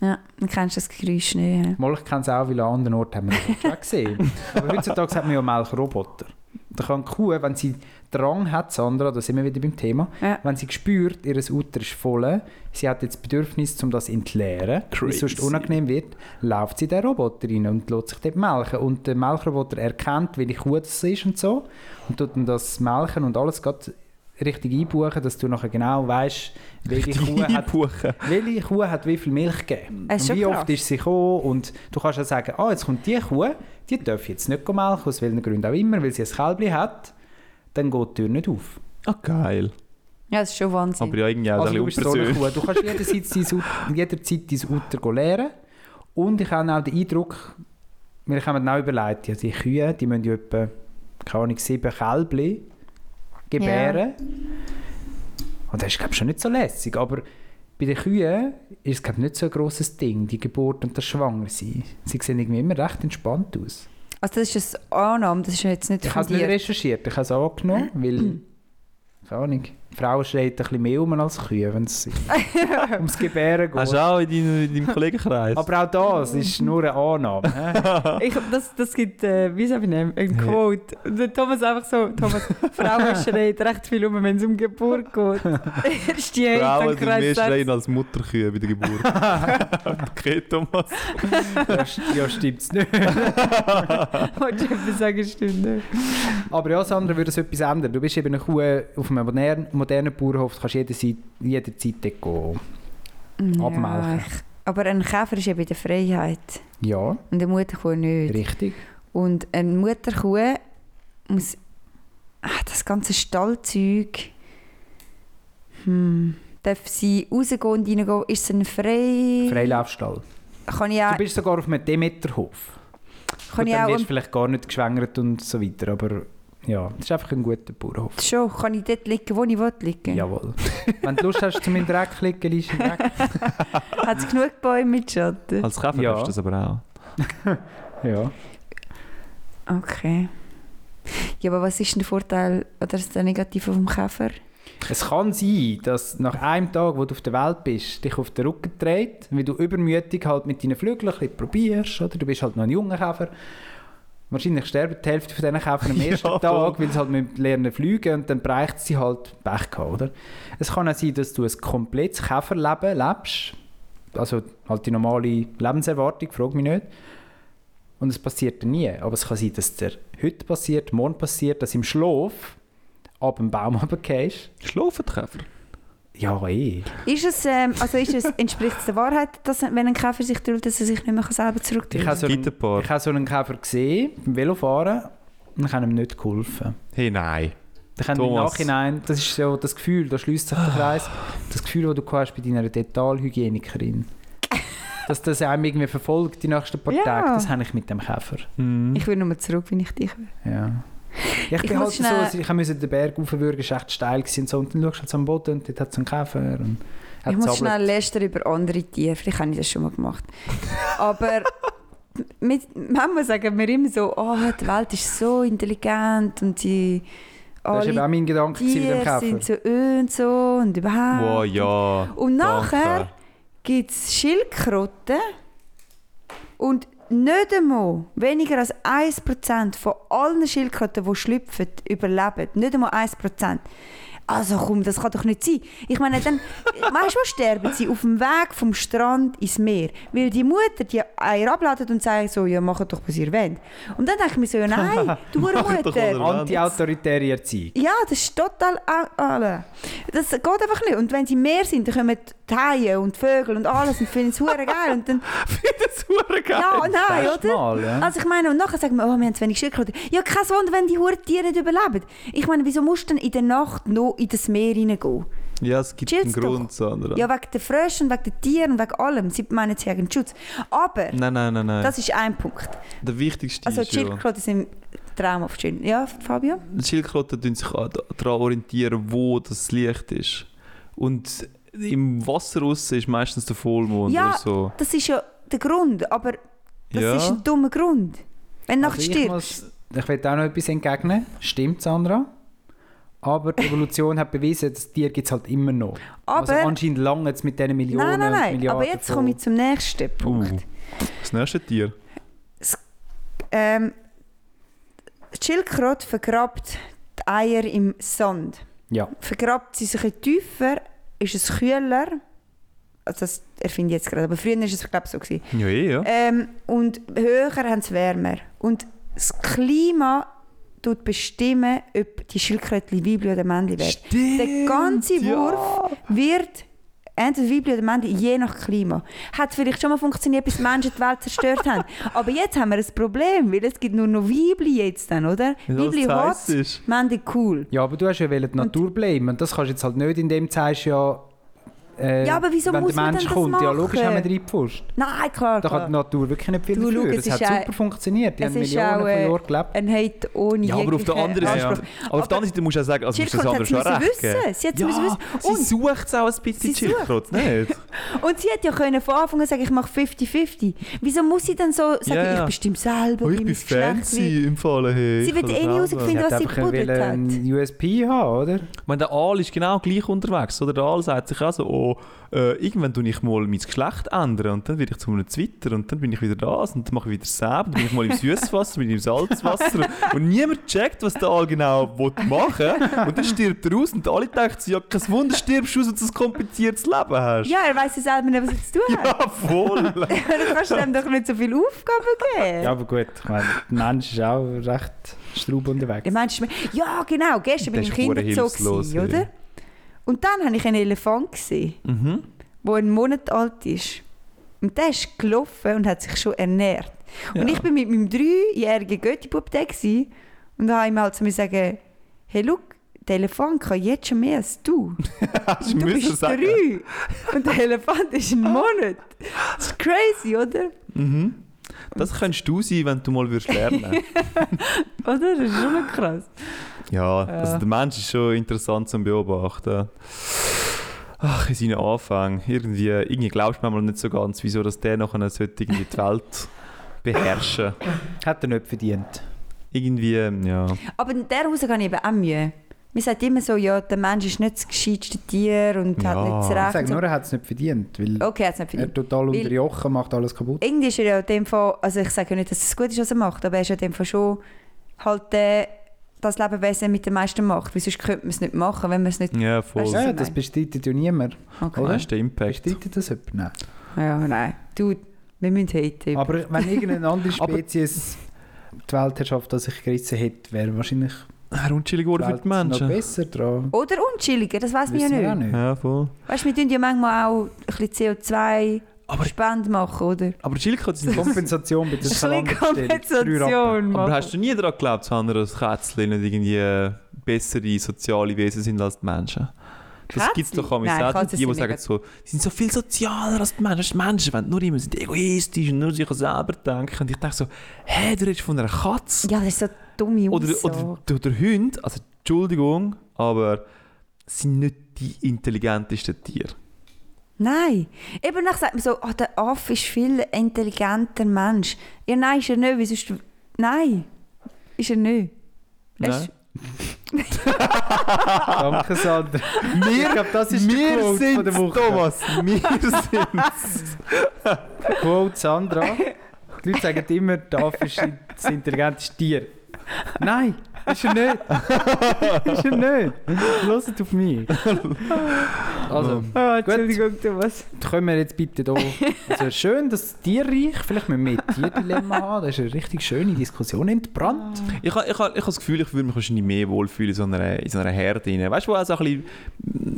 S3: Ja, dann kennst du das Geräusch nicht. ja.
S5: Molch kennt es auch, weil an anderen Orten haben wir das schon gesehen. Aber heutzutage hat man ja Melkroboter. Da kann die Kuh, wenn sie Drang hat, Sandra, da sind wir wieder beim Thema,
S3: Ja.
S5: wenn sie spürt, ihr Uter ist voll, sie hat jetzt Bedürfnis, um das zu entleeren, weil es sonst
S4: Crazy.
S5: unangenehm wird, läuft sie in den Roboter rein und lässt sich dort melken. Und der Melkroboter erkennt, welche Kuh das ist und so, und tut dann das Melken und alles grad richtig einbuchen, dass du nachher genau weißt, welche Kuh hat
S4: Einbuchen.
S5: [LAUGHS] welche Kuh hat wie viel Milch gegeben?
S3: Das ist schon
S5: Und wie
S3: krass.
S5: oft ist sie gekommen? Und du kannst ja sagen, ah, jetzt kommt die Kuh, die darf jetzt nicht melken, aus welchen Gründen auch immer, weil sie ein Kälbchen hat. Dann geht die Tür nicht auf.
S4: Ah, geil.
S3: Ja, das ist schon Wahnsinn.
S4: Aber ja, irgendwie auch
S5: also du
S4: ein
S5: bist
S4: bisschen
S5: so eine
S4: unpersönlich.
S5: Kuh. Du kannst jederzeit dein Ut- jederzeit dein Uter go leeren. Und ich habe auch den Eindruck, wir haben dann auch überlegt, ja, die Kühe, die müssen ja etwa, keine Ahnung, sieben Kälbchen gebären. Und das ist, glaube ich, schon nicht so lässig. Aber bei den Kühen ist es, glaube ich, nicht so ein grosses Ding, die Geburt und das Schwangersein. Sie sehen irgendwie immer recht entspannt aus.
S3: Also das ist ein Annahme, das ist jetzt nicht
S5: Ich habe es nicht
S3: [LAUGHS] fundiert.
S5: recherchiert, ich habe es angenommen, weil, keine Ahnung, Frauen schreien ein bisschen mehr um als Kühe, wenn es ums Gebären
S4: Hast
S5: geht.
S4: du auch in deinem, in deinem Kollegenkreis?
S5: Aber auch das ist nur eine Annahme. hä?
S3: Ich, das, das gibt, äh, wie soll ich nehmen, ein Quote. Und der Thomas einfach so,
S4: [LAUGHS]
S3: Thomas, Frauen schreien recht viel um, wenn es um Geburt
S4: [LAUGHS]
S3: geht. Erst die Hände,
S4: Frauen
S3: dann
S4: sind mehr
S3: Kreis
S4: schreien als Mutterkühe bei der Geburt. [LAUGHS] okay, Thomas.
S5: ja, st- ja stimmt es nicht.
S3: [LAUGHS] Wolltest du etwas sagen, stimmt nicht.
S5: Aber ja, Sandra, würde es etwas ändern? Du bist eben eine Kuh äh, auf einem modernen, modernen Bauernhof, du kannst jederzeit, jederzeit dort gehen.
S3: Ja,
S5: Abmelken.
S3: ich- aber ein Käfer ist eben in der Freiheit
S5: Ja,
S3: und eine Mutterkuh nicht.
S5: richtig.
S3: Und eine Mutterkuh muss ah, das ganze Stallzeug. Hm. Darf sie rausgehen und reingehen? Ist sie ein frei?
S5: Freilaufstall.
S3: Kann ich auch,
S5: Du bist sogar auf einem Demeterhof.
S3: kann
S5: Gut,
S3: ich
S5: dann
S3: auch
S5: wirst du vielleicht gar nicht geschwängert und so weiter, aber ja, das ist einfach ein guter Bauernhof.
S3: schon, kann ich dort liegen, wo ich will liegen?
S5: Jawohl. Wenn du Lust hast, zum in den Dreck liegen, liegst du im Dreck.
S3: Hat es genug Bäume mit
S4: [LAUGHS]
S3: Schatten?
S4: Als Käfer
S5: Ja.
S4: ja. das aber
S5: Ja. Also-
S3: Okay. Ja, aber was ist denn der Vorteil oder ist der Negative vom Käfer?
S5: Es kann sein, dass nach einem Tag, wo du auf der Welt bist, dich auf den Rücken dreht, weil du übermütig halt mit deinen Flügeln ein bisschen probierst, oder? Du bist halt noch ein junger Käfer. Wahrscheinlich sterben die Hälfte von diesen
S4: [LAUGHS]
S5: Käfern am ersten
S4: Ja, voll.
S5: Tag, weil sie halt mit lernen fliegen und dann bereicht sie halt Pech gehabt, oder? Es kann auch sein, dass du ein komplettes Käferleben lebst, also halt die normale Lebenserwartung, frag mich nicht. Und es passiert dir nie. Aber es kann sein, dass dir heute passiert, morgen passiert, dass im Schlaf ab dem Baum [LAUGHS] runterfällst.
S4: auch. Schlafen die Käfer?
S5: Ja, eh.
S3: Ist es, ähm, also ist es, entspricht es der Wahrheit, dass wenn ein Käfer sich drüllt, dass er sich nicht mehr selber
S5: Ich
S3: zurückdrüllen kann?
S5: habe so
S4: gibt
S5: einen,
S4: ein paar.
S5: ich habe so einen Käfer gesehen beim Velofahren und ich habe ihm nicht geholfen.
S4: Hey, nein.
S5: Ich habe im
S4: Thomas.
S5: Nachhinein, das ist so das Gefühl, da schließt sich der Kreis, das Gefühl, das du gehabt hast bei
S3: [LAUGHS]
S5: deiner Detailhygienikerin. Dass das einem irgendwie verfolgt die nächsten paar
S3: Ja.
S5: Tage, das habe ich mit dem Käfer.
S4: Hm.
S3: Ich will nur zurück, wenn ich dich will.
S5: Ja. Ja, ich,
S3: Ich
S5: bin halt
S3: muss
S5: so,
S3: schnell-
S5: ich musste den Berg raufwürgen, es war echt steil gewesen und so, und dann schaust du halt so am Boden und dort hat es einen Käfer und hat
S3: ich muss
S5: zappelt.
S3: schnell lästern über andere Tiere. Vielleicht habe ich das schon mal gemacht. Aber mit, manchmal sagen wir immer so, oh, die Welt ist so intelligent und die
S5: Das war eben auch
S3: alle
S5: mein Gedanke gewesen mit dem
S3: Tiere sind
S5: Käfer.
S3: so öh und so und überhaupt.
S4: Wow, [LAUGHS] ja.
S3: Und nachher
S4: Danke.
S3: gibt es Schildkröten und nicht einmal weniger als 1% von allen Schildkröten, die schlüpfen, überleben. Nicht einmal 1%. Also komm, das kann doch nicht sein. Ich meine, dann, [LAUGHS] weißt du, wo sterben sie? Auf dem Weg vom Strand ins Meer. Weil die Mutter die Eier abladet und sagt so, ja, macht doch, was ihr wollt. Und dann denke ich mir so, ja, nein,
S4: [LAUGHS]
S3: du
S4: Macht doch, was ihr
S3: Mutter.
S4: wollt.
S5: Anti-autoritäre Erziehung.
S3: Ja, das ist total au- alle. Das geht einfach nicht. Und wenn sie mehr sind, dann kommen die Haie und die Vögel und alles und finden es hure geil. Und dann,
S4: Das ist verdammt geil.
S3: ja, nein,
S5: Erst
S3: oder?
S5: Mal, ja.
S3: Also ich meine, und nachher sagen wir, oh, wir haben zu wenig Schildkröten. Ja, kein Wunder, wenn die huren Tiere nicht überleben. Ich meine, wieso musst du denn in der Nacht noch in das Meer reingehen?
S4: Ja, es gibt
S3: Chill's
S4: einen Grund,
S3: doch.
S4: Sandra.
S3: Ja, wegen den Fröschen, wegen den Tieren, und wegen allem. Sie meinen, sie haben Schutz. Aber,
S4: Nein, nein, nein, nein.
S3: das ist ein Punkt.
S4: der wichtigste
S3: Also die
S4: ist ja,
S3: Schildkröten sind traumhaft schön. Ja, Fabio?
S4: die Schildkröten tun sich an- daran orientieren, wo das Licht ist. Und im Wasser raus ist meistens der Vollmond
S3: Ja,
S4: oder so.
S3: Das ist ja der Grund, aber Das
S4: ja.
S3: ist ein dummer Grund. Wenn du nachts
S5: Also Ich,
S3: stirbst.
S5: muss- ich will auch noch etwas entgegnen. Stimmt, Sandra. Aber die Evolution hat bewiesen, dass Tiere gibt es halt immer noch. also
S3: Aber-
S5: anscheinend lange jetzt mit diesen Millionen
S3: Nein, nein,
S5: und
S3: nein.
S5: Milliarden
S3: Aber jetzt
S5: von-
S3: komme ich zum nächsten Punkt.
S4: Uh, das nächste Tier.
S3: Ähm, die Schildkröte vergrabt die Eier im Sand.
S5: Ja,
S3: Vergrabt sie sich ein bisschen tiefer, ist es kühler. Also das erfinde ich jetzt gerade, aber früher war es, glaube ich, so. Gewesen.
S4: Ja, eh, ja.
S3: Ähm, und höher haben sie wärmer. Und das Klima tut bestimmen, ob die Schildkröte Weibli oder Männli werden.
S4: Stimmt,
S3: Der ganze
S4: ja.
S3: Wurf wird entweder Weibli oder Männli, je nach Klima. Hat vielleicht schon mal funktioniert, bis die Menschen die Welt
S4: [LAUGHS]
S3: zerstört haben. Aber jetzt haben wir ein Problem, weil es gibt nur noch Weibli jetzt dann, oder?
S4: Ja, das
S3: Weibli hot,
S4: heisst ist-
S3: Männli cool.
S5: ja aber du hast ja wollen die Natur bleiben. Und das kannst du jetzt halt nicht, indem du sagst, ja... äh,
S3: Ja, aber wieso
S5: wenn
S3: muss
S5: der
S3: man
S5: Mensch
S3: denn das
S5: kommt, ja,
S3: machen?
S5: logisch haben wir drei Pfust.
S3: Nein, klar,
S5: Da
S3: klar.
S5: hat die Natur wirklich nicht viel
S3: Du, schau,
S5: dafür.
S3: es
S5: Es hat
S3: ist auch-
S5: super funktioniert. Die
S3: es
S5: haben
S3: ist
S5: Millionen
S3: auch,
S5: von
S3: äh,
S5: Jahren gelebt.
S3: Ein Hate ohne
S4: Ja, aber auf der
S3: jeglichen
S4: anderen Seite, aber
S3: Anspruch.
S4: auf der
S3: Aber-
S4: anderen Seite musst du auch sagen, also musst du
S3: Schildkröte
S4: Sandra schon
S3: hat sie
S4: recht
S3: müssen
S4: geben.
S3: wissen. Sie hat sie
S4: ja,
S3: müssen wissen.
S4: sie
S3: Und-
S4: sucht es auch ein bisschen,
S3: Sie
S4: die Schildkröte,
S3: [LAUGHS]
S4: nicht?
S3: Und sie hat ja können von Anfang an sagen, ich mache 50-50. Wieso muss sie dann so sagen,
S4: Ja, ja.
S3: ich bestimme selber,
S4: Oh,
S3: wie
S4: ich
S3: mein
S4: bin
S3: Geschlecht
S4: fancy
S3: wird?
S4: im Fall. Hey,
S3: Sie
S4: ich
S3: wird
S4: kann
S3: eh
S4: das
S3: nie
S4: auch
S3: rausgefunden,
S4: sagen.
S5: hat
S3: was sie
S5: einfach
S3: gebuddelt
S5: wollen
S3: hat.
S5: einen USP haben, oder?
S4: Ich meine, der Aal ist genau gleich unterwegs. Oder der Aal sagt sich auch so, oh, äh, irgendwann tue ich mal mein Geschlecht ändern und dann werde ich zu einem Zwitter und dann bin ich wieder das und dann mache ich wieder Säbe, dann bin ich mal im Süßwasser, bin ich im
S3: [LAUGHS]
S4: Salzwasser und niemand checkt, was der Aal genau will machen und dann stirbt er aus und alle denken so, ja, kein Wunder, stirbst du aus und du ein kompliziertes Leben hast.
S3: Ja, er weiß ja selber nicht, was er zu tun hat.
S4: Ja, voll.
S3: [LAUGHS] Dann kannst du ihm doch nicht so viele Aufgaben geben.
S5: Ja, aber gut, ich meine, der Mensch ist auch recht straub unterwegs.
S3: Der Mensch schme- ja, genau, gestern
S4: Der
S3: bin ich
S4: ist
S3: im
S4: verdammt
S3: Kinderzoo,
S4: hilflos,
S3: gewesen,
S4: ey.
S3: oder? Und dann habe ich einen Elefant gesehen,
S4: mhm.
S3: der einen Monat alt ist. Und der ist gelaufen und hat sich schon ernährt. Und
S4: Ja.
S3: ich bin mit meinem dreijährigen Göttibub da gewesen und habe ihm halt zu mir sagen, hey, look, der Elefant kann jetzt schon mehr als du.
S4: Hast
S3: Du
S4: müssen
S3: bist
S4: sagen.
S3: drei und der Elefant ist ein Monat. Das ist crazy, oder?
S4: Mhm. Das könntest du sein, wenn du mal würdest lernen.
S3: Oder? Das ist schon krass.
S4: ja,
S3: Ja.
S4: also der Mensch ist schon interessant zum Beobachten. Ach, in seinen Anfängen. Irgendwie, irgendwie glaubst du manchmal nicht so ganz, wieso dass der nachher sollte irgendwie die Welt beherrschen.
S5: Hat er nicht verdient.
S4: Irgendwie, ja.
S3: Aber daraus kann ich eben auch Mühe. Man sagt immer so, ja, der Mensch ist nicht das gescheiteste Tier und
S4: Ja.
S3: hat nicht
S5: Ich
S3: das
S5: sage
S3: Recht.
S5: nur, äh, er hat es nicht verdient, weil
S3: Okay, hat es nicht
S5: er
S3: verdient.
S5: total
S3: also- Oh, Weil-
S5: unterjochen macht alles kaputt.
S3: Irgendwie ist er ja in dem Fall, also ich sage ja nicht, dass es gut ist, was er macht, aber er ist ja in dem Fall schon halt äh, das Lebewesen mit der meisten Macht. Weil sonst könnte man es nicht machen, wenn man es nicht...
S4: Ja, voll.
S3: Weißt
S5: Ja,
S3: was
S5: ja,
S3: ich
S5: das
S3: meine?
S5: bestreitet ja niemand.
S3: Okay.
S4: Weißt du, der Impact.
S5: Bestreitet das jemand? Nein.
S3: Ja, nein. Du, wir müssen haten.
S5: Aber
S3: [LAUGHS]
S5: wenn irgendeine andere
S4: Aber-
S5: Spezies die Weltherrschaft an sich gerissen hätte, wäre wahrscheinlich
S4: Er unschillig
S5: die
S4: geworden für
S5: Welt
S4: die
S5: noch
S4: Menschen.
S5: besser dran.
S3: Oder unchilliger, das weiß man ja
S5: Wissen wir auch
S3: nicht.
S5: nicht.
S4: Ja, voll.
S3: Weißt du, wir tun ja manchmal auch ein bisschen CO2
S4: Aber-
S3: Spende machen, oder?
S4: Aber Schildkröten [LAUGHS] sind
S5: Kompensation bei der
S3: Ein bisschen
S5: Salamanderstellung. Drei Rappen.
S3: Kompensation
S4: Aber
S3: machen.
S4: hast du nie daran geglaubt, Sandra, dass Kätzchen nicht irgendwie bessere soziale Wesen sind als die Menschen? Das
S3: Kätzchen?
S4: gibt es doch auch mit
S3: Nein,
S4: Sätzen,
S3: Katzen
S4: die, die
S3: sind
S4: sagen
S3: mega-
S4: so, sie sind so viel sozialer als die Menschen. Die Menschen wollen nur immer sind egoistisch und nur sich an selber denken. Und ich denke so, hä, du redest von einer Katze?
S3: Ja, das ist so eine dumme
S4: oder,
S3: Aussage.
S4: oder, oder Hunde, also Entschuldigung, aber sie sind nicht die intelligentesten Tiere.
S3: Nein. Eben nach sagt man so, oh, der Affe ist viel intelligenter Mensch. Ja, nein, ist er nicht, weil sonst... Nein, ist er nicht. Er
S4: Nein.
S3: ist-
S5: Danke, Sandra.
S4: Wir,
S5: Ich glaube, das ist der
S4: wir
S5: Quote von
S4: sind
S5: der Woche.
S4: Thomas. Wir [LAUGHS] sind
S5: Quote Sandra. Die Leute sagen immer, der Affe ist in- das intelligenteste Tier. Nein, ist er nicht. ist er nicht. Hört auf mich. Also,
S3: Ah,
S5: Gut.
S3: Entschuldigung, Thomas.
S5: können wir jetzt bitte da. Also schön, dass Tierreich, vielleicht müssen wir mehr Tierdilemma haben. Das ist eine richtig schöne Diskussion entbrannt.
S4: Ich habe ich ha, ich ha das Gefühl, ich würde mich wahrscheinlich mehr wohlfühlen in so einer, in so einer Herde. rein. Weißt du, wo auch so ein bisschen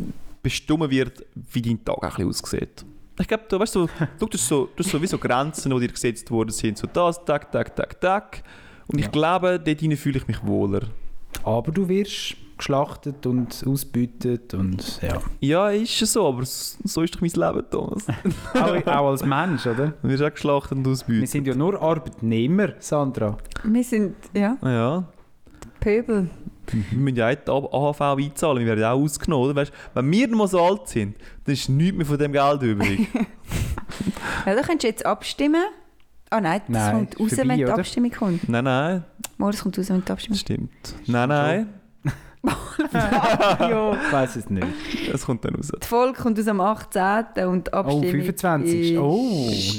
S4: mm, bestimmt wird, wie dein Tag ein bisschen aussieht. Ich glaube, du weißt so, du hast so, du hast so wie so Grenzen, die dir gesetzt worden sind. So das, tak, tak, tak, tak. Und ich
S5: Ja.
S4: glaube, dort hinein fühle ich mich wohler.
S5: Aber du wirst geschlachtet und ausgebeutet und ja.
S4: Ja, ist es so, aber s- so ist doch mein Leben, Thomas.
S5: Auch, auch als Mensch, oder?
S4: Du wirst auch geschlachtet und
S5: Wir
S4: ausgebeutet.
S5: sind ja nur Arbeitnehmer, Sandra.
S3: Wir sind, ja,
S4: Ah Ja,
S3: Pöbel.
S4: wir müssen ja auch die A- AHV einzahlen, wir werden ja auch ausgenommen. Oder? Weißt, wenn wir noch mal so alt sind, dann ist nichts mehr von dem Geld übrig.
S3: Ja, da könntest du jetzt abstimmen. Ah nein, das
S5: Nein,
S3: kommt
S5: ist
S3: raus,
S5: vorbei,
S3: wenn die
S5: oder?
S3: Abstimmung kommt.
S4: nein, nein,
S3: Morgen kommt raus, wenn die Abstimmung
S4: das stimmt. Nein, nein,
S3: kommt. ja.
S5: Ich weiß es nicht.
S4: das kommt dann raus.
S3: Die Folge kommt aus am 18. und die
S5: Oh,
S3: Abstimmung
S5: 25.
S3: Ist...
S5: Oh,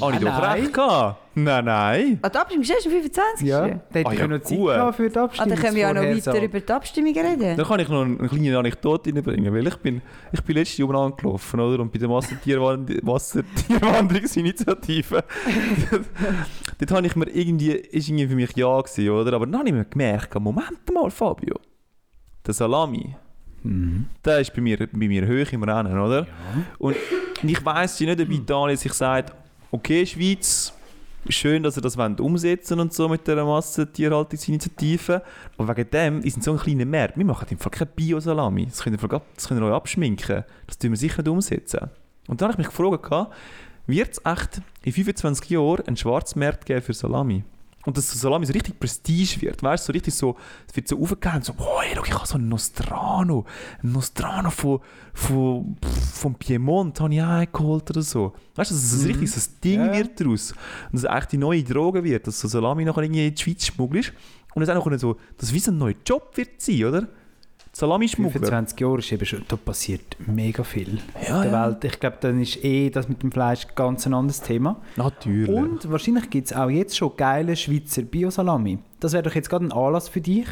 S4: Habe ich
S5: nein,
S4: doch
S5: nein.
S4: recht gehabt? Nein, nein.
S3: Ah, die Abstimmung ist erst am 25.
S5: Ja, da hätte
S4: Ah,
S5: ich
S4: ja,
S5: noch Zeit
S4: gut.
S5: gehabt für die
S3: Ah,
S5: Abstimmung.
S3: dann können wir ja noch weiter über die Abstimmung reden.
S4: Da kann ich noch eine kleine Anekdote reinbringen, weil ich bin, ich bin letztes Jahr umeinander gelaufen, oder? Und bei der Massentierwand- [LAUGHS] Wassertierwanderungsinitiative, dort habe ich mir irgendwie, ist irgendwie für mich ja gewesen, oder? Aber dann habe ich mir gemerkt, Moment mal, Fabio, der Salami,
S5: Mhm.
S4: der ist bei mir, bei mir hoch im Rennen, oder? Und ich weiss ja nicht, ob Italien sich sagt, okay, Schweiz, schön, dass ihr das wollt umsetzen und so mit dieser Massentierhaltungsinitiative, aber wegen dem, ist sind so ein kleiner Markt, wir machen im Fall kein Bio-Salami, das könnt, ihr, im Fall ab- das könnt ihr euch abschminken, das tun wir sicher nicht umsetzen. Und dann habe ich mich gefragt, wird es echt in 25 Jahren einen Schwarzmarkt geben für Salami? Und dass so Salami so richtig Prestige wird, weißt du, so richtig so, es wird so aufgehängt, so, boah, hey, schau, ich habe so einen Nostrano, einen Nostrano von, von, pff, vom Piemont habe ich auch geholt oder so. Weißt du, dass es so richtig so ein Ding
S5: Ja.
S4: wird daraus. Und dass es echt die neue Droge wird, dass so Salami nachher irgendwie in die Schweiz schmuggelst. Und es auch noch so, dass wie so ein neuer Job wird sein, oder? Salami-Schmuggler.
S5: 25 Jahre ist eben schon, da passiert mega viel
S4: Ja,
S5: in der
S4: ja.
S5: Welt. Ich glaube, dann ist eh das mit dem Fleisch ganz ein anderes Thema.
S4: Natürlich.
S5: Und wahrscheinlich gibt es auch jetzt schon geile Schweizer Biosalami. Das wäre doch jetzt gerade ein Anlass für dich,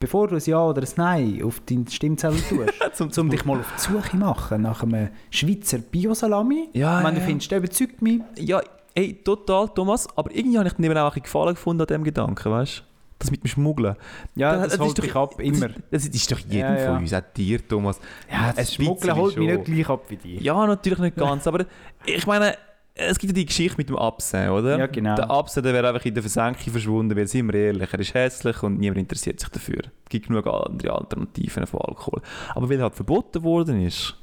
S5: bevor du ein Ja oder ein Nein auf deinen Stimmzettel tust,
S4: Zum-
S5: zum, zum dich mal auf die Suche machen nach einem Schweizer Biosalami.
S4: Ja,
S5: Und Wenn
S4: ja,
S5: du
S4: ja.
S5: findest, der überzeugt mich,
S4: ja, ey, total, Thomas, aber irgendwie habe ich mir eben auch ein bisschen Gefallen gefunden an dem Gedanken, weißt du? Das mit dem Schmuggeln.
S5: ja, das, holt
S4: ist
S5: dich
S4: doch,
S5: ab, immer.
S4: Das, das ist doch jedem
S5: Ja, ja.
S4: von uns, auch dir, Thomas.
S5: Ja, das
S4: Ein
S5: Schmuggeln
S4: bisschen
S5: holt mich
S4: schon.
S5: nicht gleich ab wie dich.
S4: Ja, natürlich nicht ganz, aber ich meine, es gibt ja die Geschichte mit dem Absen, oder?
S5: Ja, genau.
S4: Der Absen, der wäre einfach in der Versenkung verschwunden, weil, sind wir ehrlich, er ist hässlich und niemand interessiert sich dafür. Es gibt genug andere Alternativen von Alkohol. Aber weil er halt verboten worden ist,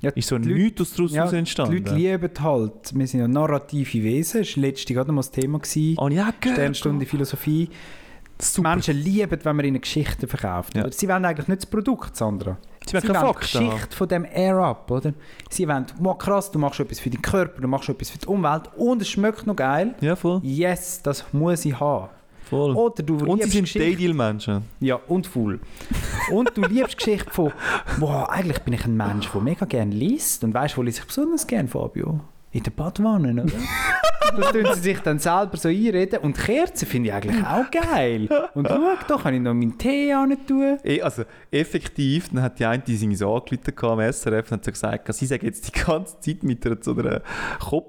S5: Ja,
S4: ist so ein
S5: die Leute-
S4: Mythos daraus
S5: Ja,
S4: entstanden.
S5: Die Leute lieben halt, wir sind ja narrative Wesen, das war letztes gerade noch mal das Thema, gewesen.
S4: Oh, ja, gell.
S5: Sternstunde Philosophie. Die
S4: Super.
S5: Menschen lieben, wenn man ihnen Geschichten verkauft.
S4: Ja.
S5: oder? Sie wollen eigentlich nicht das Produkt, Sandra.
S4: Sie haben
S5: Sie
S4: keine
S5: wollen die
S4: Fakten. haben.
S5: Geschichte von dem Air Up, oder? Sie wollen, wow, krass, du machst etwas für den Körper, du machst etwas für die Umwelt und es schmeckt noch geil.
S4: Ja, voll.
S5: Yes, das muss ich haben.
S4: voll.
S5: Oder Oh, du
S4: Und sie
S5: liebst
S4: sind
S5: Geschichten-
S4: Daydeal-Menschen.
S5: Ja, und faul. Und du liebst Geschichten von, wow, eigentlich bin ich ein Mensch, der mega gerne liest. Und weißt du, wo lese ich besonders gerne, Fabio? In der Badwanne, oder? Das tun sie sich dann selber so einreden. Und Kerzen finde ich eigentlich auch geil. Und schau, da kann ich noch meinen Tee hin tun.
S4: Eh, Also effektiv, dann hat die eine, die sie so angeleitet am SRF, und hat so gesagt, sie sagt jetzt die ganze Zeit mit einer, so einer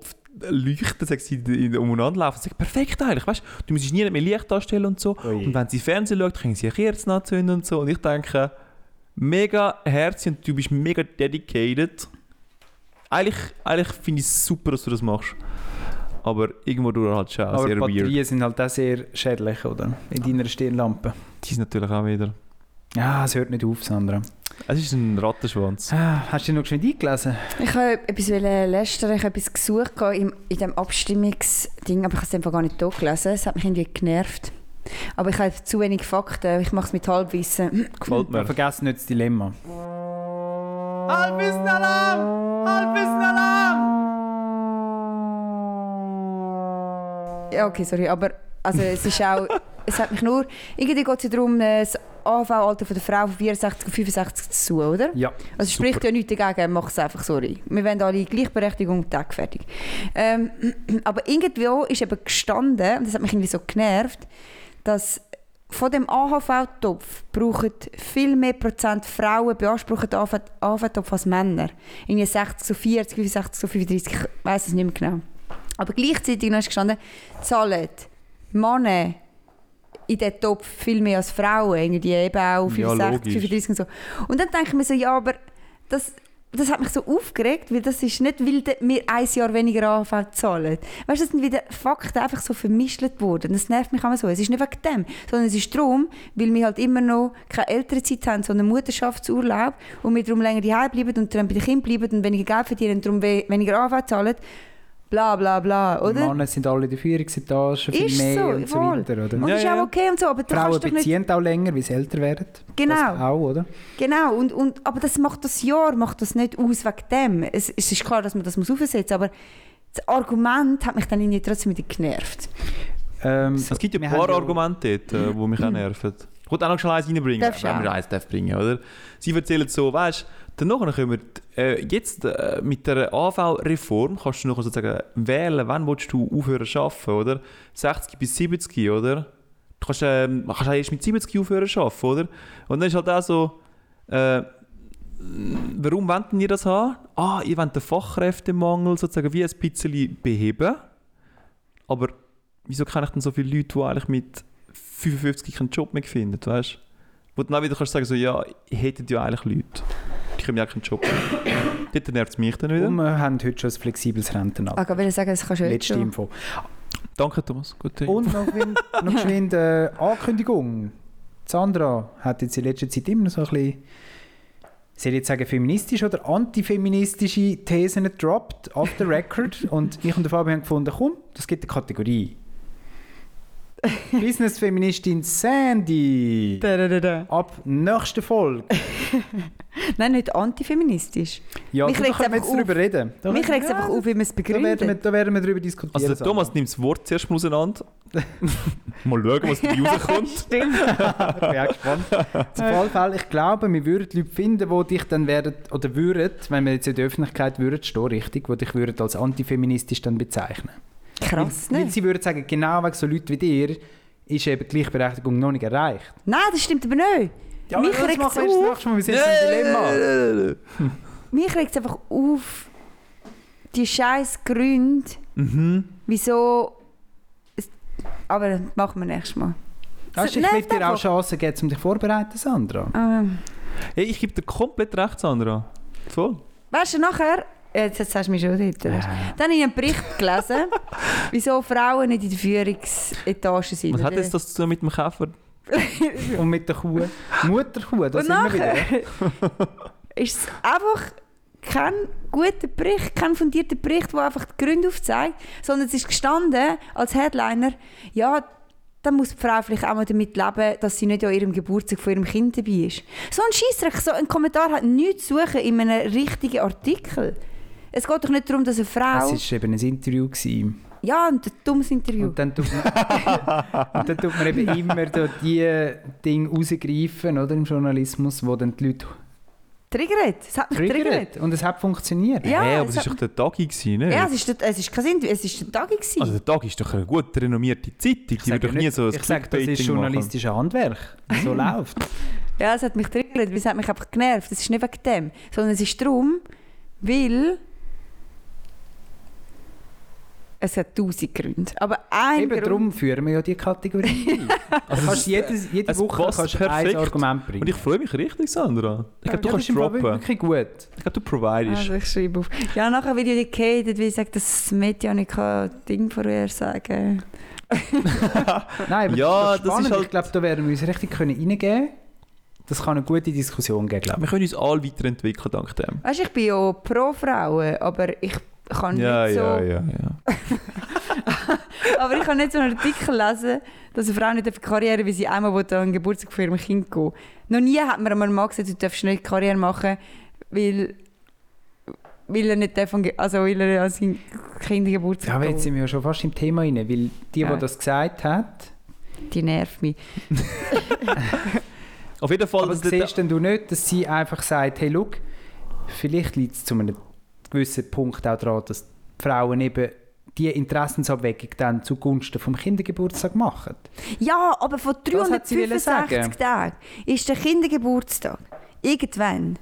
S4: Kopfleuchte, sagt sie, in- in- umeinander laufen. Sie sagt, perfekt eigentlich, weißt du, du müsstest nie mehr Licht darstellen und so.
S5: Oh je.
S4: und wenn sie Fernsehen schaut, können sie eine Kerze anzünden und so. Und ich denke, mega herzlich und du bist mega dedicated. Eigentlich, eigentlich finde ich es super, dass du das machst. Aber irgendwo durch halt schon
S5: Aber
S4: sehr
S5: die Batterien
S4: weird.
S5: sind halt auch sehr schädlich, oder? In deiner Stirnlampe.
S4: Die ist natürlich auch wieder.
S5: Ja, es hört nicht auf, Sandra.
S4: Es ist ein Rattenschwanz.
S5: Ah, hast du dich noch schnell eingelesen?
S3: Ich habe etwas wollen lästern, ich habe etwas gesucht gehabt im, in diesem Abstimmungsding, aber ich habe es einfach gar nicht gelesen. Es hat mich irgendwie genervt. Aber ich habe zu wenig Fakten, ich mache es mit Halbwissen.
S4: Gefällt mir.
S5: Vergiss nicht das Dilemma.
S4: Halbwissen Alarm! Halbwissen Alarm!
S3: Ja, okay, sorry, aber also, es ist [LAUGHS] auch, es hat mich nur, irgendwie geht es ja darum, das AV-Alter von der Frau von 64 auf 65 zu, oder?
S5: Ja.
S3: Also es spricht ja nichts dagegen, mach es einfach, sorry. Wir wollen alle Gleichberechtigung und tagfertig. Ähm, [CLEARS THROAT] aber irgendwo ist eben gestanden, und das hat mich irgendwie so genervt, dass von dem AHV-Topf brauchen viel mehr Prozent Frauen beanspruchen den AHV-Topf als Männer. Irgendwie 60 zu 40, 65 zu 35, ich weiß es nicht mehr genau. Aber gleichzeitig noch ist gestanden, zahlen Männer in diesen Topf viel mehr als Frauen, irgendwie eben auch
S4: Ja,
S3: 65,
S4: logisch.
S3: 35 und so. Und dann denke ich mir so, ja, aber das, das hat mich so aufgeregt, weil das ist nicht, weil de- wir ein Jahr weniger AHV zahlen. Weißt du, das sind wieder Fakten einfach so vermischt worden. Das nervt mich immer so. Es ist nicht wegen dem, sondern es ist darum, weil wir halt immer noch keine Elternzeit haben, sondern Mutterschaftsurlaub und wir darum länger daheim bleiben und darum bei den Kindern bleiben und weniger Geld verdienen und darum we- weniger AHV zahlen. Bla bla bla,
S5: Oder?
S3: oder?
S5: Männer sind alle in der Führungsetage, viel
S3: Ist
S5: mehr
S3: so,
S5: und so
S3: voll.
S5: weiter, oder?
S3: Und
S4: Ja,
S3: ist
S4: ja.
S3: auch okay und so, aber du
S5: Frauen
S3: kannst doch nicht...
S5: beziehen auch länger, weil sie älter werden.
S3: Genau.
S5: Das auch, oder?
S3: Genau, und, und, aber das macht das Jahr macht das nicht aus wegen dem. Es, es ist klar, dass man das muss aufsetzen muss, aber das Argument hat mich dann irgendwie trotzdem wieder genervt.
S5: Ähm,
S4: Es gibt ja
S5: wir
S4: ein paar
S5: haben
S4: Argumente dort, äh, [CLEARS THROAT] die mich auch nerven. Ich wollte auch noch schnell eins reinbringen,
S3: Darfst
S4: wenn
S3: auch.
S4: wir eins darf bringen oder? Sie erzählen so, weißt du, danach können wir äh, jetzt äh, mit der AV-Reform kannst du noch sozusagen wählen, wann willst du aufhören zu arbeiten, oder? 60 bis 70, oder? Du kannst, ähm, kannst auch erst mit 70 aufhören zu arbeiten, oder? Und dann ist halt auch so, äh, warum wollt ihr das haben? Ah, ihr wollt den Fachkräftemangel sozusagen wie ein bisschen beheben. Aber wieso kenne ich denn so viele Leute, die eigentlich mit 55 keinen Job mehr finden, weißt du? Wo du dann auch wieder kannst sagen so, ja, ihr hättet ja eigentlich Leute. Die können ja keinen Job mehr.
S5: [LAUGHS]
S4: Dort nervt es mich dann wieder.
S5: Und wir haben heute schon ein flexibles
S3: Ah,
S5: Rentenalter.
S3: Ich würde sagen, das kannst du
S5: Letzte Info.
S4: Danke, Thomas. Gute
S5: Und
S3: [LAUGHS]
S5: noch, geschwind- noch geschwind äh, Ankündigung. Sandra hat jetzt in letzter Zeit immer so ein bisschen, soll ich jetzt sagen, feministische oder antifeministische Thesen gedroppt, off
S3: [LAUGHS]
S5: the record. Und ich und der Fabian haben gefunden, komm, das gibt eine Kategorie. Business-Feministin Sandy.
S3: Da-da-da-da.
S5: Ab nächster Folge.
S3: Nein, nicht antifeministisch.
S5: Ja,
S3: Mich
S5: da
S3: regt's
S5: können wir
S3: einfach
S5: jetzt drüber reden. Da
S3: mich
S5: können-
S3: regt es einfach auf, wie man es
S5: Da werden, wir,
S3: begründet.
S5: da werden wir drüber diskutieren.
S4: also der
S5: Sandra.
S4: Thomas nimmt das Wort zuerst mal
S5: [LAUGHS]
S4: auseinander. mal schauen, was dabei rauskommt.
S3: Stimmt.
S5: Ich bin auch gespannt.
S4: [LAUGHS]
S5: Zum Fallfall, ich glaube, wir würden Leute finden, die dich dann werden, oder würden, wenn wir jetzt in der Öffentlichkeit würden, stehen, richtig, die dich würden als antifeministisch dann bezeichnen.
S3: Krass,
S5: weil,
S3: ne?
S5: weil sie würden sagen, genau wegen so Leuten wie dir ist eben die Gleichberechtigung noch nicht erreicht.
S3: Nein, das stimmt aber nicht. mich regt es auf.
S5: Mal, wir sind im Dilemma.
S3: Mich regt es einfach auf, die scheiß Gründe,
S5: Mhm.
S3: wieso... es- Aber machen wir nächstes Mal.
S5: Weißt, du, ich
S3: Nervt
S5: will dir auch
S3: einfach.
S5: Chancen geben, um dich vorzubereiten, Sandra.
S3: Ähm,
S4: Hey, ich gebe dir komplett recht, Sandra. Voll.
S3: Weißt du, nachher, jetzt, jetzt hast du mich schon dort. weisst du. Dann habe ich einen Bericht gelesen, wieso Frauen nicht in der Führungsetage sind.
S4: Was hat jetzt das zu tun mit dem Käfer?
S5: Und mit der Kuh. Mutterkuh,
S3: Und
S5: das sind wir wieder.
S3: nachher [LAUGHS] ist es einfach kein guter Bericht, kein fundierter Bericht, der einfach die Gründe aufzeigt, sondern es ist gestanden als Headliner, ja, dann muss die Frau vielleicht auch mal damit leben, dass sie nicht an ihrem Geburtstag von ihrem Kind dabei ist. So ein Scheissdreck, so ein Kommentar hat nichts zu suchen in einem richtigen Artikel. Es geht doch nicht darum, dass eine Frau...
S5: Es war eben ein Interview. Gewesen.
S3: Ja, ein dummes Interview.
S5: Und dann tut man, [LAUGHS] und dann tut man eben immer so die Dinge rausgreifen, oder, im Journalismus, wo dann die Leute
S3: Triggert. Es hat mich triggert.
S5: triggert. Und es hat funktioniert.
S3: Ja,
S4: hey, aber
S3: es
S4: das
S3: hat-
S4: war doch der Tagi, gewesen, ne?
S3: Ja, es ist, es ist kein Interview, es ist der Tag. gewesen.
S4: also der Tagi ist doch eine gut renommierte Zeitung. Die
S5: sag
S4: würde doch
S5: ja
S4: nie
S5: nicht-
S4: so ein
S5: ich sage, das ist
S4: Clickbaiting machen.
S5: journalistisches Handwerk. So läuft
S3: Ja, es hat mich triggert, weil es hat mich einfach genervt. Es ist nicht wegen dem, sondern es ist darum, weil es hat tausend Gründe. Aber ein
S5: Eben
S3: Grund...
S5: darum führen wir ja die Kategorie
S3: [LAUGHS]
S5: ein. also kannst jedes, jede
S4: es
S5: Woche
S4: passt
S5: kannst
S4: perfekt.
S5: ein Argument bringen.
S4: Und ich freue mich richtig, Sandra. Ich glaube, du
S5: Ja, das ist
S4: kannst
S5: im Fall
S4: droppen.
S5: wirklich gut.
S4: Ich glaube, du providest.
S3: Also ich schreibe auf. Ja, nachher wird ja die gehatet, weil ich sage, dass das Media nicht kann Ding vorher sagen
S5: Nein, aber
S4: Ja,
S5: das
S4: das ist
S5: ist, doch spannend.
S4: halt-
S5: Ich glaube, da werden wir uns richtig können reingeben können. Das kann eine gute Diskussion geben, glaube
S4: wir können uns alle weiterentwickeln dank dem.
S3: Weißt du, ich bin ja pro Frauen, aber ich kann
S4: Ja,
S3: nicht so...
S4: ja, ja, ja.
S3: Aber ich kann nicht so einen Artikel lesen, dass eine Frau nicht auf Karriere darf, weil sie einmal an den Geburtstag von ihrem Kind gehen will. Noch nie hat mir einmal ein Mann gesagt, du darfst nicht Karriere machen, weil, weil er nicht davon, also weil er an sein
S5: Ja,
S3: Kindergeburtstag
S5: aber jetzt
S3: gehen.
S5: sind wir ja schon fast im Thema rein, weil die, die
S3: Ja.
S5: das gesagt hat,
S3: Die nervt mich.
S4: Auf jeden Fall,
S5: aber
S4: das-
S5: siehst denn du nicht, dass sie einfach sagt, hey, schau, vielleicht liegt es zu einem gewissen Punkt auch daran, dass die Frauen eben die Interessensabwägung dann zugunsten vom Kindergeburtstag machen.
S3: Äh. Ja, aber vor
S5: Das hat sie wollen
S3: 365
S5: sagen.
S3: Tagen ist der Kindergeburtstag. Irgendwann.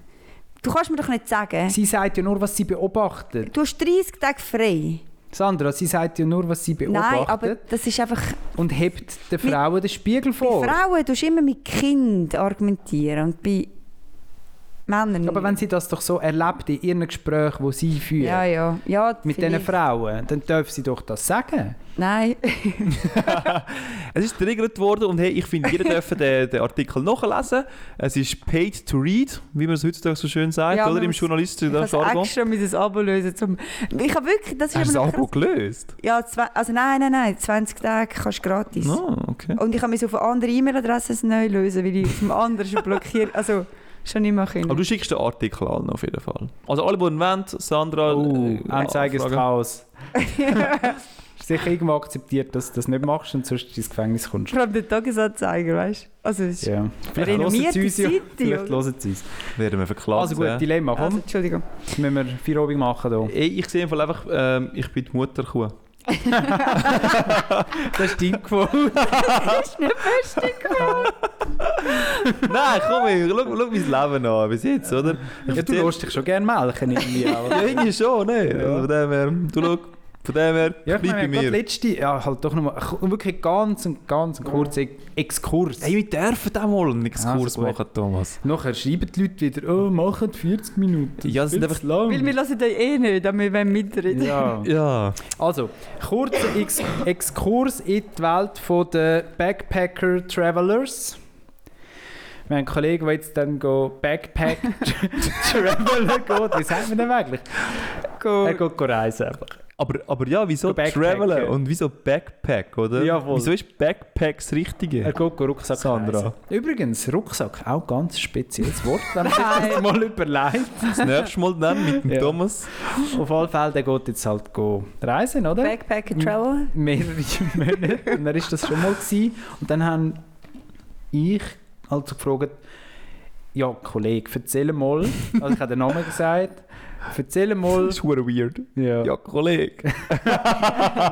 S3: Du kannst mir doch nicht sagen,
S5: Sie sagt ja nur, was sie beobachtet.
S3: du hast 30 Tage frei.
S5: Sandra, sie sagt ja nur, was sie beobachtet
S3: Nein, aber das ist einfach...
S5: und hebt den Frauen den Spiegel vor.
S3: Bei Frauen tust du immer mit Kind argumentieren und bei Männern
S5: Aber wenn sie das doch so erlebt in ihren Gesprächen, die sie führt,
S3: Ja, ja. ja
S5: mit diesen
S3: vielleicht.
S5: Frauen, dann darf sie doch das sagen.
S3: Nein.
S4: Es ist triggert worden und hey, ich finde,
S5: [LAUGHS]
S4: jeder dürfte den, den Artikel nachlesen. Es ist paid to read, wie man es heutzutage so schön sagt,
S3: Ja,
S4: oder?
S3: man
S4: Im
S3: muss-
S4: Journalistischen
S3: [LAUGHS] Ich habe
S4: Jargon.
S3: extra mein Abo lösen. Zum ich habe wirklich... Das ist
S4: Hast du das
S3: immer noch
S4: Abo
S3: krass.
S4: gelöst?
S3: Ja, zwei, also nein, nein, nein. 20 Tage kannst du gratis.
S4: Ah, okay.
S3: Und ich habe mich auf eine andere E-Mail-Adresse neu lösen, weil ich auf dem anderen schon blockiert... Also, schon nicht mehr
S4: Aber
S3: können.
S4: du schickst den Artikel allen auf jeden Fall. Also alle, die ihn wollen, Sandra...
S5: Uh,
S4: äh,
S5: Anzeige ist
S4: anfragen.
S5: Chaos. Ist Sicher irgendwo akzeptiert, dass du das nicht machst und sonst ins Gefängnis
S3: [LAUGHS]
S5: kommst.
S3: Vor allem den Tagesanzeiger, weißt du? Also, es ist...
S5: Ja. Vielleicht hören
S3: Renommierte
S5: sie uns ja.
S3: Seite,
S5: [LAUGHS] Vielleicht
S3: oder?
S5: hören sie uns.
S4: Werden wir verklagt.
S5: Also gut,
S4: ja.
S5: Dilemma,
S3: Also,
S5: komm.
S3: Entschuldigung.
S5: Jetzt müssen wir Feierabend machen hier.
S4: Ey, ich sehe im Fall einfach, ähm, ich bin die Mutterkuh.
S5: [LAUGHS] Das ist dein Gefühl.
S3: Das ist nicht beste
S4: [LAUGHS] Nein, komm, ey, schau, schau mein Leben an, bis jetzt, oder? Ich
S5: Ja, du
S4: erzähl-
S5: lässt dich schon gerne melken irgendwie
S4: [LAUGHS]
S5: auch.
S4: Ja, irgendwie schon, ne?
S5: Ja.
S4: Also Von dem her, du schau, von dem her,
S5: Ja,
S4: bleib
S5: ich
S4: bei
S5: meine, gerade
S4: mir.
S5: letzte, ja, halt doch nochmal, wirklich ganz, ein- ganz einen kurzen Exkurs.
S4: Hey, wir dürfen auch mal einen Exkurs
S5: Also gut.
S4: machen, Thomas.
S5: Nachher schreiben die Leute wieder, oh, machen 40 Minuten.
S4: Ja, das sind
S5: Viel
S4: einfach-
S5: zu lang.
S3: Weil wir hören den eh nicht, aber wir wollen mitreden.
S5: Ja.
S4: Ja.
S5: Also, kurzer Ex Exkurs in die Welt der Backpacker Travelers. Wir haben einen Kollegen, der jetzt dann go Backpack [LAUGHS] Traveler geht. Wie sagt man denn eigentlich? Er geht go reisen einfach.
S4: Aber, aber ja, wieso
S5: Go Backpack,
S4: Travelen
S5: ja.
S4: und wieso Backpack, oder?
S5: Jawohl. Äh,
S4: Wieso ist Backpack das
S5: Er
S4: Richtige?
S5: geht go Rucksack
S4: Sandra.
S5: reisen. Übrigens, Rucksack, auch ganz spezielles Wort, [LAUGHS] wenn man sich das mal überlegt.
S4: Das nächste Mal dann mit dem
S5: Ja.
S4: Thomas.
S5: Auf alle Fälle, der geht jetzt halt go reisen, oder?
S3: Backpacker
S5: Mhm.
S3: Travel.
S5: mehrere [LAUGHS] Monate. Und dann war das schon mal. Gewesen. Und dann haben ich also gefragt, ja, Kollege, erzähl mal. Also ich habe den Namen gesagt. Erzähl mal.
S4: Das ist verdammt weird.
S5: Ja,
S4: Ja, Kollege.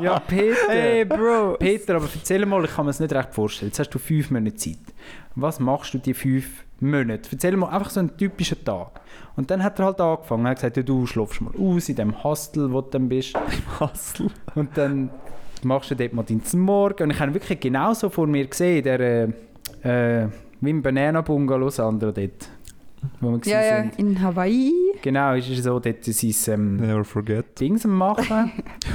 S5: ja Peter.
S3: Hey, Bro.
S5: Peter, aber erzähl mal, ich kann mir das nicht recht vorstellen. Jetzt hast du fünf Monate Zeit. Was machst du die fünf Monate? Erzähl mal einfach so einen typischen Tag. Und dann hat er halt angefangen. Er hat gesagt, ja, du schlafst mal aus in dem Hostel, wo du
S3: [LAUGHS]
S5: dann bist.
S4: Hassel.
S5: Und dann machst du dort mal deinen Morgen. Und ich habe wirklich genauso vor mir gesehen, der äh, äh, wie im Banana Bungalow Sandra dort. Wo wir
S3: Ja, ja,
S5: sind.
S3: in Hawaii.
S5: Genau, ist er so dort sein ähm,
S4: Never forget.
S5: Dings am
S4: [LAUGHS]
S5: machen,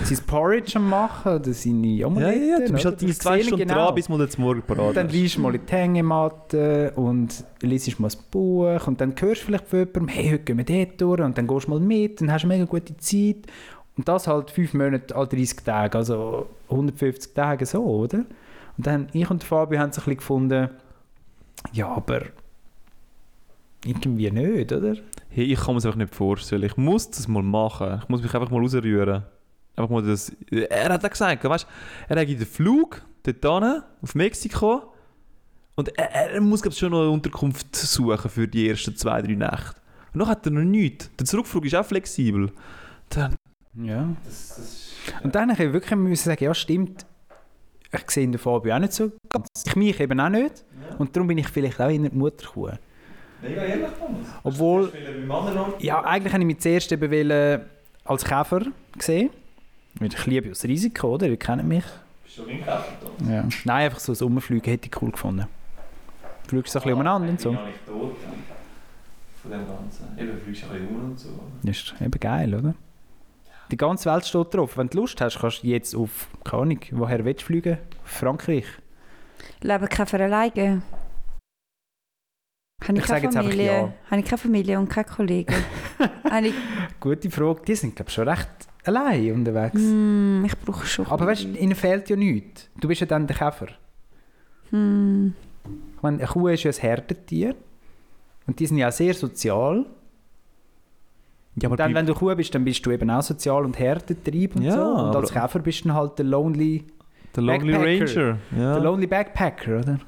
S5: sein Porridge am machen oder seine
S4: Ja,
S5: Omelette.
S4: ja, du bist
S5: oder?
S4: halt deine
S5: Ich
S4: zwei
S5: sehe ihn
S4: Stunden dran, bis du jetzt morgen parat
S5: Und dann
S4: bist.
S5: liest du mal in die Hängematte und liest mal ein Buch und dann hörst du vielleicht von jemandem, hey, heute gehen wir dort durch und dann gehst du mal mit, dann hast du eine mega gute Zeit. Und das halt fünf Monate, all 30 Tage, also 150 Tage so, oder? Und dann, ich und Fabio haben so ein bisschen gefunden, ja, aber irgendwie nicht, oder?
S4: Hey, ich kann mir das einfach nicht vorstellen. Ich muss das mal machen. Ich muss mich einfach mal rausrühren. Einfach mal das. Er hat auch gesagt, weißt, er hat den Flug dorthin auf Mexiko und er, er muss glaub, ich, schon noch eine Unterkunft suchen für die ersten zwei, drei Nächte. Und noch hat er noch nichts. Der Zurückflug ist auch flexibel. Dann,
S5: Ja. Und dann habe ich wirklich müssen sagen, ja stimmt, ich sehe den Fabio auch nicht so ganz. Ich mich eben auch nicht. Und darum bin ich vielleicht auch in der Mutterkuh. Obwohl, ja, eigentlich habe ich mich zuerst eben wollen, als Käfer gesehen. Weil Ich liebe ja das Risiko, oder? Ihr kennt mich. Ja. Nein, einfach so ein Sommerflug hätte ich cool gefunden. Du fliegst so ein bisschen umeinander und so.
S4: Von dem Ganzen. Eben, fliegst du ein bisschen um und so.
S5: Das ist eben geil, oder? Die ganze Welt steht drauf. Wenn du Lust hast, kannst du jetzt auf, keine Ahnung, woher willst du fliegen? Frankreich.
S3: Leben Käfer alleine. Habe ich,
S5: Ich sage
S3: keine
S5: jetzt einfach
S3: Familie?
S5: ja.
S3: Habe ich keine Familie und keine
S4: [LAUGHS]
S3: Kollegen? Habe ich,
S5: Gute Frage. Die sind, glaube ich, schon recht allein unterwegs.
S3: hm, ich brauche schon.
S5: Aber weißt du, ihnen fehlt ja nichts. Du bist ja dann der Käfer.
S3: Hm.
S5: Ich meine, eine Kuh ist ja ein Herdentier. Und die sind ja auch sehr sozial.
S4: Ja, aber
S5: Und dann,
S4: bei-
S5: wenn du Kuh bist, dann bist du eben auch sozial und härtetrieb und
S4: Ja,
S5: so. Und als
S4: aber-
S5: Käfer bist du dann halt der Lonely,
S4: der Lonely
S5: Backpacker.
S4: Ranger. Ja.
S5: der lonely Backpacker, oder?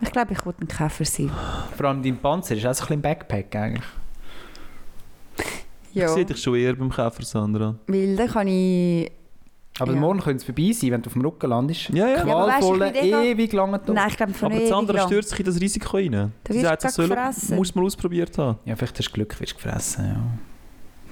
S3: Ich glaube, ich wollte ein Käfer sein.
S5: Vor allem dein Panzer ist auch so ein bisschen Backpack eigentlich.
S4: Ich
S3: Ja,
S4: sehe dich schon eher beim Käfer, Sandra.
S3: weil dann kann ich...
S5: Aber
S3: Ja.
S5: morgen könnte es vorbei sein, wenn du auf dem Rücken landest.
S4: Ja, ja.
S3: Ja, aber weißt du,
S5: Qualvolle,
S3: ich bin eh-
S5: ewig lange Tod.
S3: Nein, ich glaube, von
S4: aber
S3: ewig
S4: Sandra
S3: lang.
S4: stürzt sich in das Risiko rein.
S3: Du
S4: Sie
S3: wirst
S4: sagt, das
S3: gerade
S4: soll,
S3: gefressen.
S4: musst du mal ausprobiert haben.
S5: Ja, vielleicht hast du Glück, wirst du gefressen, ja.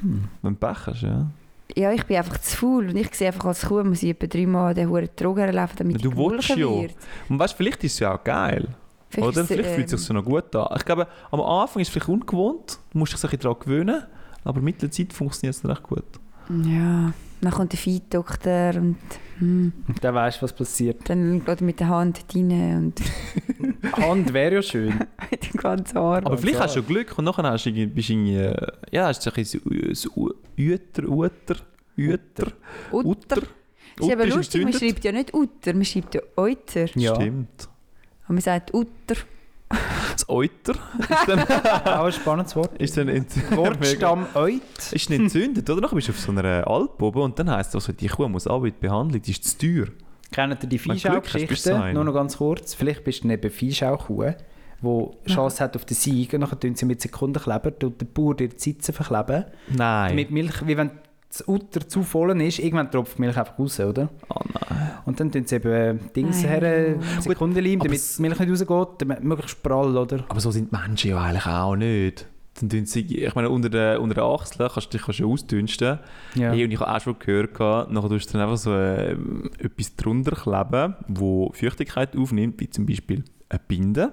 S5: Hm.
S4: Wenn du Pech hast, ja.
S3: Ja, ich bin einfach zu faul. Und ich sehe einfach als Kuh, muss ich etwa dreimal den hohen Drogen laufen, damit
S4: Du
S3: ich
S4: willst
S3: gemolken
S4: ja.
S3: wird.
S4: Und weißt du, vielleicht ist es ja auch geil.
S3: Vielleicht
S4: oder?
S3: ist es,
S4: Vielleicht fühlt es
S3: ähm,
S4: sich so noch gut an. Ich glaube, am Anfang ist es vielleicht ungewohnt, du musst dich so ein bisschen daran gewöhnen, aber mit der Zeit funktioniert es recht gut.
S3: ähm, Ja, dann kommt der Viehdoktor und hm,
S5: Und dann weißt du, was passiert.
S3: dann geht er mit der Hand rein und [LAUGHS]
S5: Hand wäre ja schön.
S3: mit dem ganzen Arm.
S4: Aber
S5: Ganz
S4: vielleicht
S5: klar.
S4: hast du ja Glück und nachher hast du irgendwie, bist du irgendwie, äh, ja, hast du so ein bisschen das U- Uter, Uter, Uter,
S3: Uter.
S4: Uter.
S3: ist
S4: Uter
S3: eben lustig, man
S4: entzündet.
S3: schreibt ja nicht Utter, man schreibt ja Euter.
S5: Ja.
S4: Stimmt.
S3: Und man sagt Utter.
S4: Das Euter ist dann,
S5: [LAUGHS] auch ein spannendes Wort.
S4: ist dann
S5: [LAUGHS]
S4: entzündet.
S5: Wortstamm «eut».
S4: Ist dann entzündet, oder? Nachher bist du auf so einer Alp oben und dann heisst es, also, die Kuh muss auch mit behandelt, die ist zu teuer.
S5: Kennt ihr die
S4: Wenn du Glück hast, bist du so
S5: Viehschau-Geschichte?
S4: einer.
S5: Nur noch ganz kurz. Vielleicht bist du neben Viehschau-Kuh, die Chance hat auf den Sieg und nachher tun sie mit Sekundenkleber und der Bauer dir die Sitze verkleben.
S4: Nein.
S5: Mit Milch, wie wenn das Utter zu voll ist, irgendwann tropft die Milch einfach raus, oder?
S4: oh nein.
S5: Und dann tun sie eben äh, Dings
S3: Nein.
S5: her,
S3: Gut,
S5: Sekundenleim,
S4: aber
S5: damit
S4: es-
S5: die Milch nicht rausgeht, damit möglichst prall, oder?
S4: Aber so sind die Menschen ja eigentlich auch nicht. Dann tun sie, ich meine, unter der, unter der Achsel kannst du dich kannst du ja ausdünsten.
S5: Ja.
S4: Hey, und ich habe auch schon gehört, gehabt, nachher tust du dann einfach so äh, etwas drunter kleben, wo Feuchtigkeit aufnimmt, wie zum Beispiel eine Binde.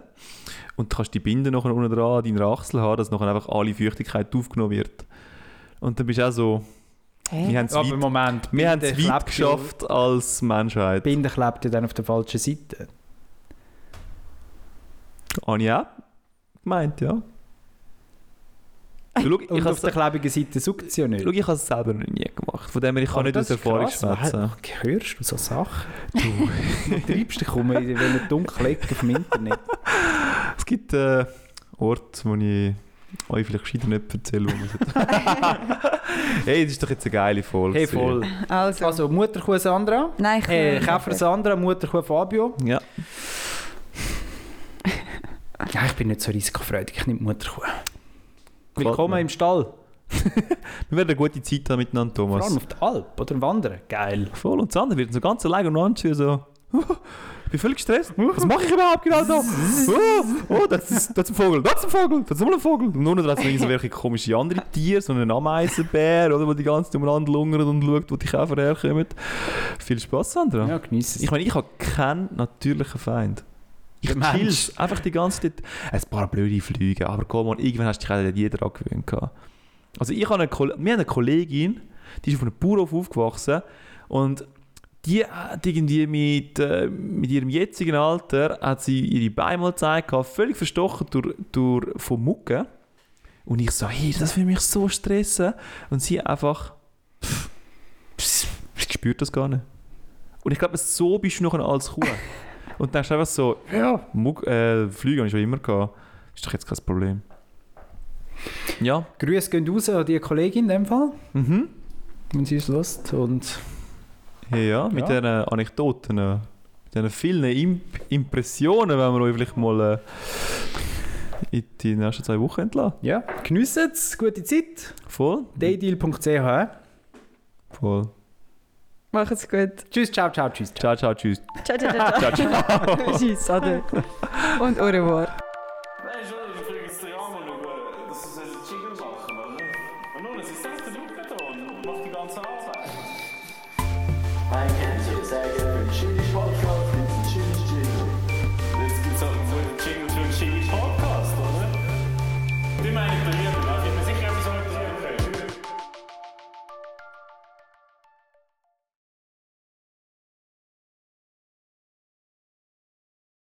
S4: Und du kannst die Binde nachher unten dran an deiner Achsel haben, dass nachher einfach alle Feuchtigkeit aufgenommen wird. Und dann bist du auch so,
S3: Hä?
S4: wir haben es
S5: Aber
S4: weit,
S5: Moment,
S4: wir haben es
S5: Binde
S4: weit
S5: klebt ja-
S4: geschafft als Menschheit.
S5: Binde klebt ja dann auf der falschen Seite.
S4: Habe ich auch gemeint, ja. Du, schau,
S5: Und
S4: ich
S5: auf der
S4: habe
S5: klebigen Seite saugt sie ja nicht.
S4: es selber noch nie gemacht. Von dem her, ich kann
S5: Aber
S4: nicht
S5: das
S4: aus
S5: ist
S4: Erfahrung
S5: krass, weil-
S4: schwätzen.
S5: Ach, Hörst du so Sachen? [LAUGHS] Du treibst dich um in einer dunklen Ecke vom Internet.
S4: Es gibt äh, Orte, wo ich euch vielleicht gescheiter nicht erzähle, wo man sollte-
S5: [LAUGHS]
S4: Hey, das ist doch jetzt eine geile Folge.
S5: Hey, voll.
S3: Also,
S5: Also, Mutterkuh Sandra.
S3: nein, ich
S5: Äh,
S3: will-
S5: Käfer Sandra, Mutterkuh Fabio.
S4: Ja.
S5: Ja, ich bin nicht so risikofreudig, ich nehme Mutterkuh.
S4: Gefällt mir.
S5: Willkommen im Stall.
S4: Wir werden eine gute Zeit haben miteinander,
S5: Vor allem
S4: Thomas.
S5: auf der Alp oder wandern. Geil.
S4: Voll. Und Sander wird so ganz allein und anschauen, so... [LAUGHS] Ich bin völlig gestresst. Was mache ich überhaupt genau da? Oh, oh das, ist, das ist ein Vogel, das ist ein Vogel, das ist nochmal ein Vogel. Und unten dran sind irgendwie so welche komische andere Tiere, so ein Ameisenbär, oder, wo die ganze Zeit umeinander lungert und schaut, wo die Käfer herkommen. Viel Spaß, Sandra.
S5: Ja, genieße es.
S4: Ich meine, ich habe keinen natürlichen Feind. Ich
S5: Der Mensch.
S4: chill's einfach die ganze Zeit. Ein paar blöde Flüge, aber komm mal, irgendwann hast du dich auch an jeder angewöhnt. gehabt. Also ich habe eine, Koll- wir haben eine Kollegin, die ist auf einem Bauernhof aufgewachsen und die hat irgendwie mit, äh, mit ihrem jetzigen Alter hat sie ihre Beine mal gezeigt, gehabt, völlig verstochen durch, durch, von Mucke. Und ich so, hey, das will mich so stressen. Und sie einfach, pff, pff, ich spüre das gar nicht. Und ich glaube, so bist du noch als Kuh. Und denkst einfach so, ja, Muck, äh, Flüge habe ich schon immer gehabt. Ist doch jetzt kein Problem. Ja.
S5: Grüße gehen raus an die Kollegin in dem Fall,
S4: Mhm.
S5: wenn sie es hört. Und
S4: Hey, ja, mit
S5: Ja.
S4: diesen Anekdoten, äh, mit diesen vielen Imp Impressionen, wenn wir euch vielleicht mal äh, in die nächsten zwei Wochen entlassen.
S5: ja, geniessen es. Gute Zeit.
S4: Voll?
S5: daydeal.ch
S4: Voll.
S3: Macht's gut.
S5: Tschüss, ciao, ciao, tschüss.
S4: Ciao, ciao, tschüss.
S3: Ciao, ciao,
S4: Ciao,
S3: ciao.
S4: ciao.
S3: ciao. [LAUGHS] Tschüss, ade. Und au revoir.
S1: Weißt du, das ist übrigens der Jammer, schau, das ist eine Jingle-Sache, oder? Und nun, es ist selbst der Luftbeton und macht die ganze Arbeit.
S2: I can